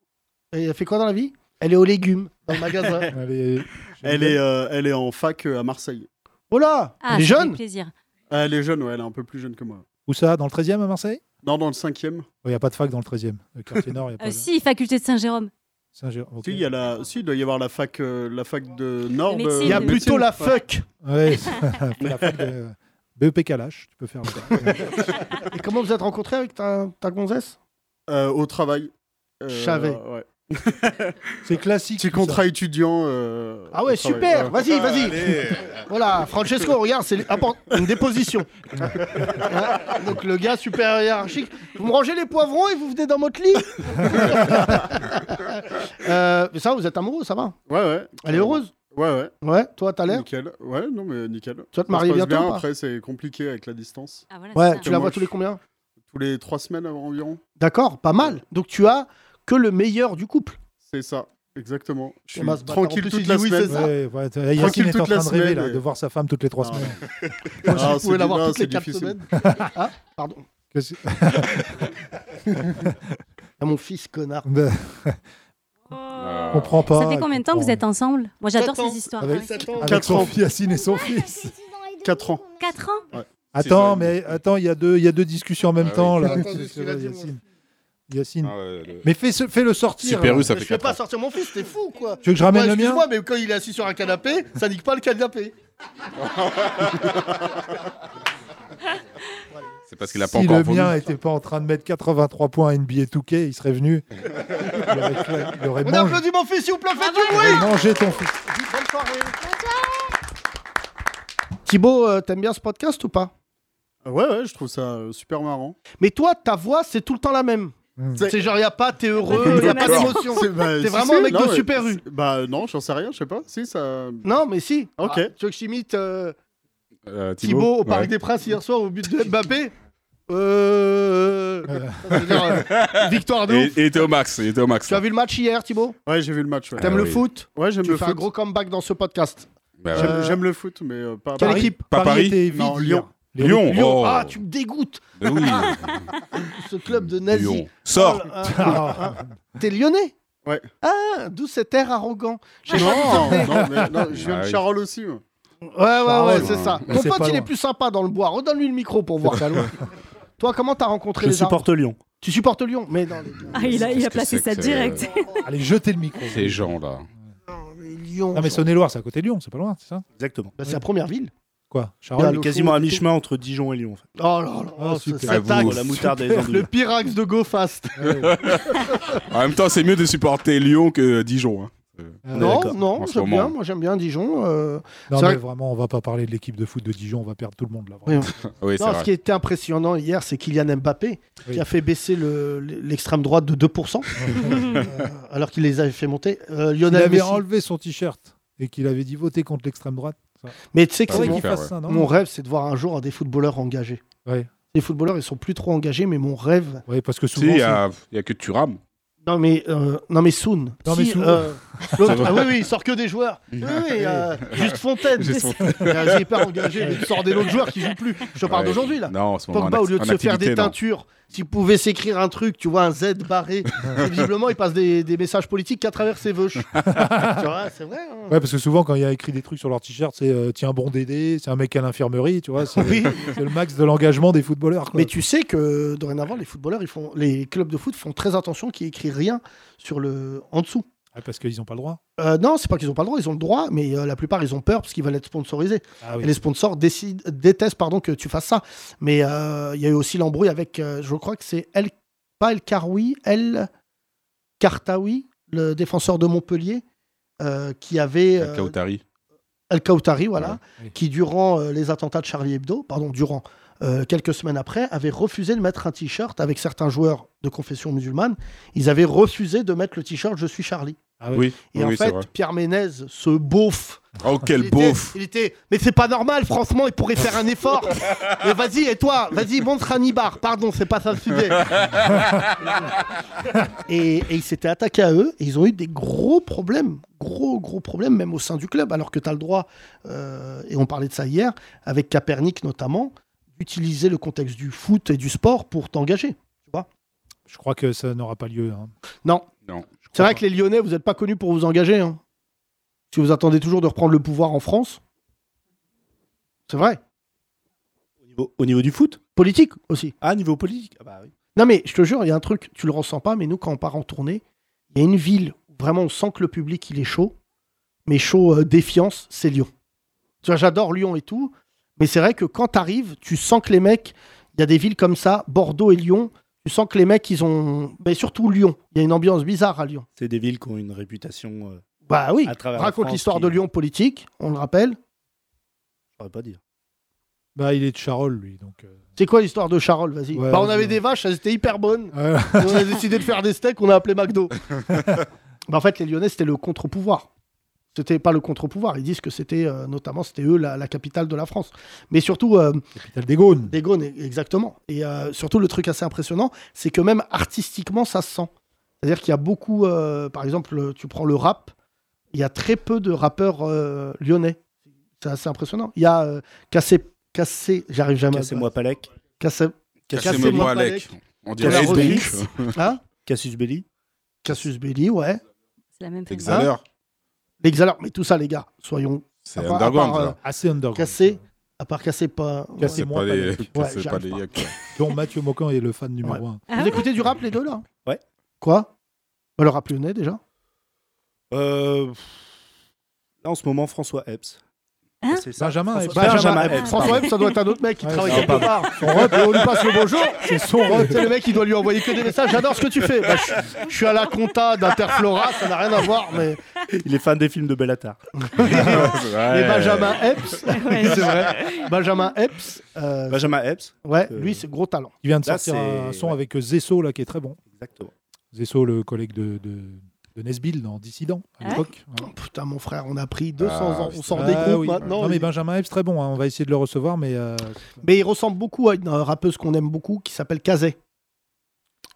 Speaker 3: Et elle fait quoi dans la vie Elle est aux légumes, dans le magasin.
Speaker 4: Allez,
Speaker 10: <laughs> elle est euh, elle est en fac euh, à Marseille
Speaker 3: oh là
Speaker 7: Ah,
Speaker 3: Elle est
Speaker 7: ça fait
Speaker 3: jeune
Speaker 7: plaisir.
Speaker 10: Ah, elle est jeune ouais elle est un peu plus jeune que moi
Speaker 4: Où ça Dans le 13e à Marseille Oh,
Speaker 10: non dans le cinquième
Speaker 4: Il n'y a pas de fac dans le 13e. Le quartier nord, il n'y a pas
Speaker 7: Euh,
Speaker 4: de...
Speaker 7: si, faculté de Saint-Jérôme.
Speaker 4: Saint-Gér- ok.
Speaker 10: si il y a la si il doit y avoir la fac euh, la fac de Nord
Speaker 7: De
Speaker 10: euh,
Speaker 7: médecine.
Speaker 3: Il y a
Speaker 7: Mais
Speaker 10: médecine.
Speaker 3: plutôt la fuck.
Speaker 4: Ouais, c'est- la fac
Speaker 10: <laughs>
Speaker 4: de BEP Kalash, tu
Speaker 6: <laughs>
Speaker 4: peux faire. le-
Speaker 3: Et comment vous êtes rencontrés avec ta, ta gonzesse
Speaker 10: Euh, au travail Euh,
Speaker 3: Je savais.
Speaker 10: ouais.
Speaker 4: C'est classique.
Speaker 10: Petit
Speaker 4: tout ça.
Speaker 10: contrat étudiant. euh,
Speaker 3: Ah ouais,
Speaker 10: au travail.
Speaker 3: super
Speaker 10: Ouais.
Speaker 3: Vas-y, vas-y
Speaker 6: Allez.
Speaker 3: <laughs> Voilà, Francesco, regarde, c'est impor- une
Speaker 10: <laughs>
Speaker 3: déposition. Hein Donc le gars super hiérarchique. Vous me rangez les poivrons et vous venez dans notre lit Euh, Mais ça, vous êtes amoureux, ça va
Speaker 10: Ouais, ouais.
Speaker 3: Elle est heureuse
Speaker 10: Ouais, ouais.
Speaker 3: Ouais, toi, t'as l'air
Speaker 10: Nickel. Ouais, non, mais nickel.
Speaker 3: Tu vas te
Speaker 10: Ça se
Speaker 3: marier
Speaker 10: passe
Speaker 3: bientôt
Speaker 10: bien,
Speaker 3: ou pas
Speaker 10: Après, c'est compliqué avec la distance.
Speaker 7: Ah, voilà,
Speaker 3: Ouais,
Speaker 7: c'est
Speaker 3: tu
Speaker 7: ça.
Speaker 3: la
Speaker 10: Moi,
Speaker 3: vois
Speaker 10: je-
Speaker 3: tous les combien
Speaker 10: Tous les trois semaines environ.
Speaker 3: D'accord, pas mal. Donc tu as que le meilleur du couple.
Speaker 10: C'est ça, exactement. Je suis
Speaker 3: Thomas Bâtard, en
Speaker 10: tranquille
Speaker 3: plus,
Speaker 10: toute
Speaker 3: il
Speaker 10: la
Speaker 3: dit oui,
Speaker 10: semaine.
Speaker 3: c'est ça.
Speaker 4: Ouais, ouais, Yacine
Speaker 10: Tranquille
Speaker 4: est en
Speaker 10: toute la
Speaker 4: train de rêver
Speaker 10: semaine,
Speaker 4: là,
Speaker 10: et-
Speaker 4: de voir sa femme toutes les trois
Speaker 10: <laughs> Ah.
Speaker 4: semaines.
Speaker 3: Moi,
Speaker 10: Ah,
Speaker 3: je
Speaker 10: c'est
Speaker 3: pouvais
Speaker 10: du-
Speaker 3: l'avoir
Speaker 10: ah,
Speaker 3: toutes
Speaker 10: c'est
Speaker 3: les quatre
Speaker 10: difficile.
Speaker 3: semaines.
Speaker 4: <laughs>
Speaker 3: Ah, pardon.
Speaker 4: Qu'est-ce-
Speaker 3: Ah, mon fils
Speaker 4: <laughs>
Speaker 3: connard.
Speaker 4: Ben,
Speaker 6: Ah.
Speaker 4: on prend pas.
Speaker 7: Ça fait combien de temps que vous êtes ensemble Moi, j'adore
Speaker 10: Sept ans.
Speaker 7: ces histoires.
Speaker 4: Avec- Avec
Speaker 10: Quatre
Speaker 4: son
Speaker 10: ans.
Speaker 4: fils, Yacine et son fils.
Speaker 10: 4 ans.
Speaker 7: 4 ans
Speaker 4: Attends,
Speaker 6: C'est ça,
Speaker 4: mais attends, il y, a deux- il y a deux discussions en même
Speaker 6: Ah oui.
Speaker 4: temps
Speaker 3: <laughs>
Speaker 10: J'ai
Speaker 4: là.
Speaker 10: entendu ce qu'il a dit, moi.
Speaker 4: Yacine. Yacine.
Speaker 6: Ah ouais, le-
Speaker 4: Mais fais, ce- fais le sortir.
Speaker 6: Super
Speaker 4: là.
Speaker 6: U, ça
Speaker 3: Mais
Speaker 6: fait
Speaker 3: je fais
Speaker 6: 4
Speaker 3: pas
Speaker 6: ans.
Speaker 3: sortir mon fils, t'es fou quoi.
Speaker 4: Tu veux que je ramène
Speaker 3: Ouais,
Speaker 4: le mien
Speaker 3: Excuse-moi, mais quand il est assis sur un canapé, ça nique pas le
Speaker 4: <laughs>
Speaker 3: canapé.
Speaker 6: C'est parce qu'il a pas
Speaker 4: Si
Speaker 6: encore
Speaker 4: le
Speaker 6: vomi.
Speaker 4: mien était pas en train de mettre 83 points à NBA 2K, il serait venu. Il aurait, il aurait
Speaker 3: On
Speaker 4: mangé,
Speaker 3: applaudit mon fils, s'il vous plaît, faites du
Speaker 4: il
Speaker 3: bruit.
Speaker 4: aurait mangé ton fils.
Speaker 3: Bonne soirée. Thibaut, euh, t'aimes bien ce podcast ou pas
Speaker 10: Ouais, ouais, je trouve ça euh, super marrant.
Speaker 3: Mais toi, ta voix, c'est tout le temps la même.
Speaker 4: Mm.
Speaker 3: C'est genre, y a pas, t'es heureux, y a pas
Speaker 10: D'accord.
Speaker 3: d'émotion.
Speaker 10: C'est bah,
Speaker 3: T'es
Speaker 10: si,
Speaker 3: vraiment
Speaker 10: si,
Speaker 3: un mec
Speaker 10: non,
Speaker 3: de
Speaker 10: mais-
Speaker 3: Super U.
Speaker 10: Bah non, j'en sais rien, je sais pas. Si, ça.
Speaker 3: Non, mais si.
Speaker 10: Ok.
Speaker 3: Ah, tu veux que j'imite euh,
Speaker 6: Euh,
Speaker 3: Thibaut, au Parc
Speaker 6: ouais.
Speaker 3: des Princes hier soir au but de Mbappé euh... ça veut dire, euh, Victoire de
Speaker 6: Et-
Speaker 3: ouf.
Speaker 6: et Il était au max, il était au max.
Speaker 3: Tu as vu le match hier, Thibaut
Speaker 10: Ouais, j'ai vu le match. Ouais,
Speaker 3: T'aimes
Speaker 6: Ah
Speaker 3: le
Speaker 6: oui.
Speaker 3: foot
Speaker 10: Ouais, j'aime
Speaker 3: Tu
Speaker 10: le
Speaker 3: fais
Speaker 10: foot.
Speaker 3: un gros comeback dans ce podcast.
Speaker 6: Bah,
Speaker 10: J'aime
Speaker 3: Euh,
Speaker 10: j'aime le foot, mais euh, pas.
Speaker 3: Quelle
Speaker 10: Paris.
Speaker 3: équipe
Speaker 6: Pas
Speaker 4: Paris
Speaker 6: Paris,
Speaker 4: était vide
Speaker 10: Non,
Speaker 4: hier.
Speaker 10: Lyon.
Speaker 4: Les-
Speaker 6: Lyon.
Speaker 3: Lyon.
Speaker 6: oh.
Speaker 3: Ah, tu me dégoûtes,
Speaker 6: Mais
Speaker 3: <laughs>
Speaker 6: oui.
Speaker 3: ce club de nazis.
Speaker 6: Lyon. Sors.
Speaker 3: Oh là, ah,
Speaker 4: Ah,
Speaker 3: T'es lyonnais
Speaker 10: Ouais.
Speaker 3: Ah, d'où cet air arrogant. J'ai pas vu
Speaker 10: Non,
Speaker 3: ton nez.
Speaker 10: non, mais, non, je viens
Speaker 6: Ah
Speaker 10: de
Speaker 6: oui.
Speaker 10: Charolles aussi. moi.
Speaker 3: Ouais, ouais, ouais,
Speaker 4: Charles,
Speaker 3: c'est ça.
Speaker 4: mais
Speaker 3: Mon
Speaker 4: c'est
Speaker 3: pote,
Speaker 4: pas
Speaker 3: il est
Speaker 4: loin.
Speaker 3: plus sympa dans le bois. Redonne-lui le micro pour voir
Speaker 6: <laughs>
Speaker 3: ta loi. Toi, comment t'as rencontré
Speaker 9: Je
Speaker 3: les arbres
Speaker 9: supporte Lyon.
Speaker 3: Tu supportes Lyon Mais non, les... Oh,
Speaker 7: Ah, il a, il
Speaker 6: Qu'est-ce
Speaker 7: a
Speaker 6: que
Speaker 7: placé
Speaker 6: c'est que
Speaker 7: ça
Speaker 6: c'est,
Speaker 7: direct.
Speaker 4: Allez, jetez le micro.
Speaker 6: Ces gens-là.
Speaker 3: non, mais Lyon.
Speaker 4: Non, mais Saône-et-Loire, c'est à côté de Lyon, c'est pas loin, c'est ça
Speaker 9: Exactement.
Speaker 3: Bah, c'est la première ville.
Speaker 4: Quoi
Speaker 3: Bien,
Speaker 9: On
Speaker 4: Charles
Speaker 3: le
Speaker 9: est quasiment
Speaker 3: foot
Speaker 9: à
Speaker 3: et tout.
Speaker 9: mi-chemin entre Dijon et Lyon. En fait.
Speaker 3: Oh là là,
Speaker 4: Ah,
Speaker 3: oh, ce-
Speaker 4: super.
Speaker 3: cet
Speaker 6: Ah, vous,
Speaker 3: axe.
Speaker 9: Pour la moutarde et les
Speaker 3: Le
Speaker 9: andouilles.
Speaker 3: pire axe de Go Fast.
Speaker 6: En même temps, c'est mieux de supporter Lyon que Dijon. hein.
Speaker 4: Ah,
Speaker 3: Non,
Speaker 9: d'accord.
Speaker 3: non,
Speaker 6: En ce
Speaker 3: j'aime
Speaker 6: moment.
Speaker 3: bien. Moi, j'aime bien Dijon. euh,
Speaker 4: Non,
Speaker 3: C'est
Speaker 4: mais
Speaker 3: vrai que-
Speaker 4: vraiment, on va pas parler de l'équipe de foot de Dijon, on va perdre tout le monde là.
Speaker 3: Oui.
Speaker 6: Oui, c'est
Speaker 3: Non, ce
Speaker 6: vrai.
Speaker 3: qui était impressionnant hier, c'est Kylian Mbappé,
Speaker 4: Oui.
Speaker 3: qui a fait baisser le- l'extrême droite de
Speaker 4: <laughs>
Speaker 3: 2%, euh, alors qu'il les avait fait monter. Euh,
Speaker 4: Il
Speaker 3: Lionel
Speaker 4: avait
Speaker 3: Messi.
Speaker 4: enlevé son t-shirt et qu'il avait dit voter contre l'extrême droite.
Speaker 3: Mais tu sais que
Speaker 6: Ah
Speaker 4: C'est
Speaker 3: c'est
Speaker 4: vrai
Speaker 6: bon.
Speaker 3: mon,
Speaker 4: qu'il
Speaker 6: faire,
Speaker 4: fasse
Speaker 6: ouais.
Speaker 4: ça, non
Speaker 3: mon rêve, c'est de voir un jour des footballeurs engagés.
Speaker 4: Ouais.
Speaker 3: Les footballeurs, ils sont plus trop engagés, mais mon rêve.
Speaker 4: Oui, parce que
Speaker 6: Si,
Speaker 4: souvent.
Speaker 6: il n'y
Speaker 4: c'est-
Speaker 6: a, il y a que Turam.
Speaker 3: Non, mais, euh, non, mais Soon.
Speaker 4: Non, mais Soun.
Speaker 6: <laughs>
Speaker 3: l'autre- ah oui, oui, il sort que des joueurs. Oui, oui, euh, juste Fontaine. <laughs> Ah,
Speaker 6: J'ai son-
Speaker 3: J'ai hyper engagé, mais tu sors des autres joueurs qui jouent plus. Je te parle
Speaker 6: Ouais.
Speaker 3: d'aujourd'hui, là.
Speaker 6: Non, en ce moment,
Speaker 3: Pogba,
Speaker 6: en
Speaker 3: au lieu
Speaker 6: act-
Speaker 3: de
Speaker 6: en
Speaker 3: se faire
Speaker 6: activité,
Speaker 3: des
Speaker 6: non.
Speaker 3: teintures, s'il pouvait s'écrire un truc, tu vois, un Z
Speaker 6: <laughs>
Speaker 3: barré, visiblement, il passe des, des messages politiques qu'à travers ses veuches. tu vois, c'est vrai. hein.
Speaker 4: Ouais, parce que souvent, quand il y a écrit des trucs sur leur t-shirt, c'est euh, tiens bon Dédé, c'est un mec à l'infirmerie, tu vois. C'est
Speaker 3: Oui.
Speaker 4: c'est le max de l'engagement des footballeurs. quoi.
Speaker 3: Mais tu sais que dorénavant, les footballeurs, ils font, les clubs de foot font très attention qu'ils écrivent rien sur le en dessous.
Speaker 4: Ah, parce qu'ils n'ont pas le droit.
Speaker 3: Euh, non, c'est pas qu'ils ont pas le droit, ils ont le droit, mais euh, la plupart ils ont peur parce qu'ils veulent être sponsorisés.
Speaker 4: Ah oui.
Speaker 3: Et les sponsors décident, détestent pardon que tu fasses ça. Mais euh, il y a eu aussi l'embrouille avec, euh, je crois que c'est El, pas El Karoui, El Kartaoui, le défenseur de Montpellier, euh, qui avait
Speaker 6: Avec
Speaker 3: euh,
Speaker 6: Kautari.
Speaker 3: El Kaoutari, voilà,
Speaker 4: Ouais.
Speaker 3: qui durant euh, les attentats de Charlie Hebdo, pardon, durant euh, quelques semaines après, avait refusé de mettre un t-shirt avec certains joueurs de confession musulmane. Ils avaient refusé de mettre le t-shirt Je suis Charlie.
Speaker 4: Ah ouais.
Speaker 6: Oui,
Speaker 3: Et en
Speaker 6: oui, c'est
Speaker 3: fait,
Speaker 6: vrai.
Speaker 3: Pierre Ménez, ce beauf,
Speaker 6: Oh,
Speaker 3: il
Speaker 6: quel
Speaker 3: était-
Speaker 6: beauf
Speaker 3: il était, mais c'est pas normal, franchement, il pourrait faire un effort. mais vas-y, et toi, vas-y, montre un Nibar. Pardon, c'est pas ça le sujet. et, et ils s'étaient attaqués à eux, et ils ont eu des gros problèmes, gros, gros problèmes, même au sein du club, alors que tu as le droit, euh, et on parlait de ça hier, avec Capernic notamment, d'utiliser le contexte du foot et du sport pour t'engager.
Speaker 4: Je crois que ça n'aura pas lieu. hein.
Speaker 3: Non,
Speaker 6: Non.
Speaker 4: Je
Speaker 3: c'est
Speaker 4: crois
Speaker 3: vrai
Speaker 4: pas.
Speaker 3: que les Lyonnais, vous n'êtes pas connus pour vous engager. hein. Si vous attendez toujours de reprendre le pouvoir en France, c'est vrai.
Speaker 9: Au niveau, au niveau du foot
Speaker 3: Politique aussi.
Speaker 9: Ah, niveau politique ah bah, oui.
Speaker 3: Non, mais je te jure, il y a un truc, tu le ressens pas, mais nous, quand on part en tournée, il y a une ville où vraiment on sent que le public, il est chaud, mais chaud euh, défiance, c'est Lyon. Tu vois, j'adore Lyon et tout, mais c'est vrai que quand t'arrives, tu sens que les mecs, il y a des villes comme ça, Bordeaux et Lyon, tu sens que les mecs, ils ont. Mais surtout Lyon, il y a une ambiance bizarre à Lyon.
Speaker 9: C'est des villes qui ont une réputation. euh,
Speaker 3: Bah oui,
Speaker 9: à travers la
Speaker 3: raconte
Speaker 9: France
Speaker 3: l'histoire
Speaker 9: qui-
Speaker 3: de Lyon politique, on le rappelle.
Speaker 9: Je pourrais pas
Speaker 6: <laughs>
Speaker 9: dire.
Speaker 4: Bah, il est de Charolles, lui. Donc, euh.
Speaker 3: C'est quoi l'histoire de Charolles, vas-y
Speaker 4: Ouais,
Speaker 3: Bah, on
Speaker 4: vas-y,
Speaker 3: avait
Speaker 4: ouais.
Speaker 3: des vaches, elles étaient hyper bonnes.
Speaker 4: Euh,
Speaker 3: Et on a décidé de faire des steaks, on a appelé McDo. Bah, en fait, les Lyonnais, c'était le contre-pouvoir. C'était pas le contre-pouvoir. Ils disent que c'était euh, notamment, c'était eux la, la capitale de la France. Mais surtout, euh,
Speaker 4: capitale des Gaunes.
Speaker 3: des e- Gaunes, exactement. Et euh, surtout, le truc assez impressionnant, c'est que même artistiquement, ça se sent. C'est-à-dire qu'il y a beaucoup, euh, par exemple, tu prends le rap, il y a très peu de rappeurs euh, lyonnais. C'est assez impressionnant. Il y a euh, Cassé, Cassé, j'arrive jamais.
Speaker 9: Cassez-moi Palek.
Speaker 3: Cassé,
Speaker 6: Cassez-moi Palek. On dirait
Speaker 3: Cassé-
Speaker 6: Drake. <laughs>
Speaker 3: Hein
Speaker 9: Cassius Belli.
Speaker 3: Cassius Belli, ouais.
Speaker 7: C'est la même famille.
Speaker 6: Exhaler.
Speaker 3: L'exhaleur, mais tout ça, les gars, soyons.
Speaker 6: C'est
Speaker 3: à part- à
Speaker 6: underground,
Speaker 3: part,
Speaker 6: là.
Speaker 4: Assez underground.
Speaker 3: Cassé, à part Cassé pas.
Speaker 4: Cassé
Speaker 6: C'est
Speaker 4: moins
Speaker 6: pas les,
Speaker 4: Palek.
Speaker 3: Ouais,
Speaker 6: c'est
Speaker 3: j'y
Speaker 6: pas
Speaker 3: arrive
Speaker 6: les
Speaker 3: pas. <laughs>
Speaker 6: yaks. quoi.
Speaker 4: dont Mathieu Moquin est le fan numéro 1.
Speaker 7: Ah
Speaker 3: Vous
Speaker 7: ouais
Speaker 3: écoutez du rap les deux là
Speaker 9: Ouais.
Speaker 3: Quoi Bah, Le rap lyonnais déjà.
Speaker 9: Euh, Là, en ce moment, François Epps.
Speaker 7: Hein
Speaker 9: C'est ça.
Speaker 4: Benjamin
Speaker 9: François-
Speaker 4: Epps.
Speaker 9: Benjamin
Speaker 3: Epps.
Speaker 9: Epps.
Speaker 3: François
Speaker 9: pardon.
Speaker 3: Epps, ça doit être un autre mec qui
Speaker 4: Ouais,
Speaker 3: travaille
Speaker 4: non,
Speaker 3: quelque part. Son rep, et on lui passe le bonjour. <laughs> C'est son rep. C'est le mec, il doit lui envoyer que des messages. J'adore ce que tu fais. Bah, je, je suis à la compta d'Interflora, ça n'a rien à voir, mais.
Speaker 9: Il est
Speaker 3: <laughs>
Speaker 9: fan <laughs> des films de Bellatar.
Speaker 3: mais
Speaker 6: <laughs> Ouais.
Speaker 3: Benjamin
Speaker 6: <laughs>
Speaker 3: Epps,
Speaker 7: Ouais.
Speaker 3: <laughs> c'est vrai. Benjamin Epps, euh,
Speaker 9: Benjamin Epps.
Speaker 3: ouais,
Speaker 9: Euh,
Speaker 3: lui, c'est gros talent.
Speaker 4: Il vient de
Speaker 9: Là,
Speaker 4: sortir
Speaker 9: c'est-
Speaker 4: un son
Speaker 9: ouais.
Speaker 4: avec euh, Zesso là qui est très bon.
Speaker 9: Exactement.
Speaker 4: Zesso, le collègue de, de, de Nesbill dans Dissident à
Speaker 7: Ah.
Speaker 4: l'époque.
Speaker 3: Oh, putain, mon frère, on a pris 200
Speaker 6: Ah,
Speaker 3: ans. On
Speaker 6: putain.
Speaker 3: sort
Speaker 4: Ah
Speaker 3: des groupes
Speaker 4: oui.
Speaker 3: maintenant.
Speaker 4: Non mais
Speaker 3: Il-
Speaker 4: Benjamin Epps très bon. hein. On va essayer de le recevoir, mais euh,
Speaker 3: Mais il ressemble beaucoup à une euh, rappeuse qu'on aime beaucoup qui s'appelle Kazé.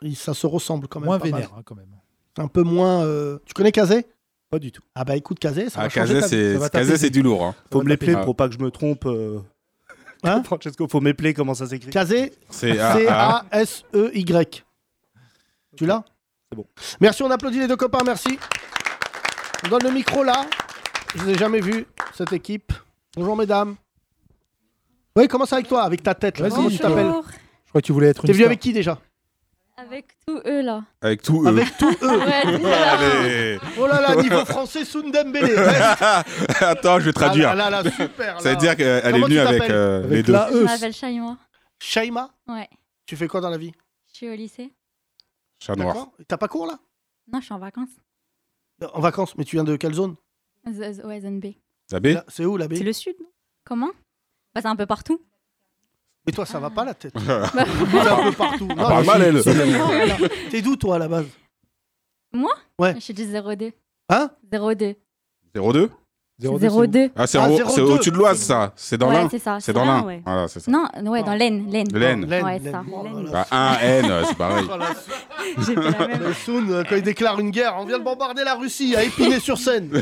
Speaker 3: Et ça se ressemble quand même.
Speaker 4: moins
Speaker 3: pas mal.
Speaker 4: vénère hein, quand même.
Speaker 3: Un peu moins. euh, Tu connais Kazé
Speaker 9: Pas du tout.
Speaker 3: Ah bah écoute Kazé, ça
Speaker 6: Ah,
Speaker 3: va changer
Speaker 6: Kazé,
Speaker 3: ta vie.
Speaker 4: ça
Speaker 6: c'est
Speaker 4: va
Speaker 6: Kazé,
Speaker 4: taper.
Speaker 6: c'est du lourd. hein.
Speaker 9: Faut
Speaker 4: va
Speaker 9: me les
Speaker 4: taper.
Speaker 9: plaies
Speaker 6: Ah.
Speaker 9: pour pas que je me trompe. euh,
Speaker 3: Hein
Speaker 9: <laughs> Francesco, faut m'épeler comment ça s'écrit.
Speaker 3: Kazé,
Speaker 6: C'est ah, ah.
Speaker 3: C-A-S-E-Y. E Tu l'as
Speaker 9: C'est bon.
Speaker 3: Merci, on applaudit les deux copains, merci. On donne le micro là. Je vous ai jamais vu, cette équipe. Bonjour mesdames. Oui, commence avec toi, avec ta tête. là.
Speaker 4: Vas-y,
Speaker 3: Comment tu
Speaker 4: Nicolas.
Speaker 3: t'appelles
Speaker 2: Bonjour.
Speaker 4: Je crois que tu voulais être une.
Speaker 3: T'es venu
Speaker 4: star.
Speaker 3: avec qui déjà
Speaker 2: Avec tous eux là.
Speaker 6: avec tout. eux. <laughs>
Speaker 3: Avec tout eux.
Speaker 2: Ouais, c'est ça.
Speaker 6: Allez.
Speaker 3: Oh là là, niveau français, Sundembele.
Speaker 6: <laughs> Attends, je vais
Speaker 3: Ah
Speaker 6: traduire.
Speaker 3: là là, là, super.
Speaker 6: Ça
Speaker 3: là.
Speaker 6: veut dire qu'elle est
Speaker 3: Comment
Speaker 6: venue
Speaker 3: tu
Speaker 6: avec
Speaker 3: t'appelles
Speaker 6: euh, les
Speaker 4: Avec
Speaker 6: deux.
Speaker 4: la
Speaker 2: Je
Speaker 4: E.
Speaker 2: m'appelle Chaïma.
Speaker 3: Shaima,
Speaker 2: Ouais.
Speaker 3: tu fais quoi dans la vie
Speaker 2: Je suis au lycée.
Speaker 6: Chat noir.
Speaker 3: D'accord. T'as pas cours là
Speaker 2: Non, je suis en vacances.
Speaker 3: En vacances, mais tu viens de quelle zone
Speaker 2: Z- Z- Ouais, zone B.
Speaker 6: La B
Speaker 3: Là, C'est où la baie
Speaker 7: C'est le sud, non
Speaker 2: Comment Bah, c'est un peu
Speaker 6: <laughs>
Speaker 2: partout.
Speaker 3: Mais toi, ça va pas la tête
Speaker 6: Elle
Speaker 3: C'est un peu partout. Non,
Speaker 6: parle
Speaker 3: mais-
Speaker 6: mal, elle.
Speaker 2: <laughs>
Speaker 3: T'es d'où toi à la base Ouais.
Speaker 2: Je suis du 02.
Speaker 3: Hein
Speaker 2: 02.
Speaker 6: 02
Speaker 4: 02, c'est
Speaker 2: 02.
Speaker 6: Ah, c'est
Speaker 3: Ah,
Speaker 6: en haut-
Speaker 3: 02.
Speaker 6: c'est au-dessus de l'Oise, ça. C'est dans
Speaker 2: Ouais,
Speaker 6: l'Ain.
Speaker 2: c'est ça.
Speaker 6: C'est dans
Speaker 7: l'Ain,
Speaker 6: l'Ain.
Speaker 7: ouais.
Speaker 6: Voilà, c'est ça.
Speaker 2: Non, ouais, dans l'Aine. L'Aine.
Speaker 6: L'Aisne.
Speaker 3: L'Aisne,
Speaker 2: Ouais,
Speaker 3: l'Aisne.
Speaker 2: ça.
Speaker 3: Ah. Oh là là.
Speaker 6: Bah, 1
Speaker 3: <laughs>
Speaker 6: N, c'est pareil.
Speaker 3: Oh là là.
Speaker 7: J'ai fait la même.
Speaker 3: Le Soun, euh, quand il déclare une guerre, on vient de bombarder la Russie à Épinay-sur-Seine.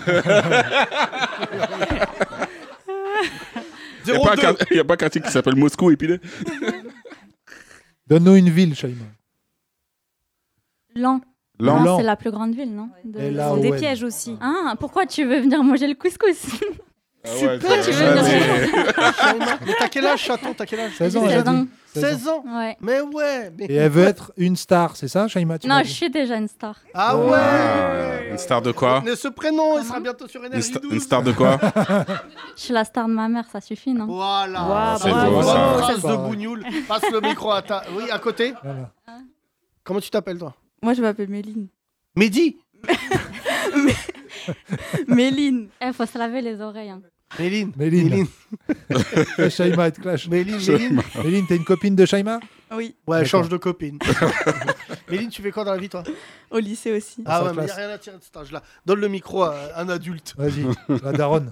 Speaker 6: Il n'y a, pas un
Speaker 3: 02.
Speaker 6: quart- y a pas un quartier qui s'appelle Moscou et puis là-
Speaker 4: Donne-nous une ville, Shaima.
Speaker 2: L'An.
Speaker 6: L'Ain.
Speaker 4: L'An.
Speaker 2: c'est la plus grande ville, non De-
Speaker 4: Et
Speaker 7: Ils
Speaker 4: là,
Speaker 7: font des
Speaker 4: ouais.
Speaker 7: pièges aussi.
Speaker 2: Ah, pourquoi tu veux venir manger le
Speaker 3: <laughs>
Speaker 2: couscous
Speaker 6: Ah ouais,
Speaker 2: Pourquoi tu
Speaker 6: c'est-
Speaker 2: veux
Speaker 6: ouais,
Speaker 2: venir
Speaker 3: Ah, Mais t'as quel âge, chaton T'as quel âge
Speaker 4: 16 ans,
Speaker 2: C'est
Speaker 4: elle a dit.
Speaker 2: dingue.
Speaker 4: 16 ans.
Speaker 3: 16 ans
Speaker 2: Ouais.
Speaker 3: Mais ouais mais-
Speaker 4: <laughs> Et elle veut être une star, c'est ça, Shaima tu m'as
Speaker 2: Non,
Speaker 4: dit
Speaker 2: je suis déjà une star.
Speaker 3: Ah
Speaker 6: mais- Ah,
Speaker 3: ouais
Speaker 6: Une star de quoi
Speaker 3: Mais ce prénom, il sera bientôt sur
Speaker 6: une,
Speaker 3: Énergie
Speaker 6: sta-
Speaker 3: 12.
Speaker 6: une star de quoi
Speaker 2: <laughs>
Speaker 3: <laughs>
Speaker 2: Je suis la star de ma mère, ça suffit, non
Speaker 3: Voilà.
Speaker 6: Ah, c'est
Speaker 3: Bravo,
Speaker 6: beau, ça.
Speaker 3: bravo,
Speaker 4: Ça,
Speaker 3: race
Speaker 4: ça
Speaker 3: de
Speaker 4: va.
Speaker 3: bougnoule. Passe le micro à ta... Oui, à côté.
Speaker 4: Voilà.
Speaker 3: Comment tu t'appelles, toi
Speaker 11: Moi, je m'appelle Méline. <laughs>
Speaker 3: Mehdi
Speaker 11: Méline
Speaker 2: Eh, faut se laver les oreilles. hein.
Speaker 3: Méline.
Speaker 4: Méline, <laughs> Ouais, Shaima, elle te clash.
Speaker 3: Méline, Méline.
Speaker 4: Méline, t'es une copine de Shaima
Speaker 11: Oui,
Speaker 3: Ouais,
Speaker 4: D'accord.
Speaker 3: change de copine. <laughs> Méline, tu fais quoi dans la vie, toi
Speaker 11: au lycée aussi.
Speaker 3: Ah
Speaker 4: ça
Speaker 3: ouais, mais y a
Speaker 4: classe.
Speaker 3: rien à tirer de cet âge-là. Donne le micro à un adulte.
Speaker 4: Vas-y, la daronne.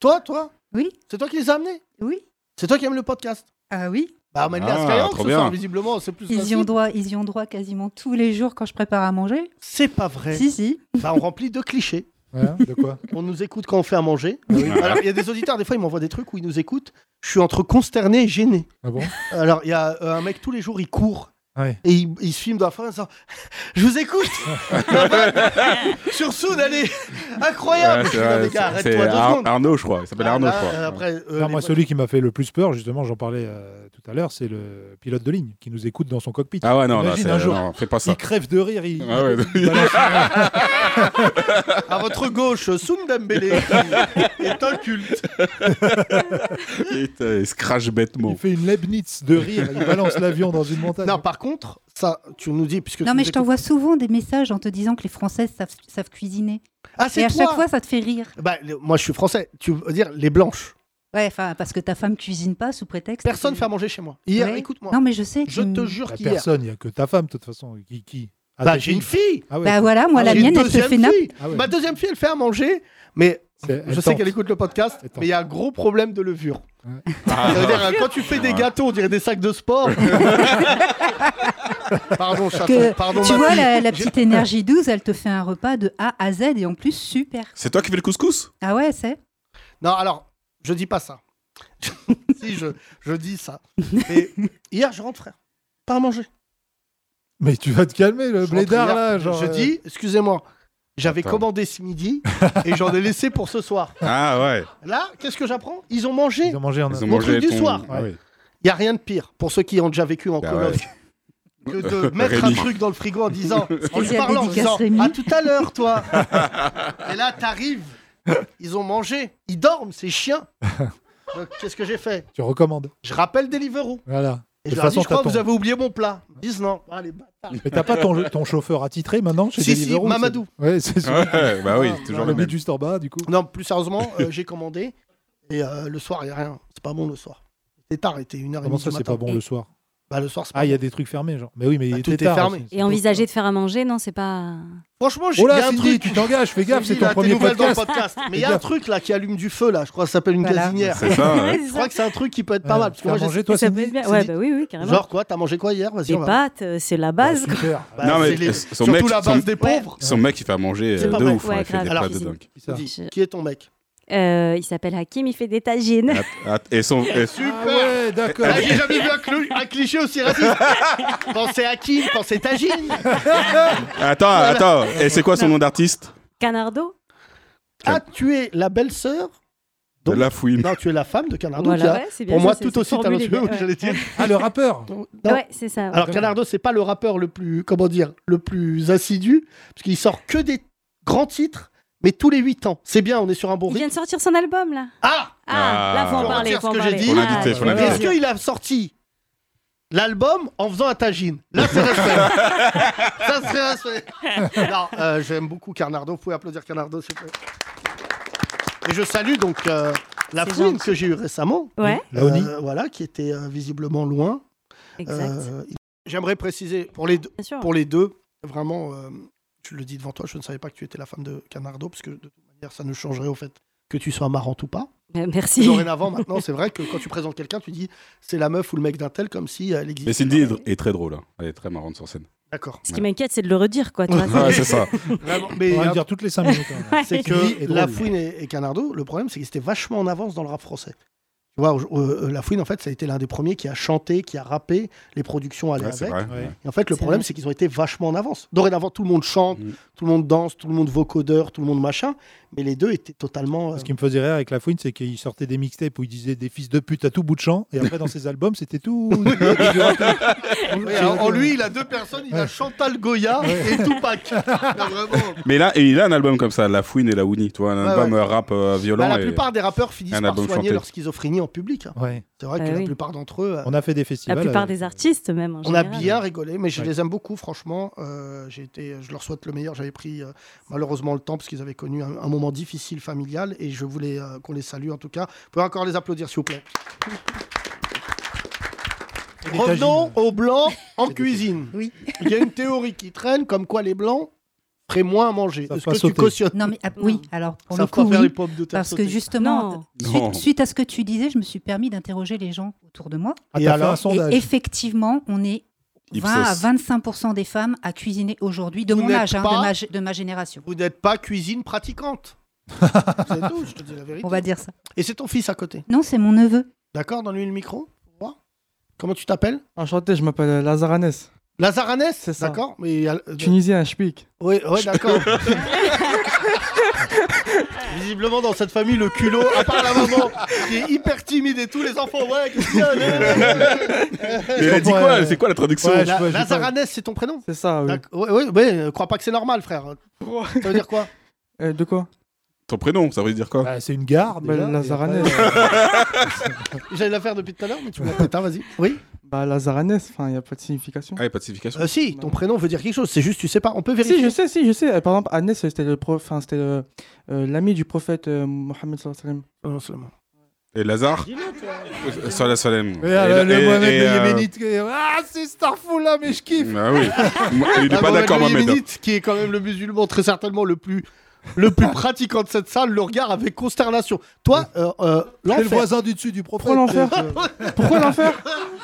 Speaker 3: Toi, toi
Speaker 11: Oui.
Speaker 3: C'est toi qui les as amenés
Speaker 11: Oui.
Speaker 3: C'est toi qui aimes le podcast
Speaker 11: Ah oui,
Speaker 3: Bah, on m'a dit
Speaker 6: Ah,
Speaker 3: à Skyrock
Speaker 6: trop
Speaker 3: ce
Speaker 6: bien.
Speaker 3: soir, visiblement, c'est plus
Speaker 11: ils y, ont
Speaker 3: facile.
Speaker 11: droit, ils y ont droit quasiment tous les jours quand je prépare à manger.
Speaker 3: C'est pas vrai.
Speaker 11: Si, si.
Speaker 3: Bah, on remplit deux clichés.
Speaker 4: Ouais, de quoi
Speaker 3: <laughs> On nous écoute quand on fait à manger.
Speaker 4: Oui.
Speaker 3: Ah Alors, il y a des auditeurs, des fois, ils m'envoient des trucs où ils nous écoutent. Je suis entre consterné et gêné.
Speaker 4: Ah bon
Speaker 3: Alors, il y a euh, un mec, tous les jours, il court.
Speaker 4: Ouais.
Speaker 3: Et il, il se filme dans la forêt en disant Je vous écoute <laughs> Sur Soon, elle est incroyable
Speaker 6: Ouais,
Speaker 3: Je
Speaker 6: c'est
Speaker 3: dis, Non,
Speaker 6: vrai,
Speaker 3: les gars,
Speaker 6: c'est-
Speaker 3: arrête-toi
Speaker 6: c'est
Speaker 3: deux
Speaker 6: Ar-
Speaker 3: secondes
Speaker 6: Arnaud, je crois. Il s'appelle Arnaud, je
Speaker 3: Là,
Speaker 6: crois.
Speaker 3: euh, Après, euh,
Speaker 4: Non,
Speaker 3: les-
Speaker 4: moi, celui qui m'a fait le plus peur, justement, j'en parlais euh, tout à l'heure, c'est le pilote de ligne qui nous écoute dans son cockpit.
Speaker 6: Ah ouais, non, là,
Speaker 4: Imagine
Speaker 6: c'est-
Speaker 4: un jour.
Speaker 6: non, fais pas ça.
Speaker 4: il crève de rire. Il...
Speaker 6: Ah ouais. <laughs>
Speaker 4: il balance-
Speaker 3: à votre gauche, Soun Dembélé est un culte.
Speaker 6: <laughs> il, te- il se crache bêtement.
Speaker 4: Il fait une Leibniz de rire. Il balance l'avion dans une montagne.
Speaker 3: Non, par contre, ça, tu nous dis, puisque
Speaker 11: Non,
Speaker 3: tu
Speaker 11: mais
Speaker 3: nous
Speaker 11: je
Speaker 3: écoutes-
Speaker 11: t'envoie souvent des messages en te disant que les Françaises savent, savent cuisiner.
Speaker 3: Ah,
Speaker 11: Et
Speaker 3: c'est
Speaker 11: à
Speaker 3: toi
Speaker 11: chaque fois, ça te fait rire.
Speaker 3: Bah, le- Moi, je suis français. Tu veux dire les blanches.
Speaker 11: Ouais, enfin, parce que ta femme cuisine pas sous prétexte.
Speaker 3: Personne
Speaker 11: que-
Speaker 3: fait à manger chez moi. Hier,
Speaker 11: Ouais.
Speaker 3: écoute-moi.
Speaker 11: Non, mais je sais.
Speaker 3: Je
Speaker 11: tu-
Speaker 3: te
Speaker 4: Bah,
Speaker 3: jure qu'hier.
Speaker 4: personne, il n'y a que ta femme, de toute façon. Qui, qui Ah,
Speaker 3: Bah,
Speaker 4: t'es
Speaker 3: j'ai une fille
Speaker 4: Ah ouais.
Speaker 11: Bah voilà, moi,
Speaker 4: Ah,
Speaker 11: la
Speaker 4: j'ai
Speaker 3: J'ai une
Speaker 11: mienne, elle se
Speaker 3: deuxième
Speaker 11: fait nappe.
Speaker 3: fille.
Speaker 4: Ah ouais.
Speaker 3: Ma deuxième fille, elle fait à manger, mais
Speaker 4: C'est-
Speaker 3: je
Speaker 4: elle
Speaker 3: sais
Speaker 4: tente.
Speaker 3: qu'elle écoute le podcast,
Speaker 4: Elle tente.
Speaker 3: mais il y a un gros problème de levure.
Speaker 4: Ouais.
Speaker 12: Ah.
Speaker 6: Ah.
Speaker 3: Ça veut dire, euh, quand tu fais des
Speaker 6: Ouais. <laughs>
Speaker 3: gâteaux, on dirait des sacs de sport. Pardon, chaton.
Speaker 11: Que-
Speaker 3: Pardon,
Speaker 11: tu
Speaker 3: ma
Speaker 11: vois,
Speaker 3: fille.
Speaker 11: la, la
Speaker 3: J'ai-
Speaker 11: petite énergie 12, elle te fait un repas de A à Z et en plus super.
Speaker 6: C'est toi qui fais le couscous
Speaker 11: Ah ouais, c'est
Speaker 3: Non, alors, je dis pas
Speaker 4: <laughs>
Speaker 3: ça. si, je, je dis ça. Mais hier, je rentre, frère. Pas à manger.
Speaker 4: Mais tu vas te calmer, le
Speaker 3: Je rentre
Speaker 4: blédard,
Speaker 3: hier,
Speaker 4: là.
Speaker 3: je-
Speaker 4: Genre,
Speaker 3: je
Speaker 4: euh,
Speaker 3: dis, excusez-moi, j'avais
Speaker 4: Attends.
Speaker 3: commandé ce midi et j'en ai laissé pour ce soir.
Speaker 6: Ah ouais.
Speaker 3: Là, qu'est-ce que j'apprends Ils ont mangé. Ils
Speaker 4: ont mangé en
Speaker 6: Ils ont
Speaker 3: Mon
Speaker 6: mangé
Speaker 3: truc du
Speaker 6: ton-
Speaker 3: soir.
Speaker 6: Ah oui.
Speaker 3: Il y a rien de pire pour ceux qui ont déjà vécu en
Speaker 6: Bah
Speaker 3: coloc. Que
Speaker 12: <laughs>
Speaker 3: euh, de mettre un
Speaker 6: Rémi.
Speaker 3: truc dans le frigo
Speaker 6: <laughs>
Speaker 3: en disant, en lui
Speaker 11: Spécial
Speaker 3: parlant, en
Speaker 11: dédicace,
Speaker 3: disant,
Speaker 11: Rémi.
Speaker 3: à tout à l'heure, toi. Et là, t'arrives, ils ont mangé, ils dorment, ces
Speaker 4: <laughs>
Speaker 3: chiens. Donc, Qu'est-ce que j'ai fait
Speaker 4: <laughs> Tu recommandes.
Speaker 3: Je rappelle Deliveroo.
Speaker 4: Voilà.
Speaker 3: Et
Speaker 4: De
Speaker 3: je leur dis, je
Speaker 4: t'as
Speaker 3: crois que
Speaker 4: ton-
Speaker 3: vous avez oublié mon plat. Ils me disent non. Ah, les bâtards.
Speaker 4: Mais t'as pas ton, ton chauffeur attitré maintenant chez
Speaker 3: Si, si,
Speaker 4: Deliveroo, c'est-
Speaker 3: Mamadou.
Speaker 4: Ouais, c'est celui-
Speaker 6: Ouais, bah oui,
Speaker 4: Ah,
Speaker 6: toujours
Speaker 4: le
Speaker 6: le même.
Speaker 4: but juste en bas, du coup.
Speaker 3: Non, plus
Speaker 4: <laughs>
Speaker 3: sérieusement, euh, j'ai commandé. Et euh, le soir, il n'y a rien. C'est pas bon le soir. C'est tard, il était une heure et
Speaker 4: Comment
Speaker 3: demie.
Speaker 4: ça,
Speaker 3: du
Speaker 4: c'est pas
Speaker 3: matin.
Speaker 4: bon le soir
Speaker 3: Bah, le soir, c'est Bah,
Speaker 4: Ah, il y a des trucs fermés, genre. Mais oui, mais il
Speaker 3: tout
Speaker 4: était
Speaker 3: est
Speaker 4: tard
Speaker 3: fermé.
Speaker 4: aussi.
Speaker 7: Et envisager de faire à manger, non, c'est pas.
Speaker 3: Franchement, j'ai
Speaker 4: Oh là,
Speaker 3: y a un
Speaker 4: Cindy,
Speaker 3: truc-
Speaker 4: tu t'engages, fais gaffe,
Speaker 3: Cindy,
Speaker 4: c'est ton
Speaker 3: là, t'es
Speaker 4: premier
Speaker 3: nouvelle dans le
Speaker 4: podcast.
Speaker 3: podcast. Mais il y a
Speaker 4: Fais
Speaker 3: un
Speaker 4: gaffe.
Speaker 3: truc là qui allume du feu là. Je crois que ça s'appelle une
Speaker 4: Voilà.
Speaker 3: gazinière.
Speaker 4: C'est ça,
Speaker 7: <laughs>
Speaker 4: ouais.
Speaker 3: Je crois que c'est un truc qui peut être pas
Speaker 4: Ouais.
Speaker 3: mal. Parce que
Speaker 4: Euh,
Speaker 3: moi,
Speaker 4: T'as
Speaker 3: j'ai-
Speaker 4: mangé, toi, Ça peut
Speaker 7: être bien. Cindy Ouais, bah oui, oui, carrément.
Speaker 3: Genre quoi T'as mangé quoi hier Vas-y.
Speaker 7: Les
Speaker 3: on va voir.
Speaker 7: pâtes, euh, c'est la base.
Speaker 3: Bah,
Speaker 6: non, mais
Speaker 3: c'est les-
Speaker 6: son
Speaker 3: surtout
Speaker 6: mec,
Speaker 3: la
Speaker 6: son-
Speaker 3: base des pauvres.
Speaker 6: Son mec, il fait à manger
Speaker 3: C'est
Speaker 6: euh,
Speaker 3: pas
Speaker 6: de
Speaker 3: vrai.
Speaker 6: ouf. hein,
Speaker 7: Ouais,
Speaker 6: il fait des
Speaker 7: grave.
Speaker 6: plats de dingue.
Speaker 3: Dis, Qui est ton mec
Speaker 7: Euh, il s'appelle Hakim, il fait des tagines.
Speaker 3: <laughs>
Speaker 6: Ah, Et son. et-
Speaker 3: Super
Speaker 4: ouais, d'accord.
Speaker 3: Ah, J'ai jamais vu un, clou- un cliché aussi raciste. pensez à qui Pensez Tagine
Speaker 6: Attends, attends. Et c'est quoi son nom d'artiste
Speaker 7: Canardo
Speaker 3: Ah, tu es la belle-sœur
Speaker 6: De La Fouine.
Speaker 3: Non, tu es la femme de Canardo.
Speaker 7: Voilà,
Speaker 3: qui a-
Speaker 7: ouais, c'est bien
Speaker 3: pour
Speaker 7: ça,
Speaker 3: moi,
Speaker 7: c'est-
Speaker 3: tout
Speaker 7: c'est
Speaker 3: aussi
Speaker 7: formulé,
Speaker 3: talentueux,
Speaker 7: ouais.
Speaker 3: j'allais
Speaker 7: <laughs>
Speaker 3: dire.
Speaker 4: Ah, le rappeur
Speaker 3: Non.
Speaker 7: Ouais, c'est ça. ouais.
Speaker 3: Alors Canardo, c'est pas le rappeur le plus, comment dire, le plus assidu, parce qu'il sort que des grands titres, mais tous les 8 ans. C'est bien, on est sur un bon
Speaker 7: Il
Speaker 3: rythme.
Speaker 7: vient de sortir son album, là.
Speaker 3: Ah
Speaker 7: Ah, là, faut en
Speaker 3: Pour
Speaker 7: parler.
Speaker 3: dire
Speaker 7: faut
Speaker 3: ce
Speaker 7: en
Speaker 3: que j'ai
Speaker 7: parler.
Speaker 3: dit.
Speaker 6: Faut l'inviter, faut
Speaker 7: Ah,
Speaker 6: l'inviter.
Speaker 3: Est-ce qu'il a sorti l'album en faisant un tagine Là, c'est respect. Ça, c'est respect. <laughs> Non, euh, j'aime beaucoup Carnardo. Vous pouvez applaudir Carnardo, s'il vous plaît. Et je salue donc euh, la
Speaker 7: C'est
Speaker 3: fouine
Speaker 7: gentil.
Speaker 3: que j'ai eue récemment.
Speaker 7: Ouais.
Speaker 4: Laoni.
Speaker 3: Euh, voilà, qui était euh, visiblement loin.
Speaker 7: Exact.
Speaker 3: Euh, J'aimerais préciser, pour les deux,
Speaker 7: Bien sûr.
Speaker 3: pour les deux vraiment, euh, tu le dis devant toi, je ne savais pas que tu étais la femme de Canardo, parce que de toute manière, ça ne changerait au fait que tu sois marrante ou pas.
Speaker 7: Euh, Merci.
Speaker 3: Dorénavant, maintenant, c'est vrai que quand tu présentes quelqu'un, tu dis c'est la meuf ou le mec d'un tel, comme si euh, elle existait.
Speaker 6: Mais Cindy est- est très drôle. hein. Elle est très marrante sur scène.
Speaker 3: D'accord.
Speaker 7: Ce qui m'inquiète, c'est de le redire, quoi. tu vois.
Speaker 6: Ouais, c'est ça.
Speaker 3: <laughs> Vraiment,
Speaker 4: On
Speaker 3: mais
Speaker 4: va le
Speaker 3: euh,
Speaker 4: dire toutes les 5 minutes.
Speaker 7: <laughs>
Speaker 4: hein.
Speaker 3: c'est
Speaker 4: Cindy est
Speaker 3: que La
Speaker 4: drôle.
Speaker 3: Fouine et, et Canardo, le problème, c'est qu'ils étaient vachement en avance dans le rap français. Tu vois, au- euh, La Fouine, en fait, ça a été l'un des premiers qui a chanté, qui a rappé, les productions allaient
Speaker 6: Ouais, c'est
Speaker 3: avec.
Speaker 6: vrai.
Speaker 4: Ouais.
Speaker 3: Et en fait, le
Speaker 7: C'est
Speaker 3: problème,
Speaker 7: vrai.
Speaker 3: c'est qu'ils ont été vachement en avance. Dorénavant, tout le monde chante,
Speaker 6: Mm.
Speaker 3: tout le monde danse, tout le monde vocodeur, tout le monde machin. Mais les deux étaient totalement. euh,
Speaker 4: Ce qui me faisait rire avec la fouine, c'est qu'il sortait des mixtapes où il disait des fils de pute à tout bout de champ, et après dans ses albums,
Speaker 3: <laughs>
Speaker 4: c'était tout.
Speaker 3: ouais, en, en lui, il a deux personnes. Il a Chantal Goya et Tupac. Non, vraiment.
Speaker 6: Mais là, et il a un album comme ça, La Fouine et La Ouni. Tu vois, un
Speaker 3: Ouais,
Speaker 6: album euh, rap euh, violent.
Speaker 3: Bah, la
Speaker 6: et-
Speaker 3: plupart des rappeurs finissent
Speaker 6: un
Speaker 3: par
Speaker 6: album
Speaker 3: soigner
Speaker 6: chanté.
Speaker 3: leur schizophrénie en public. hein.
Speaker 4: Ouais.
Speaker 3: C'est vrai
Speaker 7: Bah
Speaker 3: que la
Speaker 7: oui.
Speaker 3: plupart d'entre eux, euh,
Speaker 4: On a fait des
Speaker 7: La
Speaker 4: festivals.
Speaker 7: plupart
Speaker 4: avec-
Speaker 7: des artistes, même. en
Speaker 3: on a
Speaker 7: général.
Speaker 3: bien rigolé, mais je
Speaker 4: Ouais.
Speaker 3: les aime beaucoup, franchement. Euh, j'ai été, je leur souhaite le meilleur. J'avais pris euh, malheureusement le temps parce qu'ils avaient connu un, un moment difficile familial et je voulais euh, qu'on les salue en tout cas. Vous pouvez encore les applaudir, s'il vous plaît.
Speaker 4: Et des
Speaker 3: Revenons
Speaker 4: tagines.
Speaker 3: aux blancs en cuisine.
Speaker 11: Oui.
Speaker 3: <laughs> Il y a une théorie qui traîne comme quoi les blancs feraient moins à manger.
Speaker 4: Ça
Speaker 3: Est-ce
Speaker 4: va
Speaker 3: que tu
Speaker 4: sauter.
Speaker 3: cautionnes
Speaker 11: Non, mais ah, oui, alors pour
Speaker 3: ça
Speaker 11: le
Speaker 3: va
Speaker 11: coup,
Speaker 3: faire
Speaker 11: oui,
Speaker 3: les pommes de terre
Speaker 11: parce que
Speaker 3: sauter.
Speaker 11: justement,
Speaker 7: Non.
Speaker 6: Non.
Speaker 11: suite, suite à ce que tu disais, je me suis permis d'interroger les gens autour de moi.
Speaker 4: Ah,
Speaker 3: Et
Speaker 4: t'as fait
Speaker 3: alors-
Speaker 4: un
Speaker 11: Et
Speaker 4: sondage.
Speaker 11: effectivement, on est 20 à
Speaker 6: Ipsos.
Speaker 11: 25 des femmes à cuisiner aujourd'hui, de
Speaker 3: Vous
Speaker 11: mon
Speaker 3: n'êtes
Speaker 11: âge, hein, de,
Speaker 3: pas-
Speaker 11: ma, gé- de ma génération.
Speaker 3: Vous n'êtes pas
Speaker 6: <laughs>
Speaker 3: cuisine pratiquante. c'est tout, je te dis la vérité.
Speaker 11: On va dire ça.
Speaker 3: Et c'est ton fils à côté.
Speaker 11: Non, c'est mon
Speaker 4: <laughs>
Speaker 11: neveu.
Speaker 3: D'accord, dans le micro pour voir. Comment tu t'appelles
Speaker 12: Enchanté, je m'appelle Lazaranes.
Speaker 3: Lazaranès
Speaker 12: C'est ça.
Speaker 3: D'accord, mais. euh, euh,
Speaker 12: Tunisien, je pique.
Speaker 3: Oui, ouais,
Speaker 12: <laughs>
Speaker 3: d'accord. Visiblement, dans cette famille, le culot, à part la maman, qui est hyper timide et tout, les enfants, ouais, euh,
Speaker 6: <laughs>
Speaker 3: qu'est-ce qu'il y a
Speaker 6: Mais elle a dit
Speaker 4: Ouais,
Speaker 6: quoi
Speaker 4: ouais.
Speaker 6: C'est quoi la traduction
Speaker 4: Ouais, je-
Speaker 3: euh, La-
Speaker 4: j'ai pas-
Speaker 3: Lazaranès, c'est ton prénom
Speaker 12: C'est ça, oui.
Speaker 3: D'accord. Ouais, ouais, ouais, euh, crois pas que c'est normal, frère. Ça veut dire quoi
Speaker 12: Euh, de quoi
Speaker 6: Ton prénom, ça veut dire quoi
Speaker 4: Bah, c'est une gare.
Speaker 12: Bah,
Speaker 4: déjà, et
Speaker 12: Lazaranet.
Speaker 4: après-
Speaker 3: J'allais la faire depuis tout à l'heure, mais tu me l'as pas Attends, vas-y. Oui
Speaker 12: Bah, Lazaranes, enfin, il n'y a pas de signification.
Speaker 6: Ah, il a pas de signification.
Speaker 3: Euh, Si, ton prénom veut dire quelque chose, c'est juste, tu sais pas, on peut vérifier.
Speaker 12: Si, je sais, si, je sais. Euh, Par exemple, Anes, c'était le prof, enfin, c'était le- euh, l'ami du prophète euh, Mohammed sallallahu alayhi wa sallam.
Speaker 3: Oh, non, seulement.
Speaker 6: Et Lazare euh, Salah Salem.
Speaker 4: Et, euh, le
Speaker 6: et-
Speaker 4: Mohamed
Speaker 6: et,
Speaker 4: le
Speaker 6: euh,
Speaker 4: Yéménite. qui- Ah, c'est Starful là, mais je kiffe.
Speaker 6: Ah oui. Moi, Il est
Speaker 3: Ah,
Speaker 6: pas
Speaker 3: Mohamed
Speaker 6: d'accord,
Speaker 3: le
Speaker 6: Mohamed.
Speaker 3: Yéménite, qui est quand même le musulman très certainement le plus le plus pratiquant de cette salle le regarde avec consternation. Toi, euh, euh,
Speaker 4: C'est
Speaker 3: l'enfer.
Speaker 4: le voisin du dessus du prophète.
Speaker 3: Pourquoi l'enfer
Speaker 4: Pourquoi l'enfer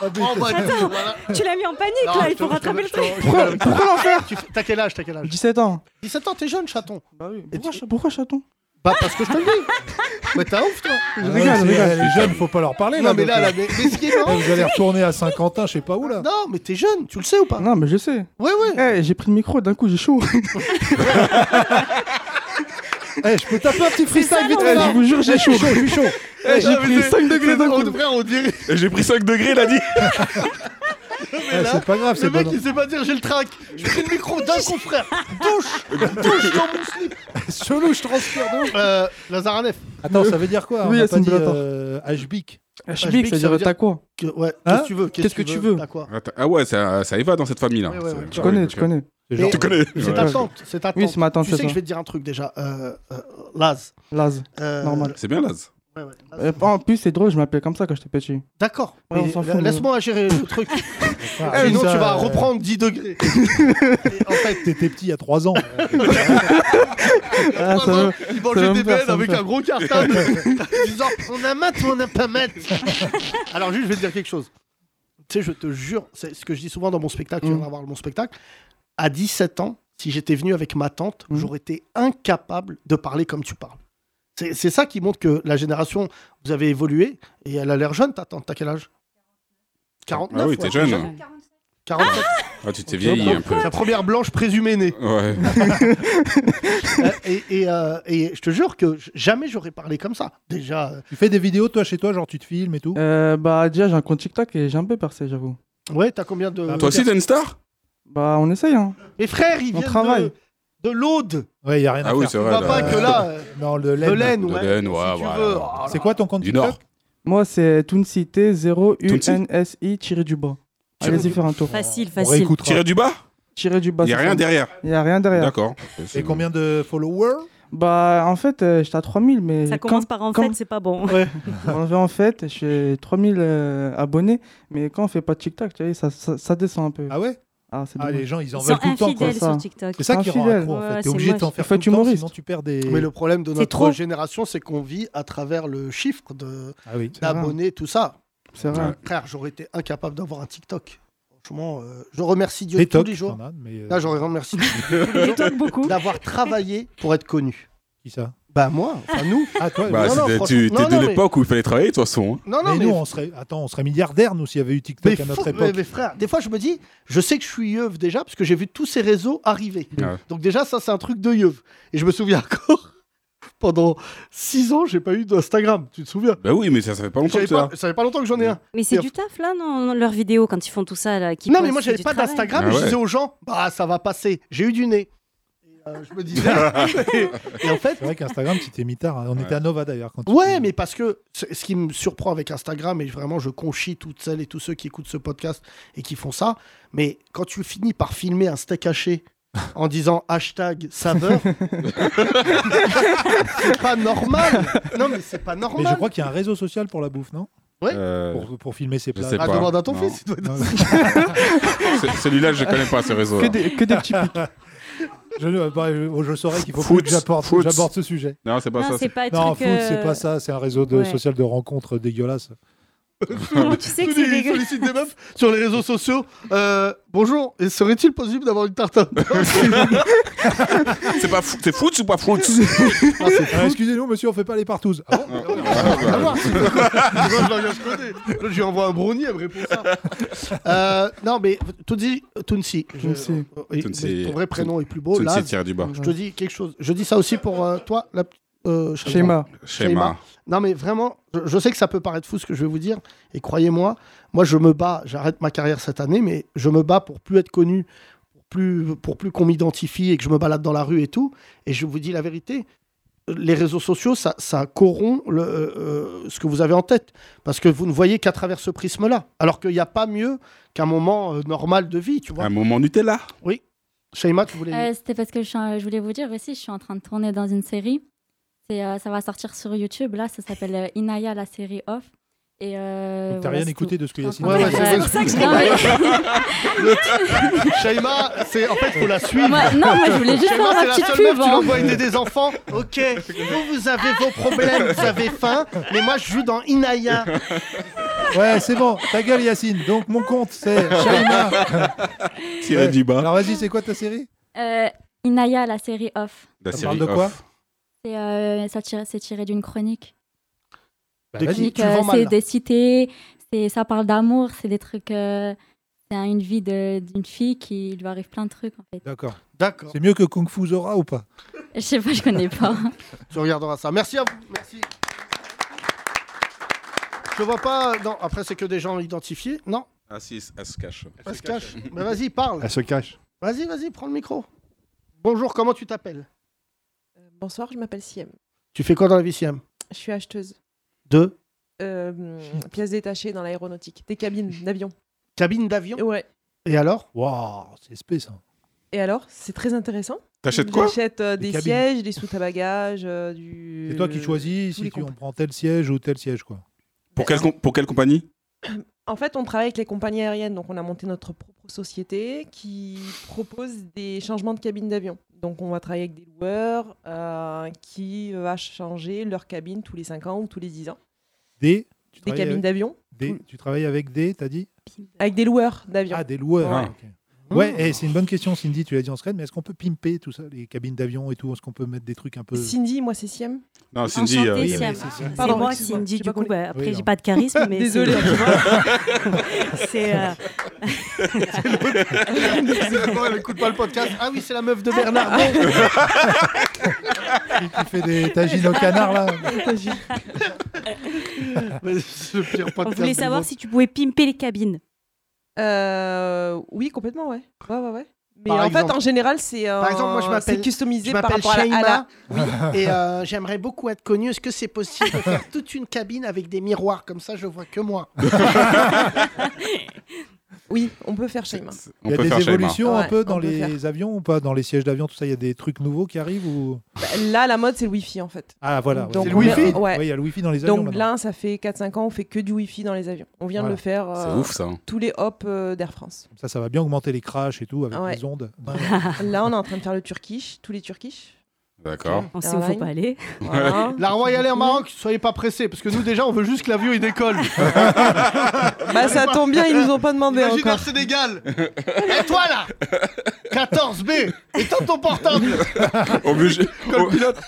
Speaker 7: Euh,
Speaker 3: <laughs> Oh,
Speaker 7: Attends, tu l'as mis en panique
Speaker 3: bah, Non,
Speaker 7: là,
Speaker 3: je
Speaker 7: il
Speaker 3: te-
Speaker 7: faut
Speaker 3: je te-
Speaker 7: rattraper le
Speaker 3: je te-
Speaker 7: truc.
Speaker 3: je te- Tu- T'as quel âge T'as quel âge
Speaker 12: 17 ans.
Speaker 3: 17 ans, t'es jeune, chaton.
Speaker 12: Bah oui. Pourquoi, cha- pourquoi chaton
Speaker 3: Bah parce que je te le dis. mais t'as Bah, ouf, toi.
Speaker 12: Ah, Je rigole, je rigole.
Speaker 4: Les jeunes, faut pas leur parler.
Speaker 3: Non, mais là,
Speaker 4: donc, euh,
Speaker 3: là, mais- mais ce
Speaker 4: <laughs>
Speaker 3: qui est marrant,
Speaker 4: Vous allez
Speaker 3: c'est-
Speaker 4: retourner à Saint-Quentin, je sais pas où là.
Speaker 3: Non, mais t'es jeune, tu le sais ou pas
Speaker 12: Non, mais je sais. Eh,
Speaker 3: Ouais, ouais.
Speaker 12: j'ai pris le micro, d'un coup, j'ai chaud.
Speaker 4: <laughs> Eh, je peux taper un petit freestyle vite
Speaker 12: Eh, je vous jure, j'ai chaud.
Speaker 4: Je suis chaud.
Speaker 12: Eh, j'ai pris 5 degrés d'un coup. Eh,
Speaker 3: on dirait.
Speaker 6: J'ai pris 5 degrés, il a dit.
Speaker 4: Eh, C'est pas grave,
Speaker 3: Le
Speaker 4: c'est pas
Speaker 3: mec,
Speaker 4: grave.
Speaker 3: il sait pas dire j'ai le trac. Je prends le micro
Speaker 4: <laughs>
Speaker 3: d'un confrère. Douche, douche dans mon slip.
Speaker 4: Chelou, je transpire de ouf.
Speaker 3: Euh, Lazaranef.
Speaker 4: Attends, ça veut dire
Speaker 12: Oui,
Speaker 4: quoi On a pas
Speaker 12: Yassine
Speaker 4: dit
Speaker 12: Blatter.
Speaker 4: euh, Ashbik.
Speaker 12: HBIC, ça veut dire t'as quoi
Speaker 3: Que- Ouais, qu'est-ce
Speaker 4: Hein
Speaker 3: que tu veux
Speaker 12: Qu'est-ce que tu veux
Speaker 3: T'as quoi
Speaker 6: Attends, Ah ouais, ça, ça y va dans cette famille là.
Speaker 3: Ouais, ouais, ouais.
Speaker 12: Tu connais, tu connais.
Speaker 3: Et-
Speaker 6: Tu connais.
Speaker 3: C'est ta
Speaker 6: Ouais.
Speaker 3: tante, c'est ta tante.
Speaker 12: Oui, c'est ma tante,
Speaker 3: Tu
Speaker 12: c'est
Speaker 3: sais
Speaker 12: ça.
Speaker 3: que je vais te dire un truc déjà. Euh, euh, Laz.
Speaker 12: Laz.
Speaker 3: Euh,
Speaker 12: Normal.
Speaker 6: C'est bien Laz.
Speaker 3: Ouais, ouais. Laz.
Speaker 12: Euh, En plus, c'est drôle, je m'appelais comme ça quand j'étais petit.
Speaker 3: D'accord.
Speaker 12: Ouais, on
Speaker 3: mais
Speaker 12: s'en fout,
Speaker 3: la-
Speaker 12: mais-
Speaker 3: Laisse-moi gérer le
Speaker 4: <laughs>
Speaker 3: truc.
Speaker 4: Ah,
Speaker 3: Sinon,
Speaker 4: ça,
Speaker 3: tu vas
Speaker 4: euh,
Speaker 3: reprendre 10
Speaker 4: <laughs>
Speaker 3: degrés. Et en fait,
Speaker 4: T'étais petit il y a 3
Speaker 3: <laughs>
Speaker 4: ans.
Speaker 12: Ah, ça
Speaker 3: Trois
Speaker 12: va-
Speaker 3: ans, il
Speaker 12: ça
Speaker 3: mangeait
Speaker 12: va me
Speaker 3: des
Speaker 12: faire,
Speaker 3: bennes
Speaker 12: ça va me
Speaker 3: avec
Speaker 12: faire.
Speaker 3: un gros cartable. <laughs> disant on a mat ou on n'a pas mat. <laughs> Alors, juste, je vais te dire quelque chose. Tu sais, je te jure, c'est ce que je dis souvent dans mon spectacle.
Speaker 6: Mm.
Speaker 3: Tu vas voir mon spectacle. À 17 ans, si j'étais venu avec ma tante,
Speaker 6: Mm.
Speaker 3: j'aurais été incapable de parler comme tu parles. C'est c'est ça qui montre que la génération, vous avez évolué et elle a l'air jeune, ta tante. T'as quel âge 49
Speaker 6: Ah oui, t'es
Speaker 3: ouais,
Speaker 6: jeune. hein.
Speaker 3: 47.
Speaker 6: Ah, tu t'es vieilli un peu. ben,
Speaker 3: La <laughs> première blanche présumée née.
Speaker 6: Ouais.
Speaker 3: Euh, et, et, euh, et je te jure que j- jamais j'aurais parlé comme ça. Déjà, euh,
Speaker 4: Tu fais des vidéos toi chez toi, genre tu te filmes et tout.
Speaker 12: Euh, bah, déjà, j'ai un compte TikTok et j'ai un peu percé, j'avoue.
Speaker 3: euh, ouais, t'as combien de.
Speaker 6: Toi aussi, t'es une star
Speaker 12: Bah, on essaye, hein.
Speaker 3: Mes frères, ils
Speaker 12: On
Speaker 3: viennent
Speaker 12: travaille.
Speaker 3: de, de l'Aude.
Speaker 4: <laughs> Ouais, y a rien à
Speaker 6: Ah oui,
Speaker 4: faire.
Speaker 6: c'est
Speaker 3: On
Speaker 6: vrai.
Speaker 3: voit
Speaker 6: là.
Speaker 3: pas que là. euh,
Speaker 4: Non, le
Speaker 3: de
Speaker 4: laine.
Speaker 3: laine,
Speaker 6: De
Speaker 3: ouais.
Speaker 6: laine, ouais,
Speaker 3: si tu
Speaker 6: voilà.
Speaker 3: veux. Oh là
Speaker 4: C'est quoi ton compte
Speaker 6: Du
Speaker 4: TikTok
Speaker 6: Nord.
Speaker 12: Moi, c'est Tunsité 0
Speaker 6: Tounsi
Speaker 12: UNSI tiré du bas. Allez-y faire un tour.
Speaker 7: Facile,
Speaker 4: On
Speaker 7: facile.
Speaker 4: réécoutera.
Speaker 6: Tiré du bas
Speaker 12: Tiré du bas.
Speaker 6: Il y a
Speaker 12: c'est
Speaker 6: rien
Speaker 12: ça.
Speaker 6: derrière.
Speaker 12: Y a rien derrière.
Speaker 6: D'accord.
Speaker 4: Et combien de followers
Speaker 12: Bah, en fait, euh, j'étais à 3000, mais.
Speaker 7: Ça commence
Speaker 12: quand-
Speaker 7: par en
Speaker 12: quand-
Speaker 7: fait, c'est pas
Speaker 4: <laughs>
Speaker 7: bon.
Speaker 12: Ouais. on fait en fait, je suis 3000 euh, abonnés, mais quand on fait pas de TikTok, tu vois, ça, ça, ça descend un peu.
Speaker 4: Ah ouais
Speaker 12: Ah, c'est
Speaker 4: Ah,
Speaker 12: dommage.
Speaker 4: les gens, ils en
Speaker 7: Ils
Speaker 4: veulent
Speaker 7: sont
Speaker 4: tout le temps. quoi.
Speaker 7: infidèles
Speaker 12: ça.
Speaker 7: sur TikTok.
Speaker 4: C'est ça qui rend
Speaker 12: Infidèles.
Speaker 4: accro, en
Speaker 7: Ouais,
Speaker 4: fait. T'es
Speaker 7: c'est
Speaker 4: obligé de
Speaker 7: moche.
Speaker 4: t'en faire
Speaker 12: Faut
Speaker 4: tout
Speaker 12: être
Speaker 4: le temps,
Speaker 12: humoriste.
Speaker 4: sinon tu perds des.
Speaker 3: Mais le problème de
Speaker 7: C'est
Speaker 3: notre
Speaker 7: trop.
Speaker 3: génération, c'est qu'on vit à travers le chiffre de-
Speaker 4: Ah oui.
Speaker 12: vrai.
Speaker 3: d'abonnés, tout ça. Euh,
Speaker 12: C'est vrai.
Speaker 6: Ouais.
Speaker 3: Frère, j'aurais été incapable d'avoir un TikTok. Franchement, euh, je remercie Dieu
Speaker 4: Les
Speaker 3: tous
Speaker 4: tocs,
Speaker 3: les jours.
Speaker 4: t'en as, mais. euh,
Speaker 3: Là, j'aurais
Speaker 4: <laughs>
Speaker 3: remercié Dieu tous les
Speaker 7: Des
Speaker 3: jours
Speaker 7: tocs beaucoup.
Speaker 3: d'avoir travaillé <laughs> pour être connu.
Speaker 4: Qui ça
Speaker 3: Bah moi, enfin nous.
Speaker 4: Ah, toi
Speaker 6: Bah,
Speaker 4: oui.
Speaker 3: non,
Speaker 6: c'était-
Speaker 3: franchement-
Speaker 6: tu
Speaker 3: non,
Speaker 6: t'es
Speaker 3: non,
Speaker 6: de
Speaker 3: mais-
Speaker 6: l'époque où il fallait travailler, de toute façon. hein.
Speaker 3: Non, non,
Speaker 4: mais,
Speaker 3: mais,
Speaker 4: nous, on serait. Attends, on serait milliardaires, nous, s'il y avait eu TikTok
Speaker 3: mais
Speaker 4: à notre
Speaker 3: fou-
Speaker 4: époque.
Speaker 3: mais- mais frère, des fois je me dis, je sais que je suis yeuve déjà parce que j'ai vu tous ces réseaux arriver.
Speaker 6: Ah ouais.
Speaker 3: Donc déjà ça c'est un truc de yeuve. Et je me souviens <laughs> encore, pendant 6 ans j'ai pas eu d'Instagram, tu te souviens
Speaker 6: Bah oui, mais ça, ça fait pas longtemps que
Speaker 3: J'avais
Speaker 6: ça.
Speaker 3: pas- Ça fait pas longtemps que j'en ai un.
Speaker 7: Mais c'est
Speaker 3: Et-
Speaker 7: du taf là, non, leurs vidéos quand ils font tout ça là. qui
Speaker 3: Non mais
Speaker 7: postent,
Speaker 3: moi
Speaker 7: c'est
Speaker 3: j'avais
Speaker 7: du
Speaker 3: pas
Speaker 7: travail.
Speaker 3: d'Instagram,
Speaker 6: Ah
Speaker 3: je
Speaker 6: ouais.
Speaker 3: disais aux gens, bah ça va passer, j'ai eu du nez. Et, euh, je
Speaker 6: <laughs>
Speaker 3: me disais, <laughs> <laughs> et en fait,
Speaker 4: C'est vrai qu'Instagram, tu t'es mis tard. hein. On était à Nova d'ailleurs. quand tu-
Speaker 3: Ouais, mais parce que ce ce qui me surprend avec Instagram, et vraiment je conchis toutes celles et tous ceux qui écoutent ce podcast et qui font ça, mais quand tu finis par filmer un steak haché en disant hashtag saveur, c'est pas normal. Non, mais c'est pas
Speaker 4: Mais je
Speaker 3: normal.
Speaker 4: crois qu'il y a un réseau social pour la bouffe, non
Speaker 6: Euh,
Speaker 4: pour, pour filmer ses
Speaker 6: je
Speaker 4: plats.
Speaker 6: sais
Speaker 3: Ah,
Speaker 6: pas.
Speaker 3: demande à ton
Speaker 6: Non.
Speaker 3: fils. il doit être-
Speaker 6: C'est- Celui-là, je connais
Speaker 12: <laughs>
Speaker 6: pas ce réseau.
Speaker 12: Que des, que des petits pics.
Speaker 4: <laughs> Je, euh, bah, je, je saurais qu'il faut
Speaker 6: Foot,
Speaker 4: que j'apporte-
Speaker 6: foot.
Speaker 4: j'aborde ce sujet.
Speaker 6: Non, c'est pas
Speaker 7: Non,
Speaker 6: ça.
Speaker 7: c'est pas un
Speaker 4: Non,
Speaker 7: truc.
Speaker 4: foot, c'est
Speaker 7: euh,
Speaker 4: pas ça. C'est un réseau de,
Speaker 7: ouais.
Speaker 4: social de rencontres dégueulasse.
Speaker 7: <laughs> Comment tu sais que c'est
Speaker 3: Il
Speaker 7: dégueu
Speaker 3: sollicite
Speaker 7: <laughs>
Speaker 3: des meufs sur les réseaux sociaux. Euh, bonjour, et serait-il possible d'avoir une tarte à la
Speaker 6: <laughs>
Speaker 3: pomme
Speaker 6: c'est- C'est pas fou- c'est foot ou pas
Speaker 4: <laughs>
Speaker 6: foot
Speaker 4: Ah, Excusez-nous, monsieur, on fait pas les partous. Ah bon
Speaker 3: Ah, <laughs> voir, c'est- Moi, je l'engage côté. Là, je lui envoie un brownie, elle me répond ça. Euh, non, mais Tunsi, Tunsi, je-
Speaker 12: Tunsi.
Speaker 3: euh, oui,
Speaker 6: Tunsi.
Speaker 3: mais ton vrai prénom est plus beau.
Speaker 6: C'est
Speaker 3: Là,
Speaker 6: le tiré du bas.
Speaker 3: je te dis quelque chose. Je dis ça aussi pour euh, toi, la, p- euh, Shazam.
Speaker 12: Schéma.
Speaker 6: Schéma.
Speaker 3: Non, mais vraiment, je, je sais que ça peut paraître fou ce que je vais vous dire, et croyez-moi, moi, je me bats. J'arrête ma carrière cette année, mais je me bats pour plus être connu, pour plus, pour plus qu'on m'identifie et que je me balade dans la rue et tout. Et je vous dis la vérité. Les réseaux sociaux, ça, ça corrompt le, euh, euh, ce que vous avez en tête. Parce que vous ne voyez qu'à travers ce prisme-là. Alors qu'il n'y a pas mieux qu'un moment euh, normal de vie, tu vois.
Speaker 6: Un moment Nutella.
Speaker 3: Oui. Shaima, tu voulais.
Speaker 13: Euh, C'était parce que je, suis en- je voulais vous dire aussi, je suis en train de tourner dans une série. C'est, euh, ça va sortir sur YouTube. Là, ça s'appelle euh, Inaya, la série off. Et euh,
Speaker 4: Donc, t'as
Speaker 13: voilà,
Speaker 4: rien
Speaker 13: c'est
Speaker 4: écouté
Speaker 13: tout.
Speaker 4: de ce que Yacine
Speaker 13: Ouais,
Speaker 4: a
Speaker 13: ouais,
Speaker 4: dit.
Speaker 13: c'est pour ça que je l'ai
Speaker 4: <laughs>
Speaker 3: Le- Shaima, c'est en fait faut la suivre.
Speaker 13: Moi- non, moi, je voulais juste
Speaker 3: Shaima,
Speaker 13: faire ma
Speaker 3: c'est la
Speaker 13: petite
Speaker 3: seule
Speaker 13: pub,
Speaker 3: meuf, Tu
Speaker 13: hein.
Speaker 3: l'envoies aider des enfants. Ok. Vous, vous avez vos problèmes, vous avez faim. Mais moi, je joue dans Inaya.
Speaker 4: Ouais, c'est bon, ta gueule Yacine. Donc mon compte c'est
Speaker 3: <laughs>
Speaker 4: Shaima.
Speaker 6: Tiré du bas.
Speaker 4: Alors vas-y, c'est quoi ta série
Speaker 13: Euh, Inaya, la série Off.
Speaker 6: La
Speaker 4: Ça
Speaker 6: série
Speaker 4: parle de quoi
Speaker 6: Off.
Speaker 13: C'est euh, ça tire- c'est tiré d'une chronique.
Speaker 4: Bah,
Speaker 13: Une
Speaker 4: vas-y,
Speaker 13: chronique,
Speaker 4: tu le
Speaker 13: euh,
Speaker 4: vends mal,
Speaker 13: c'est
Speaker 4: là.
Speaker 13: des cités, c'est- ça parle d'amour, c'est des trucs. euh, c'est une vie de- d'une fille qui lui arrive plein de trucs en fait.
Speaker 4: D'accord.
Speaker 3: D'accord.
Speaker 4: C'est mieux que Kung Fu Zora ou pas
Speaker 13: Je sais pas, je connais pas.
Speaker 3: Tu regarderas ça. Merci à vous. Merci. Je vois pas. Non, après, c'est que des gens identifiés. Non,
Speaker 6: Ah si, elle se cache.
Speaker 3: pas se cache.
Speaker 4: Bah,
Speaker 3: Mais vas-y, parle.
Speaker 14: Elle se cache.
Speaker 3: Vas-y, vas-y, prends le micro. Bonjour, comment tu t'appelles
Speaker 15: Euh, Bonsoir, je m'appelle Siem.
Speaker 3: Tu fais quoi dans la vie, Siam
Speaker 15: Je suis acheteuse.
Speaker 3: Deux.
Speaker 15: Euh, pièces détachées dans l'aéronautique. Des cabines d'avion.
Speaker 3: Cabine d'avion
Speaker 15: Ouais.
Speaker 3: Et alors
Speaker 4: Waouh, c'est spé ça.
Speaker 15: Et alors, c'est très intéressant.
Speaker 4: T'achètes quoi
Speaker 15: J'achète euh,
Speaker 4: Des
Speaker 15: des,
Speaker 4: cabines.
Speaker 15: sièges, des soutes à bagages, euh, du...
Speaker 4: C'est toi qui choisis
Speaker 15: tous les
Speaker 4: si tu,
Speaker 15: comp-
Speaker 4: on prend tel siège ou tel siège quoi.
Speaker 6: Pour quelle, com- pour quelle compagnie
Speaker 15: En fait, on travaille avec les compagnies aériennes, donc on a monté notre propre société qui propose des changements de cabine d'avion. Donc on va travailler avec des loueurs euh, qui va changer leur cabine tous les 5 ans ou tous les 10 ans.
Speaker 4: D. tu
Speaker 15: Des
Speaker 4: travailles
Speaker 15: cabines
Speaker 4: avec-
Speaker 15: d'avion.
Speaker 4: D. Tu travailles avec D, t'as dit
Speaker 15: Avec des loueurs d'avion.
Speaker 4: Ah, des loueurs.
Speaker 15: Ouais.
Speaker 4: Ouais, ok. Ouais, eh, c'est une bonne question, Cindy. Tu l'as dit en secret, mais est-ce qu'on peut pimper tout ça, les cabines d'avion et tout Est-ce qu'on peut mettre des trucs un peu.
Speaker 15: Cindy, moi c'est Siem.
Speaker 6: Non, Cindy, Enchantée, euh,
Speaker 4: Oui,
Speaker 6: Siem.
Speaker 4: mais c'est- c'est-
Speaker 15: Pardon,
Speaker 7: c'est moi,
Speaker 15: excuse-moi,
Speaker 7: Cindy,
Speaker 15: j'ai
Speaker 7: du
Speaker 15: pas
Speaker 7: coup,
Speaker 15: compris.
Speaker 7: bah, après,
Speaker 15: Oui,
Speaker 7: j'ai
Speaker 15: non.
Speaker 7: pas
Speaker 15: <laughs>
Speaker 7: de charisme, mais.
Speaker 15: Désolée,
Speaker 7: c'est-
Speaker 15: tu vois.
Speaker 7: c'est. euh,
Speaker 3: <laughs>
Speaker 4: <laughs>
Speaker 3: Bon, elle écoute pas le podcast. Ah oui, c'est la meuf de Bernard. Bon.
Speaker 4: Tu
Speaker 3: <laughs>
Speaker 4: fais des tagines au canard là
Speaker 7: On voulait savoir si tu pouvais pimper les cabines.
Speaker 15: Euh, oui, complètement, ouais. Ouais, ouais, ouais. Mais
Speaker 3: Par
Speaker 15: en
Speaker 3: exemple.
Speaker 15: fait, en général, c'est euh,
Speaker 3: Par exemple, moi je m'appelle.
Speaker 15: c'est customisé
Speaker 3: je
Speaker 15: par
Speaker 3: m'appelle
Speaker 15: rapport à la- à la.
Speaker 3: Shaima. Oui, <laughs> et euh, j'aimerais beaucoup être connu. Est-ce que c'est possible de faire toute une cabine avec des miroirs Comme ça, je vois que moi.
Speaker 15: <laughs> oui, on peut faire Shaima.
Speaker 4: Il y a des évolutions un
Speaker 15: Ouais,
Speaker 4: peu dans
Speaker 15: on peut
Speaker 4: les
Speaker 15: faire.
Speaker 4: avions ou pas Dans les sièges d'avion, tout ça, il y a des trucs nouveaux qui arrivent ou...
Speaker 15: Bah,
Speaker 4: <laughs>
Speaker 15: Là, la mode, c'est le Wi-Fi en fait.
Speaker 4: Ah voilà, ouais.
Speaker 15: Donc,
Speaker 4: C'est le
Speaker 15: on
Speaker 4: Wi-Fi
Speaker 15: vient- ouais.
Speaker 4: Ouais, il y a le Wi-Fi dans les avions
Speaker 15: Donc là, ça fait 4-5 ans, on fait que du Wi-Fi dans les avions. On vient
Speaker 4: Voilà.
Speaker 15: de le faire.
Speaker 4: C'est
Speaker 15: euh,
Speaker 4: ouf, ça, hein.
Speaker 15: Tous les hops euh, d'Air France.
Speaker 4: Ça, ça va bien augmenter les crashs et tout avec
Speaker 15: Ouais.
Speaker 4: les ondes.
Speaker 15: <laughs> Là, on est en train de faire le Turkish, tous les Turkish.
Speaker 6: D'accord.
Speaker 15: On sait où faut pas aller.
Speaker 3: Voilà. La Royal Air Maroc, soyez pas pressés, parce que nous déjà on veut juste que l'avion il décolle.
Speaker 15: <laughs> Bah, ça tombe bien, ils nous ont pas demandé
Speaker 3: Imagine
Speaker 15: encore.
Speaker 3: Air
Speaker 6: <laughs>
Speaker 3: Sénégal. Et toi là 14B Éteins ton portable
Speaker 4: Oh.
Speaker 3: Quand le
Speaker 4: <laughs>
Speaker 3: pilote,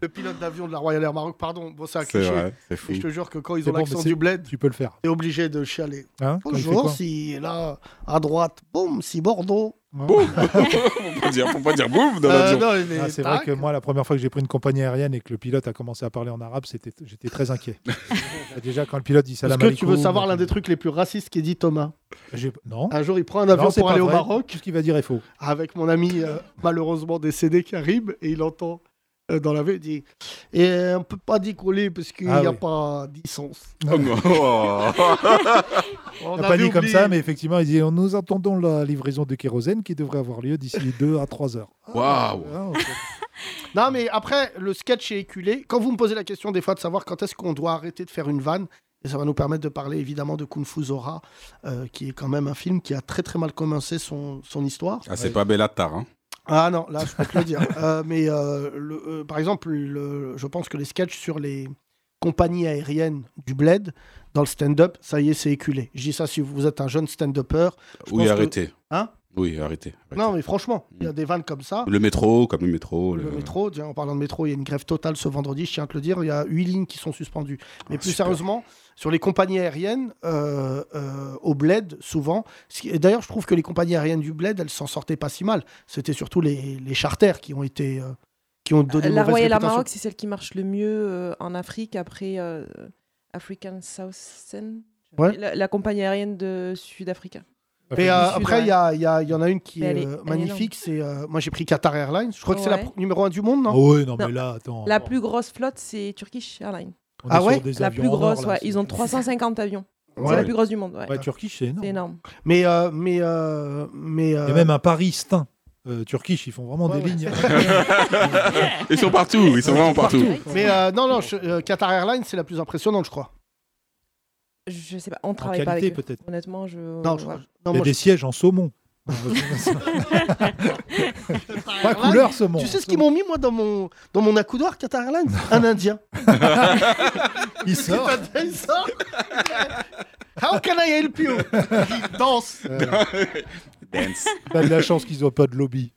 Speaker 3: le pilote d'avion de la Royal Air Maroc, pardon, bon c'est un
Speaker 6: C'est
Speaker 3: cliché.
Speaker 6: vrai, c'est fou.
Speaker 3: Et je te jure que quand ils
Speaker 4: C'est
Speaker 3: ont
Speaker 4: bon, mais
Speaker 3: l'accent
Speaker 4: c'est-
Speaker 3: du bled,
Speaker 4: Tu
Speaker 6: <laughs>
Speaker 4: peux le faire.
Speaker 3: t'es obligé de chialer.
Speaker 4: Hein Quand il fait
Speaker 3: Bonjour,
Speaker 4: quoi
Speaker 3: si là, à droite, boum, si Bordeaux.
Speaker 4: <laughs>
Speaker 6: Boum Faut pas dire, faut pas dire boum dans l'avion.
Speaker 4: Ah, c'est vrai que moi, la première fois que j'ai pris une compagnie aérienne et que le pilote a commencé à parler en arabe, c'était... j'étais très <laughs> inquiet. Déjà, quand le pilote dit
Speaker 3: Est-ce
Speaker 4: salam
Speaker 3: que tu veux
Speaker 4: alaikum,
Speaker 3: savoir l'un des trucs les plus racistes qu'ait dit Thomas
Speaker 4: j'ai- Non.
Speaker 3: Un jour, il prend un avion
Speaker 4: Non, c'est
Speaker 3: pour
Speaker 4: pas
Speaker 3: aller au
Speaker 4: vrai.
Speaker 3: Maroc.
Speaker 4: Tout ce qu'il va dire est faux.
Speaker 3: avec mon ami euh, malheureusement décédé Karim et il entend euh, dans la vie il dit et euh, on peut pas décoller parce qu'il n'y
Speaker 4: Ah
Speaker 3: a
Speaker 4: oui.
Speaker 3: pas d'essence.
Speaker 6: Oh
Speaker 3: <laughs>
Speaker 6: non.
Speaker 3: On
Speaker 4: On n'a
Speaker 3: avait
Speaker 4: pas dit comme
Speaker 3: oublié.
Speaker 4: ça, mais effectivement, il dit nous attendons la livraison de kérosène qui devrait avoir lieu d'ici
Speaker 3: <laughs>
Speaker 4: 2 à 3 heures. Ah.
Speaker 3: Oh,
Speaker 6: Waouh
Speaker 3: Non mais après le sketch est éculé. Quand vous me posez la question des fois de savoir quand est-ce qu'on doit arrêter de faire une vanne et ça va nous permettre de parler évidemment de Kung Fu Zora euh, qui est quand même un film qui a très très mal commencé son, son histoire.
Speaker 6: Ah, c'est pas Bellatar, hein
Speaker 3: Ah non, là, je peux te le dire. Euh, mais euh, le- euh, par exemple, le- je pense que les sketchs sur les compagnies aériennes du bled, dans le stand-up, ça y est, c'est éculé. Je dis ça si vous êtes un jeune stand-upper. je pense
Speaker 6: Oui,
Speaker 3: que-
Speaker 6: arrêtez.
Speaker 3: Hein
Speaker 6: Oui, arrêtez. Mm.
Speaker 3: Non, mais franchement, il y a des vannes comme ça.
Speaker 6: Le métro, comme le métro.
Speaker 3: Le métro, tiens, en parlant de métro, il y a une grève totale ce vendredi, je tiens à te le dire, il y a huit lignes qui sont suspendues.
Speaker 4: Ah,
Speaker 3: Mais plus sérieusement, sur les compagnies aériennes, euh, euh, au bled, souvent, ce qui- et d'ailleurs je trouve que les compagnies aériennes du bled, elles s'en sortaient pas si mal. C'était surtout les, les charters qui ont été... euh, qui ont donné une
Speaker 15: La
Speaker 3: mauvaise
Speaker 15: Royal Air
Speaker 3: réputation.
Speaker 15: Maroc, c'est celle qui marche le mieux euh, en Afrique après euh, African Southern,
Speaker 3: Ouais.
Speaker 15: la, la compagnie aérienne de Sud-Africain.
Speaker 3: Et euh,
Speaker 15: Du Sud,
Speaker 3: après, il
Speaker 15: ouais.
Speaker 3: y, a- il y a- il y en a une qui
Speaker 15: Mais elle
Speaker 3: est,
Speaker 15: est-
Speaker 3: euh,
Speaker 15: elle est
Speaker 3: magnifique. C'est euh, moi j'ai pris Qatar Airlines. Je crois que c'est la
Speaker 15: Ouais.
Speaker 3: pr- numéro un du monde, non
Speaker 4: Oh ouais, non, mais là, attends.
Speaker 15: La plus grosse flotte, c'est Turkish Airlines.
Speaker 4: On
Speaker 3: Ah
Speaker 4: est sur
Speaker 3: ouais
Speaker 4: des
Speaker 15: La
Speaker 4: avions
Speaker 15: plus
Speaker 4: en or,
Speaker 15: grosse,
Speaker 4: là,
Speaker 15: ouais.
Speaker 4: c'est-
Speaker 15: Ils ont 350 avions.
Speaker 4: Ouais.
Speaker 15: C'est la plus grosse du monde. Ouais,
Speaker 4: Ouais, Turkish, c'est énorme.
Speaker 15: C'est énorme.
Speaker 3: Mais euh, mais euh, mais
Speaker 4: Il y a même un Paris-Stein. Euh, Turkish, ils font vraiment des
Speaker 3: <laughs>
Speaker 4: lignes.
Speaker 6: Ils sont partout, ils sont vraiment partout.
Speaker 15: <laughs>
Speaker 3: Mais euh, non non, je- euh, Qatar Airlines c'est la plus impressionnante, je crois.
Speaker 15: Je sais pas, on travaille pas
Speaker 4: qualité,
Speaker 15: avec eux.
Speaker 4: peut-être.
Speaker 15: Honnêtement, je.
Speaker 4: Non, je-
Speaker 15: ouais.
Speaker 4: Il y a des sièges en saumon. <laughs>
Speaker 15: <laughs>
Speaker 4: Pas
Speaker 3: Airlines.
Speaker 4: couleur saumon.
Speaker 3: Tu sais ce qu'ils m'ont mis, moi, dans mon, dans mon accoudoir, Qatar Airlines Un Indien.
Speaker 4: <laughs> Il sort.
Speaker 3: <laughs> Il sort. How can I help you Il danse.
Speaker 6: <laughs> Dance.
Speaker 4: T'as de la chance qu'ils n'ont Euh. pas de lobby.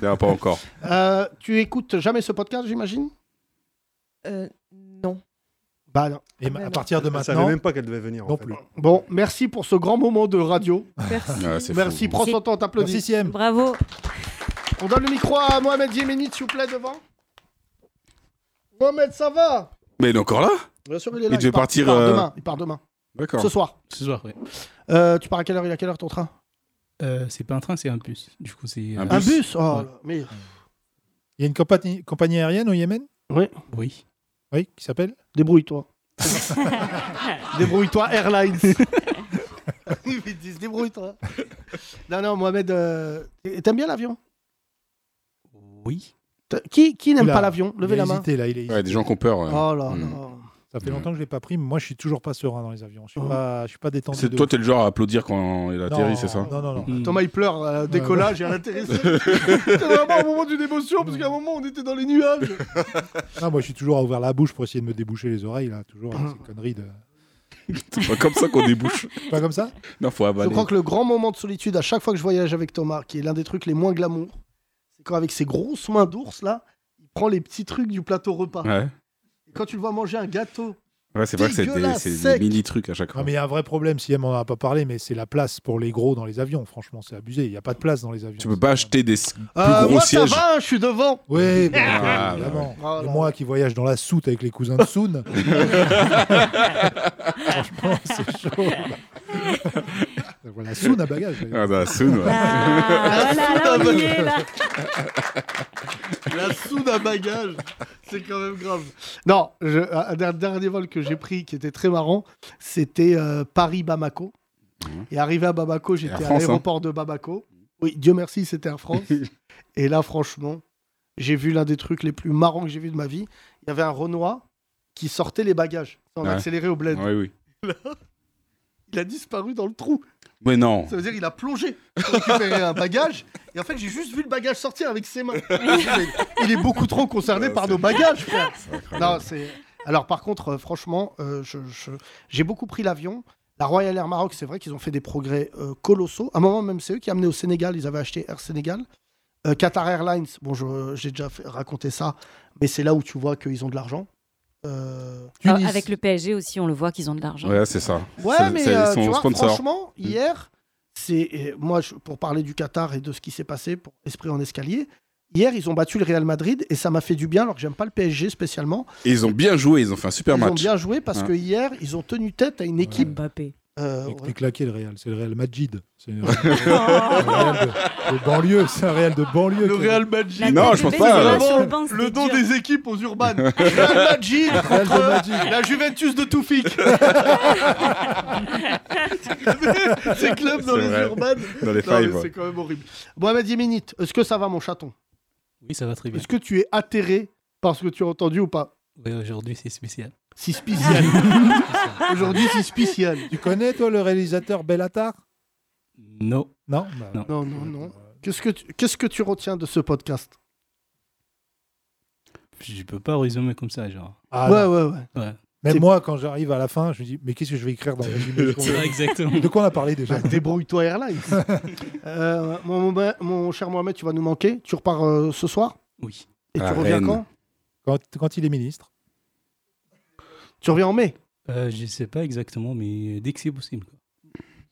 Speaker 6: Non, pas encore.
Speaker 3: Euh, tu écoutes jamais ce podcast, j'imagine
Speaker 15: Euh, non.
Speaker 3: Bah non.
Speaker 4: Et ma- à partir de
Speaker 9: Je savais
Speaker 4: maintenant.
Speaker 9: même pas qu'elle devait venir, en
Speaker 4: Non
Speaker 9: fait.
Speaker 4: plus.
Speaker 3: Bon, merci pour ce grand moment de radio.
Speaker 9: Merci.
Speaker 6: Ouais, Ah, c'est
Speaker 3: merci,
Speaker 6: fou.
Speaker 3: prends son temps, t'applaudis.
Speaker 4: Merci, Siem.
Speaker 7: Bravo.
Speaker 3: On donne le micro à Mohamed Yemeni, s'il vous plaît, devant. Mohamed, ça va
Speaker 6: Mais il est encore là
Speaker 3: Bien sûr, il est là.
Speaker 6: Il devait
Speaker 3: part-
Speaker 6: partir.
Speaker 3: part
Speaker 6: euh,
Speaker 3: demain. Il part demain.
Speaker 6: D'accord.
Speaker 3: Ce soir.
Speaker 14: Ce soir, oui.
Speaker 3: Euh, tu pars à quelle heure Il a quelle heure ton train
Speaker 14: Euh, c'est pas un train, c'est un bus. Du coup, c'est euh,
Speaker 3: Un bus Oh,
Speaker 14: Ouais.
Speaker 3: là, mais...
Speaker 4: Il y a une compagnie, compagnie aérienne au Yémen
Speaker 3: Oui.
Speaker 14: Oui.
Speaker 4: Oui, qui s'appelle
Speaker 3: Débrouille-toi.
Speaker 4: <laughs>
Speaker 3: <laughs> Débrouille-toi, Airlines. Ils disent débrouille-toi.
Speaker 14: <laughs>
Speaker 3: Non, non, Mohamed, euh, t'aimes bien l'avion
Speaker 14: Oui.
Speaker 3: Qui, qui n'aime
Speaker 4: Oula,
Speaker 3: pas l'avion
Speaker 4: il
Speaker 3: Levez
Speaker 4: a
Speaker 3: la main.
Speaker 4: hésité, là, il a hésité.
Speaker 6: des gens qui ont peur. ouais.
Speaker 3: Oh là
Speaker 6: Mm.
Speaker 3: là.
Speaker 4: Ça fait longtemps que je l'ai pas pris, mais moi je suis toujours pas serein dans les avions. Je suis
Speaker 3: Oh.
Speaker 4: pas, je suis pas détendu.
Speaker 6: C'est
Speaker 4: de
Speaker 6: toi,
Speaker 4: ouf.
Speaker 6: t'es le genre à applaudir quand il atterrit, c'est ça Mm.
Speaker 4: Non, non, non.
Speaker 3: Thomas, il pleure euh, au décollage et
Speaker 6: <laughs>
Speaker 3: à l'atterrissage. C'était vraiment au moment d'une émotion, parce qu'à un moment, on était dans
Speaker 6: <laughs>
Speaker 3: les nuages.
Speaker 4: <laughs> Non, moi je suis toujours à ouvrir la bouche pour essayer de me déboucher les oreilles là, toujours avec
Speaker 3: <coughs>
Speaker 4: ces conneries de.
Speaker 6: C'est pas comme ça qu'on débouche.
Speaker 4: Pas comme ça
Speaker 6: Non, faut
Speaker 3: Je
Speaker 6: avaler.
Speaker 3: crois que le grand moment de solitude à chaque fois que je voyage avec Thomas, qui est l'un des trucs les moins glamour, c'est quand avec ses grosses mains d'ours là, il prend les petits trucs du plateau repas.
Speaker 6: Ouais.
Speaker 3: Et quand tu le vois manger un gâteau,
Speaker 6: Ouais, c'est vrai que c'est des,
Speaker 3: Dégueulasse,
Speaker 6: c'est des
Speaker 3: sec.
Speaker 6: mini-trucs à chaque fois.
Speaker 4: Non, mais il y a un vrai problème, si M en a pas parlé, mais c'est la place pour les gros dans les avions. Franchement, c'est abusé. Il n'y a pas de place dans les avions.
Speaker 6: Tu peux pas acheter des s- plus
Speaker 3: Euh,
Speaker 6: gros
Speaker 3: moi
Speaker 6: sièges.
Speaker 3: ça va, je suis devant.
Speaker 4: Oui, bah,
Speaker 6: Ah, bah
Speaker 4: évidemment.
Speaker 3: ouais. Oh
Speaker 4: Et
Speaker 3: là
Speaker 4: moi qui voyage dans la soute avec les cousins
Speaker 6: <laughs>
Speaker 4: de Soun.
Speaker 3: <laughs>
Speaker 4: Franchement, c'est chaud. voilà, Soun à bagages.
Speaker 6: Ah, bah, Soun, ouais.
Speaker 3: Ah,
Speaker 6: voilà, là, on y est, là.
Speaker 3: La soude à bagage, c'est quand même grave. Non, je- un der- dernier vol que j'ai pris qui était très marrant, c'était euh, Paris-Bamako. Et arrivé à Bamako, j'étais à
Speaker 6: France, hein.
Speaker 3: l'aéroport de Bamako. Oui, Dieu merci, c'était
Speaker 6: <laughs>
Speaker 3: en France. et là, franchement, j'ai vu l'un des trucs les plus marrants que j'ai vu de ma vie. Il y avait un Renoir qui sortait les bagages en
Speaker 6: Ouais.
Speaker 3: accéléré au bled.
Speaker 6: Ouais, oui.
Speaker 3: Là, <laughs> il a disparu dans le trou.
Speaker 6: Mais non.
Speaker 3: Ça veut dire qu'il a plongé pour récupérer un bagage. Et en fait, j'ai juste vu le bagage sortir avec ses mains. Mais Il est beaucoup trop concerné par nos bagages, frère. Non, c'est. Alors, par contre, euh, franchement, euh, je- je- j'ai beaucoup pris l'avion. La Royal Air Maroc, c'est vrai qu'ils ont fait des progrès euh, colossaux. À un moment, même, c'est eux qui amenaient au Sénégal. Ils avaient acheté Air Sénégal. Euh, Qatar Airlines, bon, je- j'ai déjà fait- raconté ça, mais c'est là où tu vois qu'ils ont de l'argent. Euh,
Speaker 7: Ah, Avec le PSG aussi, on le voit qu'ils ont de l'argent.
Speaker 6: Ouais, c'est ça.
Speaker 3: Ouais, Mmh.
Speaker 6: C'est-
Speaker 3: mais
Speaker 6: c'est
Speaker 3: euh,
Speaker 6: son
Speaker 3: tu vois,
Speaker 6: sponsor.
Speaker 3: franchement, hier, c'est et moi je- pour parler du Qatar et de ce qui s'est passé pour Esprit en escalier. Hier, ils ont battu le Real Madrid et ça m'a fait du bien, alors que j'aime pas le PSG spécialement.
Speaker 6: Et ils ont bien joué, ils ont fait un super
Speaker 3: ils
Speaker 6: match.
Speaker 3: ont bien joué parce
Speaker 6: Ouais.
Speaker 3: que hier, ils ont tenu tête à une équipe. Euh,
Speaker 4: Et que
Speaker 3: ouais.
Speaker 4: t'es claqué le Real,
Speaker 3: <laughs>
Speaker 4: c'est <laughs> le Real Madjid. C'est le Real de, de banlieue, c'est un Real de banlieue.
Speaker 3: Le
Speaker 4: qui-
Speaker 3: Real Madrid.
Speaker 6: La Non, tête je pense de pas, Benzema euh. sur le
Speaker 3: Vraiment, le don des équipes
Speaker 6: <laughs>
Speaker 3: aux urbaines. Le Real Madrid
Speaker 4: Real de
Speaker 3: contre
Speaker 4: Madrid.
Speaker 3: la Juventus
Speaker 6: <laughs>
Speaker 3: de Toufik. <laughs> Ces clubs dans
Speaker 6: C'est
Speaker 3: les
Speaker 6: vrai.
Speaker 3: urbaines.
Speaker 6: Dans les
Speaker 3: Non, mais
Speaker 6: fives, ouais.
Speaker 3: C'est quand même horrible. Mohamed Yemenit, est-ce que ça va, mon chaton
Speaker 14: Oui, ça va très bien.
Speaker 3: Est-ce que tu es atterré par ce que tu as entendu ou pas
Speaker 14: Ouais, Aujourd'hui, c'est spécial. <laughs>
Speaker 3: Si spécial. Aujourd'hui, c'est spécial.
Speaker 4: Tu connais, toi, le réalisateur Bellatar Euh,
Speaker 14: Non.
Speaker 4: Non bah.
Speaker 14: Non.
Speaker 3: Non, non, non. Qu'est-ce que tu, qu'est-ce que tu retiens de ce podcast
Speaker 14: Je peux pas résumer comme ça, genre.
Speaker 4: Ah,
Speaker 3: Ouais,
Speaker 4: non.
Speaker 3: ouais, ouais.
Speaker 14: Ouais.
Speaker 4: Même moi, quand j'arrive à la fin, je me dis, mais qu'est-ce que je vais écrire dans
Speaker 14: <laughs>
Speaker 4: le résumé de ce qu'on-
Speaker 14: C'est vrai, exactement.
Speaker 4: De quoi on a parlé déjà
Speaker 3: Bah, Débrouille-toi,
Speaker 4: <laughs>
Speaker 3: Airlines. Euh, mon, mon- mon cher Mohamed, tu vas nous manquer. Tu repars euh, ce soir
Speaker 14: Oui.
Speaker 3: Et tu
Speaker 6: À
Speaker 3: reviens
Speaker 6: Rennes.
Speaker 3: quand
Speaker 4: quand, quand il est ministre.
Speaker 3: Tu reviens en mai
Speaker 14: Euh, je sais pas exactement, mais dès que c'est possible. quoi.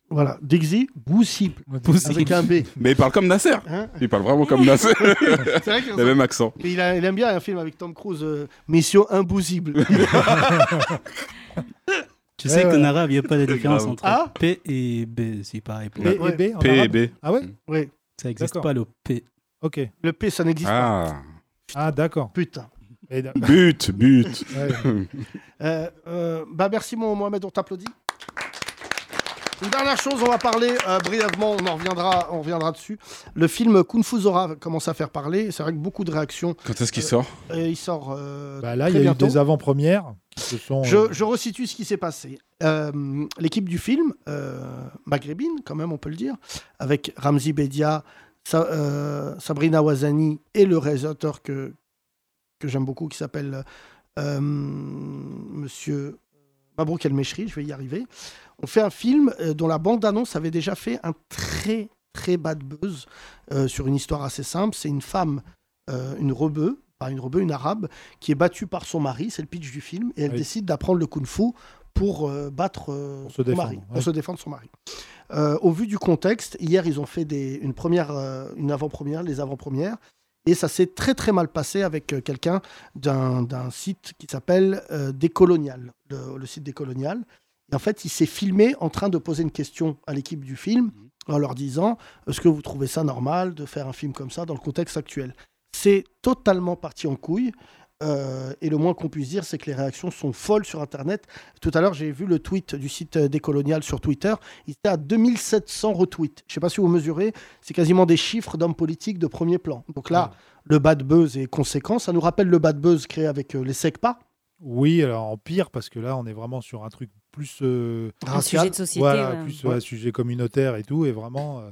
Speaker 3: Voilà. Dixie, Boussible.
Speaker 14: Possible.
Speaker 3: Avec un B.
Speaker 6: Mais il parle comme Nasser.
Speaker 3: Hein
Speaker 6: il parle vraiment <laughs> comme Nasser.
Speaker 3: <laughs> C'est vrai que-
Speaker 6: Le même accent.
Speaker 3: Mais il, a- il aime bien un film avec Tom Cruise, euh, Mission Impossible.
Speaker 14: <laughs> Tu sais
Speaker 4: Ouais,
Speaker 14: qu'en
Speaker 4: ouais.
Speaker 14: arabe, il n'y a pas de différence
Speaker 4: Grave.
Speaker 14: entre
Speaker 3: Ah
Speaker 14: P et B. C'est pareil. pour
Speaker 4: P
Speaker 14: eux.
Speaker 4: <laughs> et B en
Speaker 6: P et
Speaker 4: arabe
Speaker 6: B.
Speaker 4: Ah ouais
Speaker 3: oui.
Speaker 14: Ça n'existe
Speaker 4: D'accord.
Speaker 14: pas le P.
Speaker 4: Ok.
Speaker 3: Le P, ça n'existe pas.
Speaker 6: Ah.
Speaker 4: Ah, d'accord.
Speaker 3: Putain.
Speaker 4: Et d'ac-
Speaker 6: But,
Speaker 3: <laughs>
Speaker 6: but.
Speaker 4: Ouais.
Speaker 3: Euh, euh, bah merci, mon Mohamed, on t'applaudit. Une dernière chose, on va parler euh, brièvement, on en reviendra, on reviendra dessus. Le film Kung Fu Zora commence à faire parler. C'est vrai que beaucoup de réactions.
Speaker 6: Quand est-ce qu'il
Speaker 14: Euh,
Speaker 6: sort
Speaker 3: Et il sort. euh,
Speaker 4: Bah là,
Speaker 3: très
Speaker 4: il y a eu
Speaker 3: bientôt.
Speaker 4: des avant-premières qui se sont.
Speaker 3: Je, je resitue ce qui s'est passé. Euh, L'équipe du film, euh, maghrébine, quand même, on peut le dire, avec Ramzi Bedia, Sa- euh, Sabrina Wazani et le réalisateur que, que j'aime beaucoup qui s'appelle euh, Monsieur Mabrouk El Meshri, je vais y arriver. On fait un film euh, dont la bande-annonce avait déjà fait un très très bad buzz euh, sur une histoire assez simple. C'est une femme, euh, une rebeu, pas une rebeu, une arabe, qui est battue par son mari, c'est le pitch du film, et elle
Speaker 4: Oui.
Speaker 3: décide d'apprendre le kung-fu pour euh, battre euh,
Speaker 4: se
Speaker 3: son
Speaker 4: défendre,
Speaker 3: mari, pour
Speaker 4: ouais.
Speaker 3: se défendre son mari. Euh, au vu du contexte, hier ils ont fait des, une première, euh, une avant-première, les avant-premières, et ça s'est très très mal passé avec euh, quelqu'un d'un d'un site qui s'appelle euh, Décolonial, le, le site Décolonial. Et en fait, il s'est filmé en train de poser une question à l'équipe du film en leur disant euh, Est-ce que vous trouvez ça normal de faire un film comme ça dans le contexte actuel C'est totalement parti en couille. euh, et le moins qu'on puisse dire, c'est que les réactions sont folles sur Internet. Tout à l'heure, j'ai vu le tweet du site euh, Décolonial sur Twitter. Il était à 2700 retweets. Je ne sais pas si vous mesurez, c'est quasiment des chiffres d'hommes politiques de premier plan. Donc là, le bad buzz est conséquent. Ça nous rappelle le bad buzz créé avec euh, les SECPA.
Speaker 4: Oui, alors en pire, parce que là, on est vraiment sur un truc plus. euh,
Speaker 3: Un Racial. sujet de société, euh,
Speaker 4: Voilà,
Speaker 3: ouais.
Speaker 4: plus
Speaker 3: Ouais.
Speaker 4: un sujet communautaire et tout, et vraiment. euh,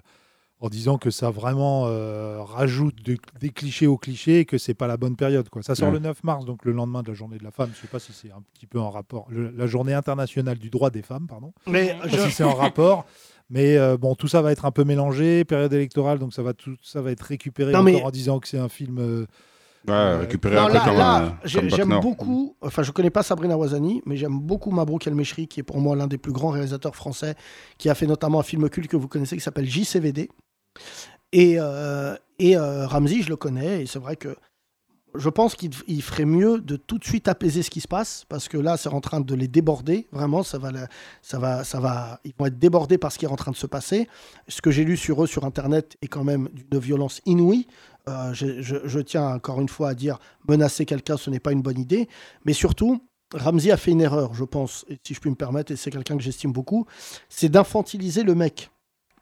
Speaker 4: en disant que ça vraiment euh, rajoute de- des clichés aux clichés et que c'est pas la bonne période. Quoi. Ça sort
Speaker 6: Ouais.
Speaker 4: le 9 mars, donc le lendemain de la journée de la femme. Je sais pas si c'est un petit peu en rapport. le- la journée internationale du droit des femmes, pardon.
Speaker 3: Mais
Speaker 4: Pas
Speaker 3: je-
Speaker 4: si c'est en rapport. Mais euh, bon, tout ça va être un peu mélangé, période électorale, donc ça va, tout, ça va être récupéré
Speaker 3: Non,
Speaker 4: encore
Speaker 3: mais-
Speaker 4: en disant que c'est un film. euh,
Speaker 6: <laughs> Ouais, récupérer
Speaker 3: Non,
Speaker 6: un peu
Speaker 3: là,
Speaker 6: comme
Speaker 3: là,
Speaker 6: un-
Speaker 3: j'ai-
Speaker 6: comme
Speaker 3: j'aime
Speaker 6: Buckner.
Speaker 3: beaucoup, enfin je connais pas Sabrina Wazani, mais j'aime beaucoup Mabrouk El Meshri, qui est pour moi l'un des plus grands réalisateurs français, qui a fait notamment un film culte que vous connaissez qui s'appelle JCVD. Et, euh, et euh, Ramzi, je le connais, et c'est vrai que je pense qu'il il ferait mieux de tout de suite apaiser ce qui se passe, parce que là, c'est en train de les déborder, vraiment, ça va, la- ça va, ça va, ils vont être débordés par ce qui est en train de se passer. Ce que j'ai lu sur eux sur Internet est quand même d'une violence inouïe. Euh, je, je- je tiens encore une fois à dire, menacer quelqu'un, ce n'est pas une bonne idée, mais surtout, Ramsey a fait une erreur, je pense, et si je puis me permettre, et c'est quelqu'un que j'estime beaucoup, c'est d'infantiliser le mec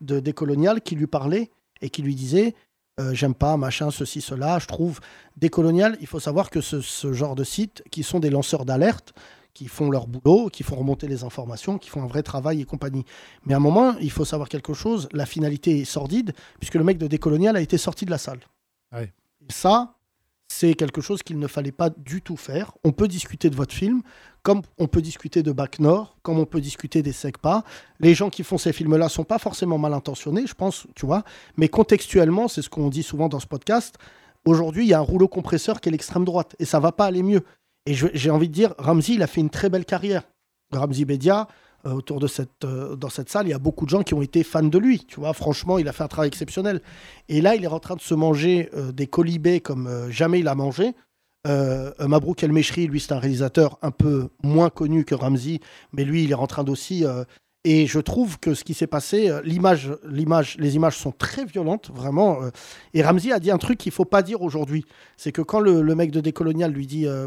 Speaker 3: de décolonial qui lui parlait et qui lui disait euh, j'aime pas machin ceci cela je trouve décolonial il faut savoir que ce, ce genre de sites qui sont des lanceurs d'alerte qui font leur boulot qui font remonter les informations qui font un vrai travail et compagnie mais à un moment il faut savoir quelque chose la finalité est sordide puisque le mec de décolonial a été sorti de la salle
Speaker 4: ouais.
Speaker 3: et ça, c'est quelque chose qu'il ne fallait pas du tout faire. On peut discuter de votre film, comme on peut discuter de Bac Nord, comme on peut discuter des SECPA. Les gens qui font ces films-là sont pas forcément mal intentionnés, je pense, tu vois. Mais contextuellement, c'est ce qu'on dit souvent dans ce podcast. Aujourd'hui, il y a un rouleau compresseur qui est l'extrême droite et ça va pas aller mieux. Et je- j'ai envie de dire, Ramzi, il a fait une très belle carrière. Ramzi Bedia, euh, autour de cette, euh, dans cette salle, il y a beaucoup de gens qui ont été fans de lui. Tu vois, franchement, il a fait un travail exceptionnel. Et là, il est en train de se manger euh, des colibés comme euh, jamais il a mangé. Euh, euh, Mabrouk El Meshri, lui, c'est un réalisateur un peu moins connu que Ramzi, mais lui, il est en train d'aussi. euh, et je trouve que ce qui s'est passé, euh, l'image, l'image, les images sont très violentes, vraiment. euh. et Ramzi a dit un truc qu'il faut pas dire aujourd'hui, c'est que quand le, le mec de Décolonial lui dit euh,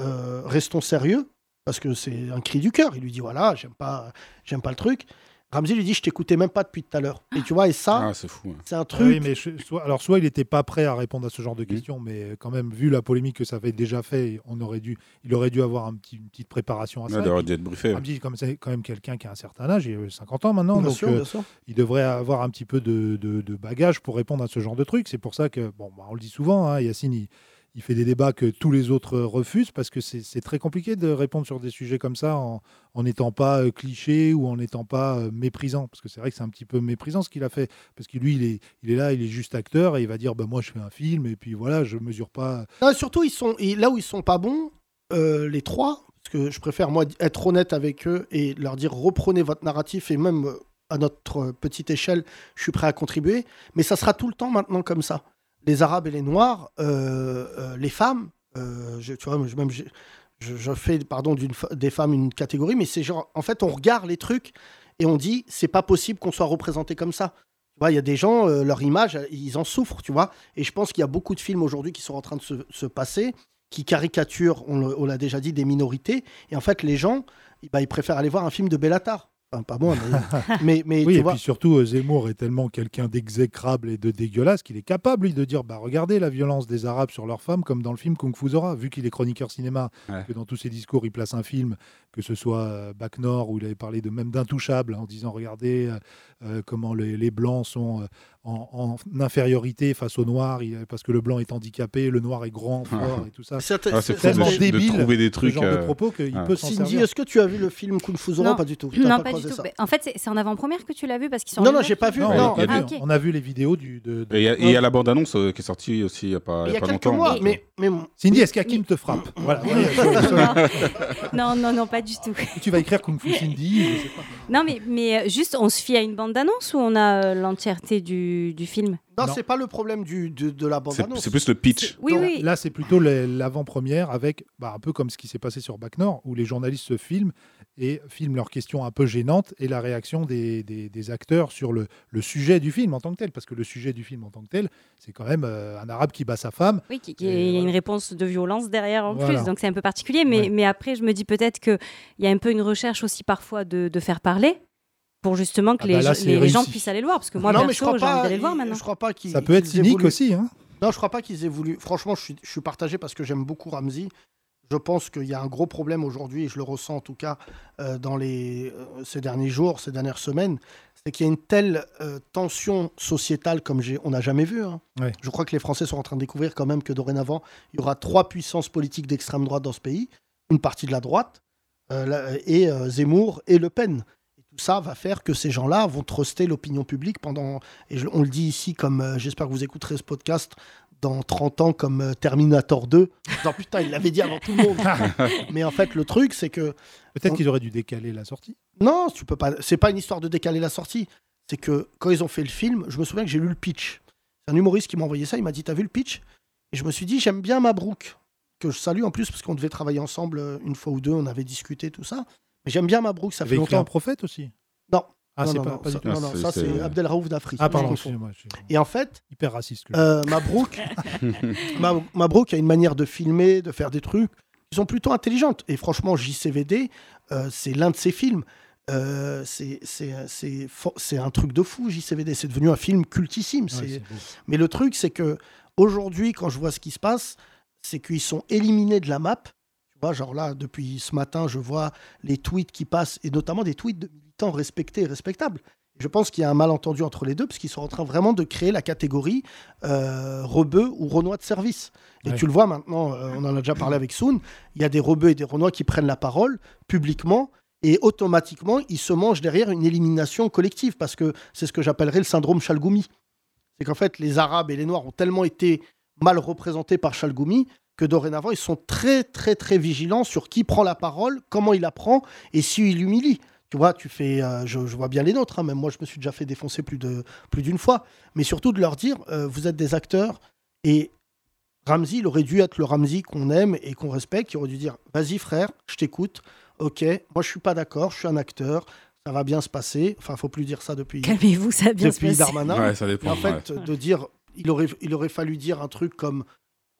Speaker 3: euh, restons sérieux, parce que c'est un cri du cœur. Il lui dit voilà, j'aime pas, j'aime pas le truc. Ramsey lui dit je t'écoutais même pas depuis tout à l'heure. Et tu vois, et ça,
Speaker 6: c'est hein.
Speaker 3: un
Speaker 4: Ah
Speaker 3: truc. Mmh.
Speaker 4: oui, mais je- soit, alors soit il n'était pas prêt à répondre à ce genre de questions, mais euh, quand même, vu la polémique que ça avait déjà fait, on aurait dû, il aurait dû avoir un petit, une petite préparation à
Speaker 6: Ouais,
Speaker 4: ça.
Speaker 6: il
Speaker 4: Et
Speaker 6: aurait
Speaker 4: puis,
Speaker 6: dû être briefé.
Speaker 4: Ramsey, comme c'est quand même quelqu'un qui a un certain âge, il a 50 euh, ans maintenant,
Speaker 3: Bien
Speaker 4: donc euh,
Speaker 3: sûr, bien sûr.
Speaker 4: il devrait avoir un petit peu de, de- de bagage pour répondre à ce genre de truc. C'est pour ça que, bon, bah, on le dit souvent, hein, Yacine, il, il fait des débats que tous les autres euh, refusent parce que c'est c'est très compliqué de répondre sur des sujets comme ça en en n'étant pas euh, cliché ou en n'étant pas euh, méprisant. Parce que c'est vrai que c'est un petit peu méprisant ce qu'il a fait. Parce que lui, il est, il est là, il est juste acteur et il va dire bah, Moi, je fais un film et puis voilà, je mesure pas.
Speaker 3: Non, surtout, ils sont, et là où ils sont pas bons, euh, les trois, parce que je préfère moi être honnête avec eux et leur dire reprenez votre narratif et même euh, à notre euh, petite échelle, je suis prêt à contribuer. Mais ça sera tout le temps maintenant comme ça. Les Arabes et les Noirs, euh, euh, les femmes, euh, je, tu vois, je, même je, je- je fais pardon d'une fa- des femmes une catégorie, mais c'est genre en fait on regarde les trucs et on dit c'est pas possible qu'on soit représenté comme ça. Tu vois, il y a des gens, euh, leur image, euh, ils en souffrent, tu vois. Et je pense qu'il y a beaucoup de films aujourd'hui qui sont en train de se, se passer, qui caricaturent, on le- on l'a déjà dit, des minorités. Et en fait, les gens, eh ben, ils préfèrent aller voir un film de Bellatar. Enfin, pas moi, mais, mais, mais
Speaker 4: oui,
Speaker 3: tu
Speaker 4: et
Speaker 3: vois.
Speaker 4: puis surtout, euh, Zemmour est tellement quelqu'un d'exécrable et de dégueulasse qu'il est capable, lui, de dire bah, regardez la violence des Arabes sur leurs femmes, comme dans le film Kung Fu Zora, vu qu'il est chroniqueur cinéma,
Speaker 6: Ouais.
Speaker 4: que dans tous ses discours, il place un film, que ce soit euh, Bac Nord, où il avait parlé de même d'intouchables, hein, en disant regardez euh, euh, comment les, les Blancs sont euh, en, en infériorité face aux Noirs, il- parce que le Blanc est handicapé, le Noir
Speaker 3: <laughs>
Speaker 4: est grand, <laughs> fort, et tout ça.
Speaker 3: Ah, c'est
Speaker 4: tellement
Speaker 3: fou de- de
Speaker 6: trouver des
Speaker 4: ce
Speaker 6: trucs,
Speaker 4: genre de
Speaker 6: euh,
Speaker 4: propos qu'il
Speaker 6: ouais.
Speaker 4: peut s'en
Speaker 3: Cindy,
Speaker 4: servir.
Speaker 3: est-ce que tu as vu le film Kung Fu Zora
Speaker 7: Non.
Speaker 3: Pas du tout. T'as
Speaker 7: Non, pas du
Speaker 3: croisé
Speaker 7: tout.
Speaker 3: ça.
Speaker 7: Mais En fait, c'est- c'est en avant-première que tu l'as vu parce qu'ils sont.
Speaker 3: Non,
Speaker 7: en
Speaker 3: non,
Speaker 7: live.
Speaker 3: j'ai pas vu.
Speaker 4: Non,
Speaker 3: Non.
Speaker 4: on a
Speaker 7: Ah,
Speaker 4: vu-
Speaker 7: ok.
Speaker 4: on a vu les vidéos du. de- de-
Speaker 6: Et il y a- et il y a la bande-annonce euh, qui est sortie aussi il n'y a pas,
Speaker 3: Il y a
Speaker 6: pas
Speaker 3: quelques
Speaker 6: longtemps.
Speaker 3: mois,
Speaker 6: donc,
Speaker 3: mais, mais
Speaker 4: Cindy, est-ce qu'Hakim te frappe Voilà.
Speaker 7: <laughs> Non, non, non, pas du tout. <laughs>
Speaker 4: tu vas écrire Kung Fu Cindy. je sais pas.
Speaker 7: Non, mais, mais euh, juste, on se fie à une bande-annonce ou on a euh, l'entièreté du, du film
Speaker 3: Non, c'est pas le problème du, de, de la bande-annonce.
Speaker 6: pitch.
Speaker 7: Oui,
Speaker 4: Donc,
Speaker 7: oui.
Speaker 4: Là, c'est plutôt le- l'avant-première avec bah, un peu comme ce qui s'est passé sur Bac Nord, où les journalistes se filment et filment leurs questions un peu gênantes et la réaction des, des- des acteurs sur le, le sujet du film en tant que tel. Parce que le sujet du film en tant que tel, c'est quand même euh, un arabe qui bat sa femme.
Speaker 7: Oui, qui- qui- il y a une réponse de violence derrière en
Speaker 4: Voilà.
Speaker 7: plus, donc c'est un peu particulier. Mais, mais après, je me dis peut-être qu'il y a un peu une recherche aussi parfois de, de faire parler pour justement que
Speaker 4: Ah
Speaker 7: les,
Speaker 4: bah là,
Speaker 7: gens-
Speaker 4: c'est
Speaker 7: les, les gens
Speaker 4: réussi.
Speaker 7: puissent aller le voir. Parce que moi,
Speaker 3: Non, mais je
Speaker 7: perso,
Speaker 3: crois
Speaker 7: j'ai envie
Speaker 3: pas-
Speaker 7: d'aller le voir maintenant.
Speaker 3: Je crois pas qu'ils.
Speaker 4: Ça peut être
Speaker 3: qu'ils
Speaker 4: cynique
Speaker 3: évoluent.
Speaker 4: aussi, hein.
Speaker 3: Non, je crois pas qu'ils aient voulu. Franchement, je suis, je suis partagé parce que j'aime beaucoup Ramsey. Je pense qu'il y a un gros problème aujourd'hui, et je le ressens en tout cas euh, dans les, euh, ces derniers jours, ces dernières semaines, c'est qu'il y a une telle euh, tension sociétale comme j'ai- on n'a jamais vu. hein.
Speaker 4: Ouais.
Speaker 3: Je crois que les Français sont en train de découvrir quand même que dorénavant, il y aura trois puissances politiques d'extrême droite dans ce pays, une partie de la droite, euh, la- et euh, Zemmour et Le Pen. Tout ça va faire que ces gens-là vont truster l'opinion publique pendant, et je- on le dit ici comme, euh, j'espère que vous écouterez ce podcast dans 30 ans comme euh, Terminator 2. Genre, putain, il l'avait dit avant tout le monde. <laughs> Mais en fait, le truc, c'est que...
Speaker 4: Peut-être qu'ils auraient dû décaler la sortie.
Speaker 3: Non, tu peux pas. C'est pas une histoire de décaler la sortie. C'est que quand ils ont fait le film, je me souviens que j'ai lu le pitch. C'est un humoriste qui m'a envoyé ça. Il m'a dit T'as vu le pitch Et je me suis dit J'aime bien Mabrouk, que je salue en plus parce qu'on devait travailler ensemble euh, une fois ou deux. On avait discuté tout ça. Mais j'aime bien Mabrouk, ça
Speaker 4: Il
Speaker 3: fait
Speaker 4: avait écrit
Speaker 3: longtemps.
Speaker 4: un prophète aussi.
Speaker 3: Non.
Speaker 4: Ah,
Speaker 3: non,
Speaker 4: c'est
Speaker 3: non,
Speaker 4: pas-
Speaker 3: non,
Speaker 4: pas du
Speaker 3: ça-
Speaker 4: tout.
Speaker 3: non, non,
Speaker 4: C'est-
Speaker 3: ça
Speaker 4: c'est-
Speaker 3: c'est Abdel Raouf d'Afrique.
Speaker 4: Ah, pardon,
Speaker 3: Je confonds.
Speaker 4: excusez-moi, je-
Speaker 3: Et en fait,
Speaker 4: Hyper raciste. que je-
Speaker 3: euh, Mabrouk,
Speaker 4: <laughs>
Speaker 3: Ma- Mabrouk a une manière de filmer, de faire des trucs qui sont plutôt intelligentes. Et franchement, JCVD, euh, c'est l'un de ses films. Euh, c'est- c'est c'est fo- c'est un truc de fou, JCVD. C'est devenu un film cultissime. C'est-
Speaker 4: c'est beau.
Speaker 3: Mais le truc, c'est que aujourd'hui, quand je vois ce qui se passe, c'est qu'ils sont éliminés de la map. Tu vois, genre là, depuis ce matin, je vois les tweets qui passent, et notamment des tweets de militants respectés et respectables. Je pense qu'il y a un malentendu entre les deux, parce qu'ils sont en train vraiment de créer la catégorie euh, rebeux ou renois de service. Et
Speaker 4: Ouais.
Speaker 3: tu le vois maintenant, euh, on en a déjà parlé avec Soun, il y a des rebeux et des renois qui prennent la parole publiquement, et automatiquement, ils se mangent derrière une élimination collective, parce que c'est ce que j'appellerais le syndrome Chalgoumi. C'est qu'en fait, les Arabes et les Noirs ont tellement été mal représentés par Chalgoumi que dorénavant, ils sont très, très, très vigilants sur qui prend la parole, comment il la prend et s'il humilie. Tu vois, tu fais, euh, je, je vois bien les nôtres, hein, même moi, je me suis déjà fait défoncer plus de plus d'une fois. Mais surtout de leur dire, euh, vous êtes des acteurs et Ramsey, il aurait dû être le Ramsey qu'on aime et qu'on respecte. Il aurait dû dire Vas-y, frère, je t'écoute. Ok, moi, je suis pas d'accord, je suis un acteur. Ça va bien se passer. Enfin, faut plus dire ça depuis.
Speaker 7: Calmez-vous, ça va bien se
Speaker 3: depuis
Speaker 7: passer.
Speaker 3: Darmanin.
Speaker 6: Ouais, ça dépend,
Speaker 3: Et en fait,
Speaker 6: ouais.
Speaker 3: de dire il aurait, il aurait fallu dire un truc comme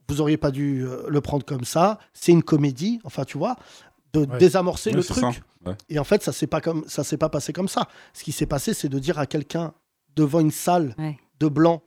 Speaker 3: Vous auriez pas dû euh, le prendre comme ça, c'est une comédie. Enfin, tu vois, de
Speaker 6: Ouais.
Speaker 3: désamorcer
Speaker 6: Ouais,
Speaker 3: le
Speaker 6: c'est
Speaker 3: truc.
Speaker 6: ça, ouais.
Speaker 3: Et en fait, ça s'est pas comme ça s'est pas passé comme ça. Ce qui s'est passé, c'est de dire à quelqu'un devant une salle de blancs,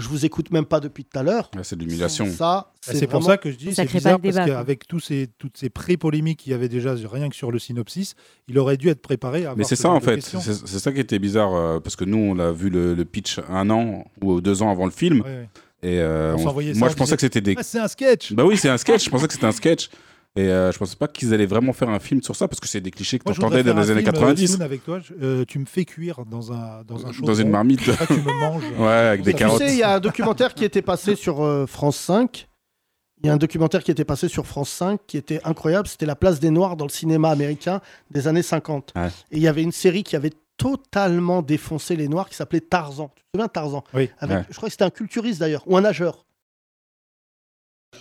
Speaker 3: je vous écoute même pas depuis tout à l'heure.
Speaker 6: Ouais, c'est de l'humiliation.
Speaker 3: Ça,
Speaker 4: Bah,
Speaker 3: c'est
Speaker 4: C'est pour
Speaker 3: vraiment-
Speaker 4: ça que je dis, c'est bizarre, parce qu'avec tous ces, toutes ces pré-polémiques qu'il y avait déjà, rien que sur le synopsis, il aurait dû être préparé à
Speaker 6: Mais
Speaker 4: avoir
Speaker 6: c'est
Speaker 4: ce
Speaker 6: ça
Speaker 4: genre
Speaker 6: en
Speaker 4: de
Speaker 6: fait,
Speaker 4: questions.
Speaker 6: c'est c'est ça qui était bizarre euh, parce que nous on l'a vu le, le pitch un an ou deux ans avant le film.
Speaker 4: Ouais,
Speaker 6: Et euh,
Speaker 4: On
Speaker 6: on-
Speaker 4: s'envoyait ça,
Speaker 6: moi
Speaker 4: on
Speaker 6: je pensais
Speaker 4: disait,
Speaker 6: que c'était des.
Speaker 4: Ah, c'est un sketch.
Speaker 6: Bah oui c'est un sketch. je pensais que c'était un sketch. Et euh, je pensais pas qu'ils allaient vraiment faire un film sur ça parce que c'est des clichés que
Speaker 4: Moi, je
Speaker 6: t'entendais
Speaker 4: voudrais
Speaker 6: dans
Speaker 4: faire
Speaker 6: les
Speaker 4: un
Speaker 6: années
Speaker 4: film,
Speaker 6: 90.
Speaker 4: euh, Soon, avec toi, je- euh, tu me fais cuire dans un dans un
Speaker 6: Dans une
Speaker 4: chaudron.
Speaker 6: marmite.
Speaker 4: Là, tu me manges.
Speaker 6: <laughs> Ouais, avec des
Speaker 3: Tu
Speaker 6: carottes.
Speaker 3: sais, il y a un documentaire qui était passé sur euh, France 5. Il y a un documentaire qui était passé sur France 5 qui était incroyable. C'était la place des Noirs dans le cinéma américain des années 50.
Speaker 6: Ouais.
Speaker 3: Et il y avait une série qui avait totalement défoncé les Noirs qui s'appelait Tarzan. Tu te souviens de Tarzan
Speaker 4: Oui.
Speaker 3: Avec,
Speaker 6: Ouais.
Speaker 3: Je crois que c'était un culturiste d'ailleurs, ou un nageur.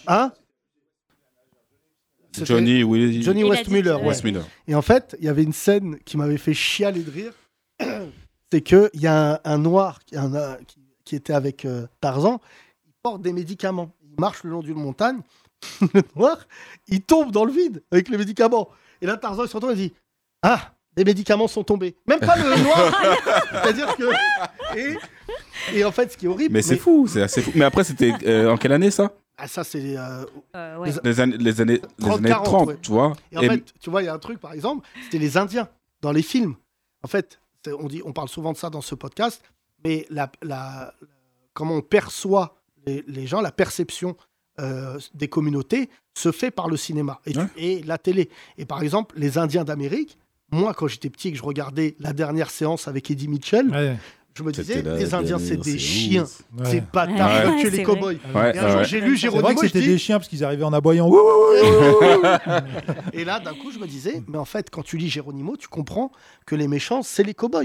Speaker 3: Hein C'était-
Speaker 6: Johnny, Willy-
Speaker 3: Johnny
Speaker 6: Il a dit
Speaker 3: Westmuller.
Speaker 6: Johnny
Speaker 3: ouais.
Speaker 6: Westmuller.
Speaker 3: Et en fait, il y avait une scène qui m'avait fait chialer de rire. <clears throat> C'est qu'il y a un, un noir qui, un, euh, qui- qui était avec euh, Tarzan, il porte des médicaments. Il marche le long d'une montagne. <laughs> le noir, il tombe dans le vide avec les médicaments. Et là, Tarzan, il se retourne et dit Ah, les médicaments sont tombés. Même
Speaker 6: <laughs>
Speaker 3: pas le
Speaker 6: Ah,
Speaker 3: noir. C'est-à-dire que. Et, et en fait, ce qui est horrible.
Speaker 6: Mais c'est fou, c'est assez fou. Mais après, c'était euh, en quelle année ça
Speaker 3: Ah, ça, c'est. euh, les-
Speaker 6: les, années- les années, les
Speaker 3: 30,
Speaker 6: années
Speaker 3: 40,
Speaker 6: 30,
Speaker 3: ouais.
Speaker 6: tu vois.
Speaker 3: Et en
Speaker 6: Et-
Speaker 3: fait, tu vois, il y a un truc, par exemple, c'était les Indiens dans les films. En fait, c'est- on, dit, on parle souvent de ça dans ce podcast, mais la, la- la- comment on perçoit les, les gens, la perception euh, des communautés se fait par le cinéma et, tu- et la télé. Et par exemple, les Indiens d'Amérique, moi, quand j'étais petit, que je regardais la dernière séance avec Eddie Mitchell, je me disais,
Speaker 6: C'était la
Speaker 3: les Indiens, c'est
Speaker 6: dernière séance.
Speaker 3: des chiens,
Speaker 4: Ouais.
Speaker 3: des bâtards, que les cow-boys. et un jour, j'ai lu
Speaker 4: C'est vrai
Speaker 3: Géronimo,
Speaker 4: que
Speaker 3: je
Speaker 4: c'était
Speaker 3: dis,
Speaker 4: des chiens parce qu'ils arrivaient en aboyant. Ouh, ouh, ouh, <laughs> ouh.
Speaker 3: et là, d'un coup, je me disais, mais en fait, quand tu lis Géronimo, tu comprends que les méchants, c'est les cow-boys.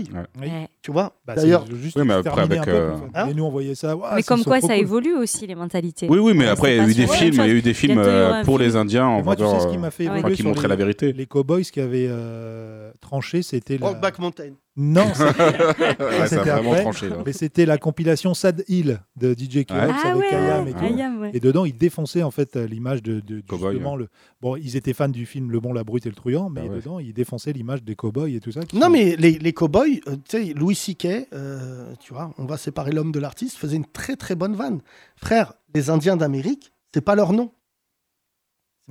Speaker 3: Tu vois
Speaker 4: Bah, c'est
Speaker 3: D'ailleurs, hein
Speaker 4: juste Oui, mais après, exterminer avec, un peuple, en fait. euh, Et nous, on voyait ça. Ouah,
Speaker 7: mais
Speaker 4: ça,
Speaker 7: comme
Speaker 4: ils sont
Speaker 7: quoi,
Speaker 4: trop
Speaker 7: ça
Speaker 4: cool.
Speaker 7: évolue aussi les mentalités.
Speaker 6: Oui, oui, mais après, il y a eu des
Speaker 7: Ouais,
Speaker 6: films, il y a eu des films
Speaker 7: toujours
Speaker 6: euh,
Speaker 7: un
Speaker 6: pour
Speaker 7: film.
Speaker 6: les Indiens en
Speaker 4: Et moi, tu sais
Speaker 6: faveur,
Speaker 4: ce qui m'a fait
Speaker 6: euh, enfin,
Speaker 4: évoluer
Speaker 6: qui
Speaker 4: sur
Speaker 6: montraient
Speaker 4: les-
Speaker 6: la vérité.
Speaker 4: Les cowboys qui avaient euh, tranché, c'était la...
Speaker 3: Brokeback Mountain.
Speaker 4: Non, c'est-
Speaker 6: <laughs> Ouais,
Speaker 4: ça,
Speaker 6: ça a
Speaker 4: c'était
Speaker 6: vraiment
Speaker 4: après,
Speaker 6: tranché, là.
Speaker 4: mais c'était la compilation Sad Hill de DJ Khaled
Speaker 6: Ah
Speaker 4: avec
Speaker 6: ouais,
Speaker 4: Ayam et tout.
Speaker 6: Ayam, ouais.
Speaker 4: Et dedans, ils défonçaient en fait euh, l'image de, de-
Speaker 6: Cowboy,
Speaker 4: justement
Speaker 6: ouais.
Speaker 4: le. Bon, ils étaient fans du film Le Bon, la Brute et le Truand, mais
Speaker 6: Ah ouais.
Speaker 4: dedans, ils défonçaient l'image des cowboys et tout
Speaker 6: <laughs>
Speaker 4: ça. qui
Speaker 3: Non,
Speaker 4: sont-
Speaker 3: mais les, les cow-boys, euh, tu sais, Louis C.K., euh, tu vois, on va séparer l'homme de l'artiste, faisait une très très bonne vanne. Frère, les Indiens d'Amérique, c'est pas leur nom.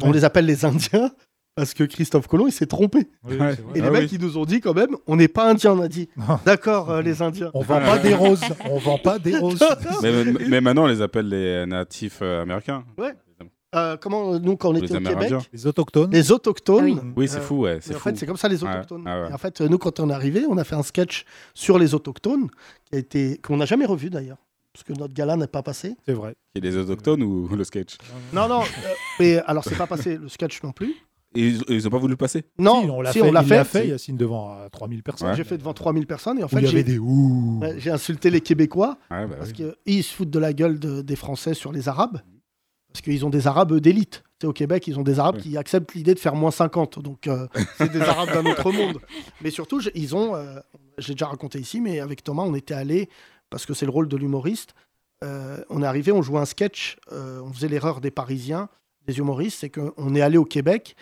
Speaker 3: On
Speaker 4: Ouais.
Speaker 3: les appelle les Indiens parce que Christophe Colomb, il s'est trompé.
Speaker 4: Oui, oui, c'est vrai.
Speaker 3: Et les
Speaker 4: Ah
Speaker 3: mecs,
Speaker 4: oui.
Speaker 3: ils nous ont dit quand même, on n'est pas Indiens, on a dit. D'accord, euh, les Indiens.
Speaker 4: On vend pas des roses. On vend
Speaker 3: <laughs>
Speaker 4: pas des roses.
Speaker 6: mais, mais- mais maintenant, on les appelle les natifs euh, américains.
Speaker 3: Ouais. Euh, comment euh, nous quand on
Speaker 6: Les
Speaker 3: était au Québec
Speaker 6: Amérindiens.
Speaker 4: Les autochtones. Ah
Speaker 3: Les autochtones.
Speaker 6: Oui, c'est fou, ouais,
Speaker 3: mais
Speaker 6: c'est
Speaker 3: en fait,
Speaker 6: fou.
Speaker 3: c'est comme ça les
Speaker 6: Ouais,
Speaker 3: autochtones.
Speaker 6: ah ouais.
Speaker 3: Et en fait, euh, nous quand on est arrivé, on a fait un sketch sur les autochtones qui a été qu'on n'a jamais revu d'ailleurs parce que notre gala n'est pas passé.
Speaker 4: C'est vrai.
Speaker 6: Et les autochtones ou le sketch
Speaker 3: Non non. euh, <laughs> mais alors c'est pas passé le sketch non plus.
Speaker 6: Et ils, ils ont pas voulu le passer
Speaker 3: Non,
Speaker 4: Si, on l'a
Speaker 3: si,
Speaker 4: fait,
Speaker 3: on l'a
Speaker 4: il l'a
Speaker 3: fait,
Speaker 4: fait,
Speaker 3: si.
Speaker 4: Yacine, devant euh, 3000 personnes.
Speaker 3: J'ai fait devant 3000 personnes et en
Speaker 4: Où
Speaker 3: fait
Speaker 4: il y
Speaker 3: j'ai-
Speaker 4: avait des ouh.
Speaker 3: Ouais, j'ai insulté les Québécois
Speaker 6: Ouais, bah
Speaker 3: parce
Speaker 6: oui.
Speaker 3: qu'ils se foutent de la gueule de- des Français sur les Arabes parce qu'ils ont des Arabes d'élite. Tu sais, Au Québec, ils ont des Arabes
Speaker 6: Ouais.
Speaker 3: qui acceptent l'idée de faire moins 50. Donc, euh, c'est des Arabes d'un autre monde. Mais surtout, j'ai- ils ont. euh, J'ai déjà raconté ici, mais avec Thomas, on était allé parce que c'est le rôle de l'humoriste. euh, on est arrivé, on jouait un sketch. euh, on faisait l'erreur des Parisiens, des humoristes, c'est qu'on est allé au Québec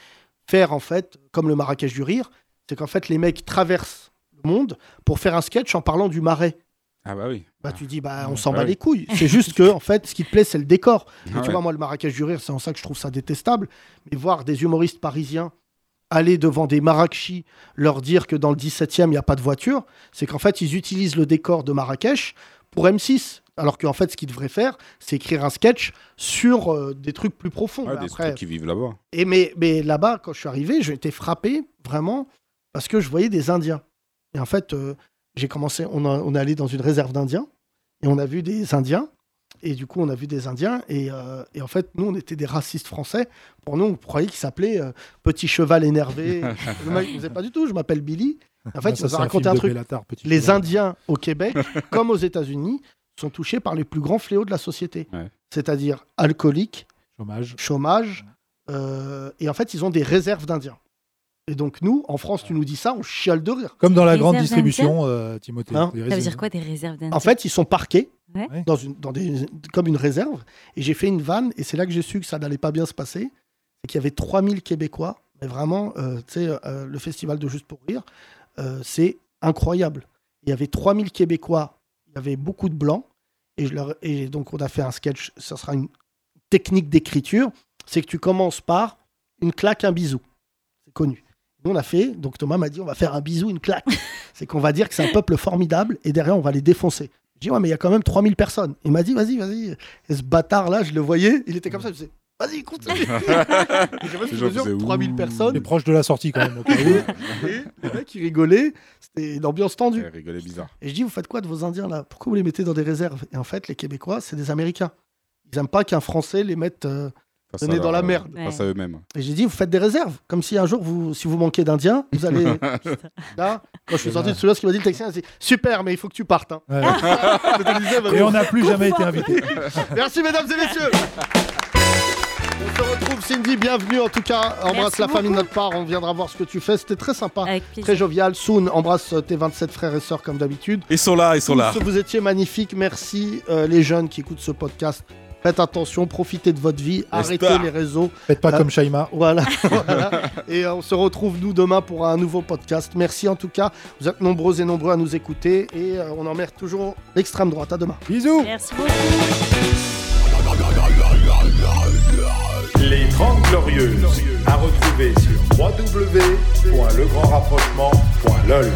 Speaker 3: faire en fait comme le Marrakech du rire, c'est qu'en fait les mecs traversent le monde pour faire un sketch en parlant du marais.
Speaker 6: Ah bah oui.
Speaker 3: Bah, tu dis, bah, on s'en
Speaker 6: Ah
Speaker 3: bat
Speaker 6: oui.
Speaker 3: les couilles. C'est juste que, en fait, ce qui te plaît, c'est le décor. Et
Speaker 6: Ah
Speaker 3: tu
Speaker 6: ouais.
Speaker 3: vois, moi, le Marrakech du Rire, c'est en ça que je trouve ça détestable. Mais voir des humoristes parisiens aller devant des Marrakechis, leur dire que dans le 17e, il n'y a pas de voiture, c'est qu'en fait, ils utilisent le décor de Marrakech pour M6. Alors qu'en fait, ce qu'ils devraient faire, c'est écrire un sketch sur euh, des trucs plus profonds.
Speaker 6: Ouais,
Speaker 3: Mais
Speaker 6: Ah, des
Speaker 3: après,
Speaker 6: trucs qui vivent là-bas.
Speaker 3: et mais, mais là-bas, quand je suis arrivé, j'ai été frappé vraiment parce que je voyais des Indiens. Et en fait, euh, j'ai commencé, on, a- on est allé dans une réserve d'Indiens et on a vu des Indiens. Et du coup, on a vu des Indiens. Et, euh, et en fait, nous, on était des racistes français. Pour nous, on croyait qu'ils s'appelaient euh, Petit Cheval Énervé. Le mec, il nous disait pas du tout, je m'appelle Billy. En fait,
Speaker 4: Ah,
Speaker 3: il
Speaker 4: ça,
Speaker 3: nous
Speaker 4: c'est
Speaker 3: a
Speaker 4: un
Speaker 3: raconté
Speaker 4: film
Speaker 3: un
Speaker 4: de
Speaker 3: truc.
Speaker 4: Bellatar, Petit
Speaker 3: Les
Speaker 4: Cheval.
Speaker 3: Indiens au Québec, <laughs> comme aux États-Unis, sont touchés par les plus grands fléaux de la société. C'est-à-dire alcoolique,
Speaker 4: chômage,
Speaker 3: chômage euh, et en fait, ils ont des réserves d'Indiens. Et donc, nous, en France, tu nous dis ça, on chiale de rire.
Speaker 4: Comme dans la grande
Speaker 7: Réserve
Speaker 4: distribution,
Speaker 7: d'Indiens
Speaker 4: euh, Timothée.
Speaker 3: Hein
Speaker 4: Les
Speaker 7: Ça veut
Speaker 4: réserves-
Speaker 7: dire quoi des réserves d'Indiens
Speaker 3: En fait, ils sont parqués
Speaker 7: Ouais.
Speaker 3: dans une, dans des, comme une réserve. Et j'ai fait une vanne, et c'est là que j'ai su que ça n'allait pas bien se passer. C'est qu'il y avait 3000 Québécois. Mais vraiment, euh, tu sais, euh, le festival de Juste pour Rire, euh, c'est incroyable. Il y avait 3000 Québécois, il y avait beaucoup de Blancs. Et, je leur- et donc, on a fait un sketch. Ça sera une technique d'écriture. C'est que tu commences par une claque, un bisou. C'est connu. Nous, on a fait, donc Thomas m'a dit, on va faire un bisou, une claque. c'est qu'on va dire que c'est un peuple formidable et derrière, on va les défoncer. J'ai dit, ouais, mais il y a quand même 3000 personnes. Il m'a dit, vas-y, vas-y. Et ce bâtard-là, je le voyais, il était comme ça, je disais, vas-y, continue. Et je sais pas si
Speaker 4: Les
Speaker 3: tu
Speaker 4: gens
Speaker 3: mesures,
Speaker 4: faisaient,
Speaker 3: 3000 personnes.
Speaker 4: C'est proche de la sortie quand même.
Speaker 6: <laughs>
Speaker 4: au cas où.
Speaker 3: <laughs> Et les mecs, ils rigolaient. C'était une ambiance tendue.
Speaker 6: Ils rigolaient Eh, bizarre.
Speaker 3: Et je dis, vous faites quoi de vos Indiens là Pourquoi vous les mettez dans des réserves Et en fait, les Québécois, c'est des Américains. Ils n'aiment pas qu'un Français les mette euh,
Speaker 6: Face
Speaker 3: le
Speaker 6: à
Speaker 3: nez dans
Speaker 6: leur-
Speaker 3: la merde.
Speaker 6: Face à eux-mêmes.
Speaker 3: Et j'ai dit, vous faites des réserves. Comme si un jour, vous, si vous manquez d'Indiens, vous allez.
Speaker 6: <laughs>
Speaker 14: <laughs>
Speaker 3: là, quand je suis sorti de celui-là, ce qu'il m'a dit le Texan, il a dit Super, mais il faut que tu partes. hein. <laughs>
Speaker 4: Ouais.
Speaker 3: Le Texan m'a dit,
Speaker 4: Et on n'a plus jamais été
Speaker 3: Conforme.
Speaker 4: invité.
Speaker 3: Merci, mesdames et messieurs. On se retrouve, Cindy. Bienvenue, en tout cas. Embrasse
Speaker 4: Merci
Speaker 3: la famille de
Speaker 4: beaucoup.
Speaker 3: notre part. On viendra voir ce que tu fais. C'était très sympa, très jovial. Soon, embrasse euh, tes 27 frères et sœurs comme d'habitude.
Speaker 6: Ils sont là, ils sont là.
Speaker 3: Tous, Vous étiez magnifiques. Merci euh, les jeunes qui écoutent ce podcast. Faites attention, profitez de votre vie, arrêtez
Speaker 16: stars.
Speaker 3: les réseaux.
Speaker 16: Faites pas
Speaker 3: Euh,
Speaker 16: comme Shaima. <laughs>
Speaker 3: Voilà. Voilà. Et euh, on se retrouve nous demain pour un nouveau podcast. Merci en tout cas. Vous êtes nombreux et nombreux à nous écouter et euh, on emmerde toujours l'extrême droite. À demain.
Speaker 16: Bisous.
Speaker 17: Merci beaucoup.
Speaker 4: Les 30 Glorieuses, à retrouver sur www.legrandrapprochement.lol.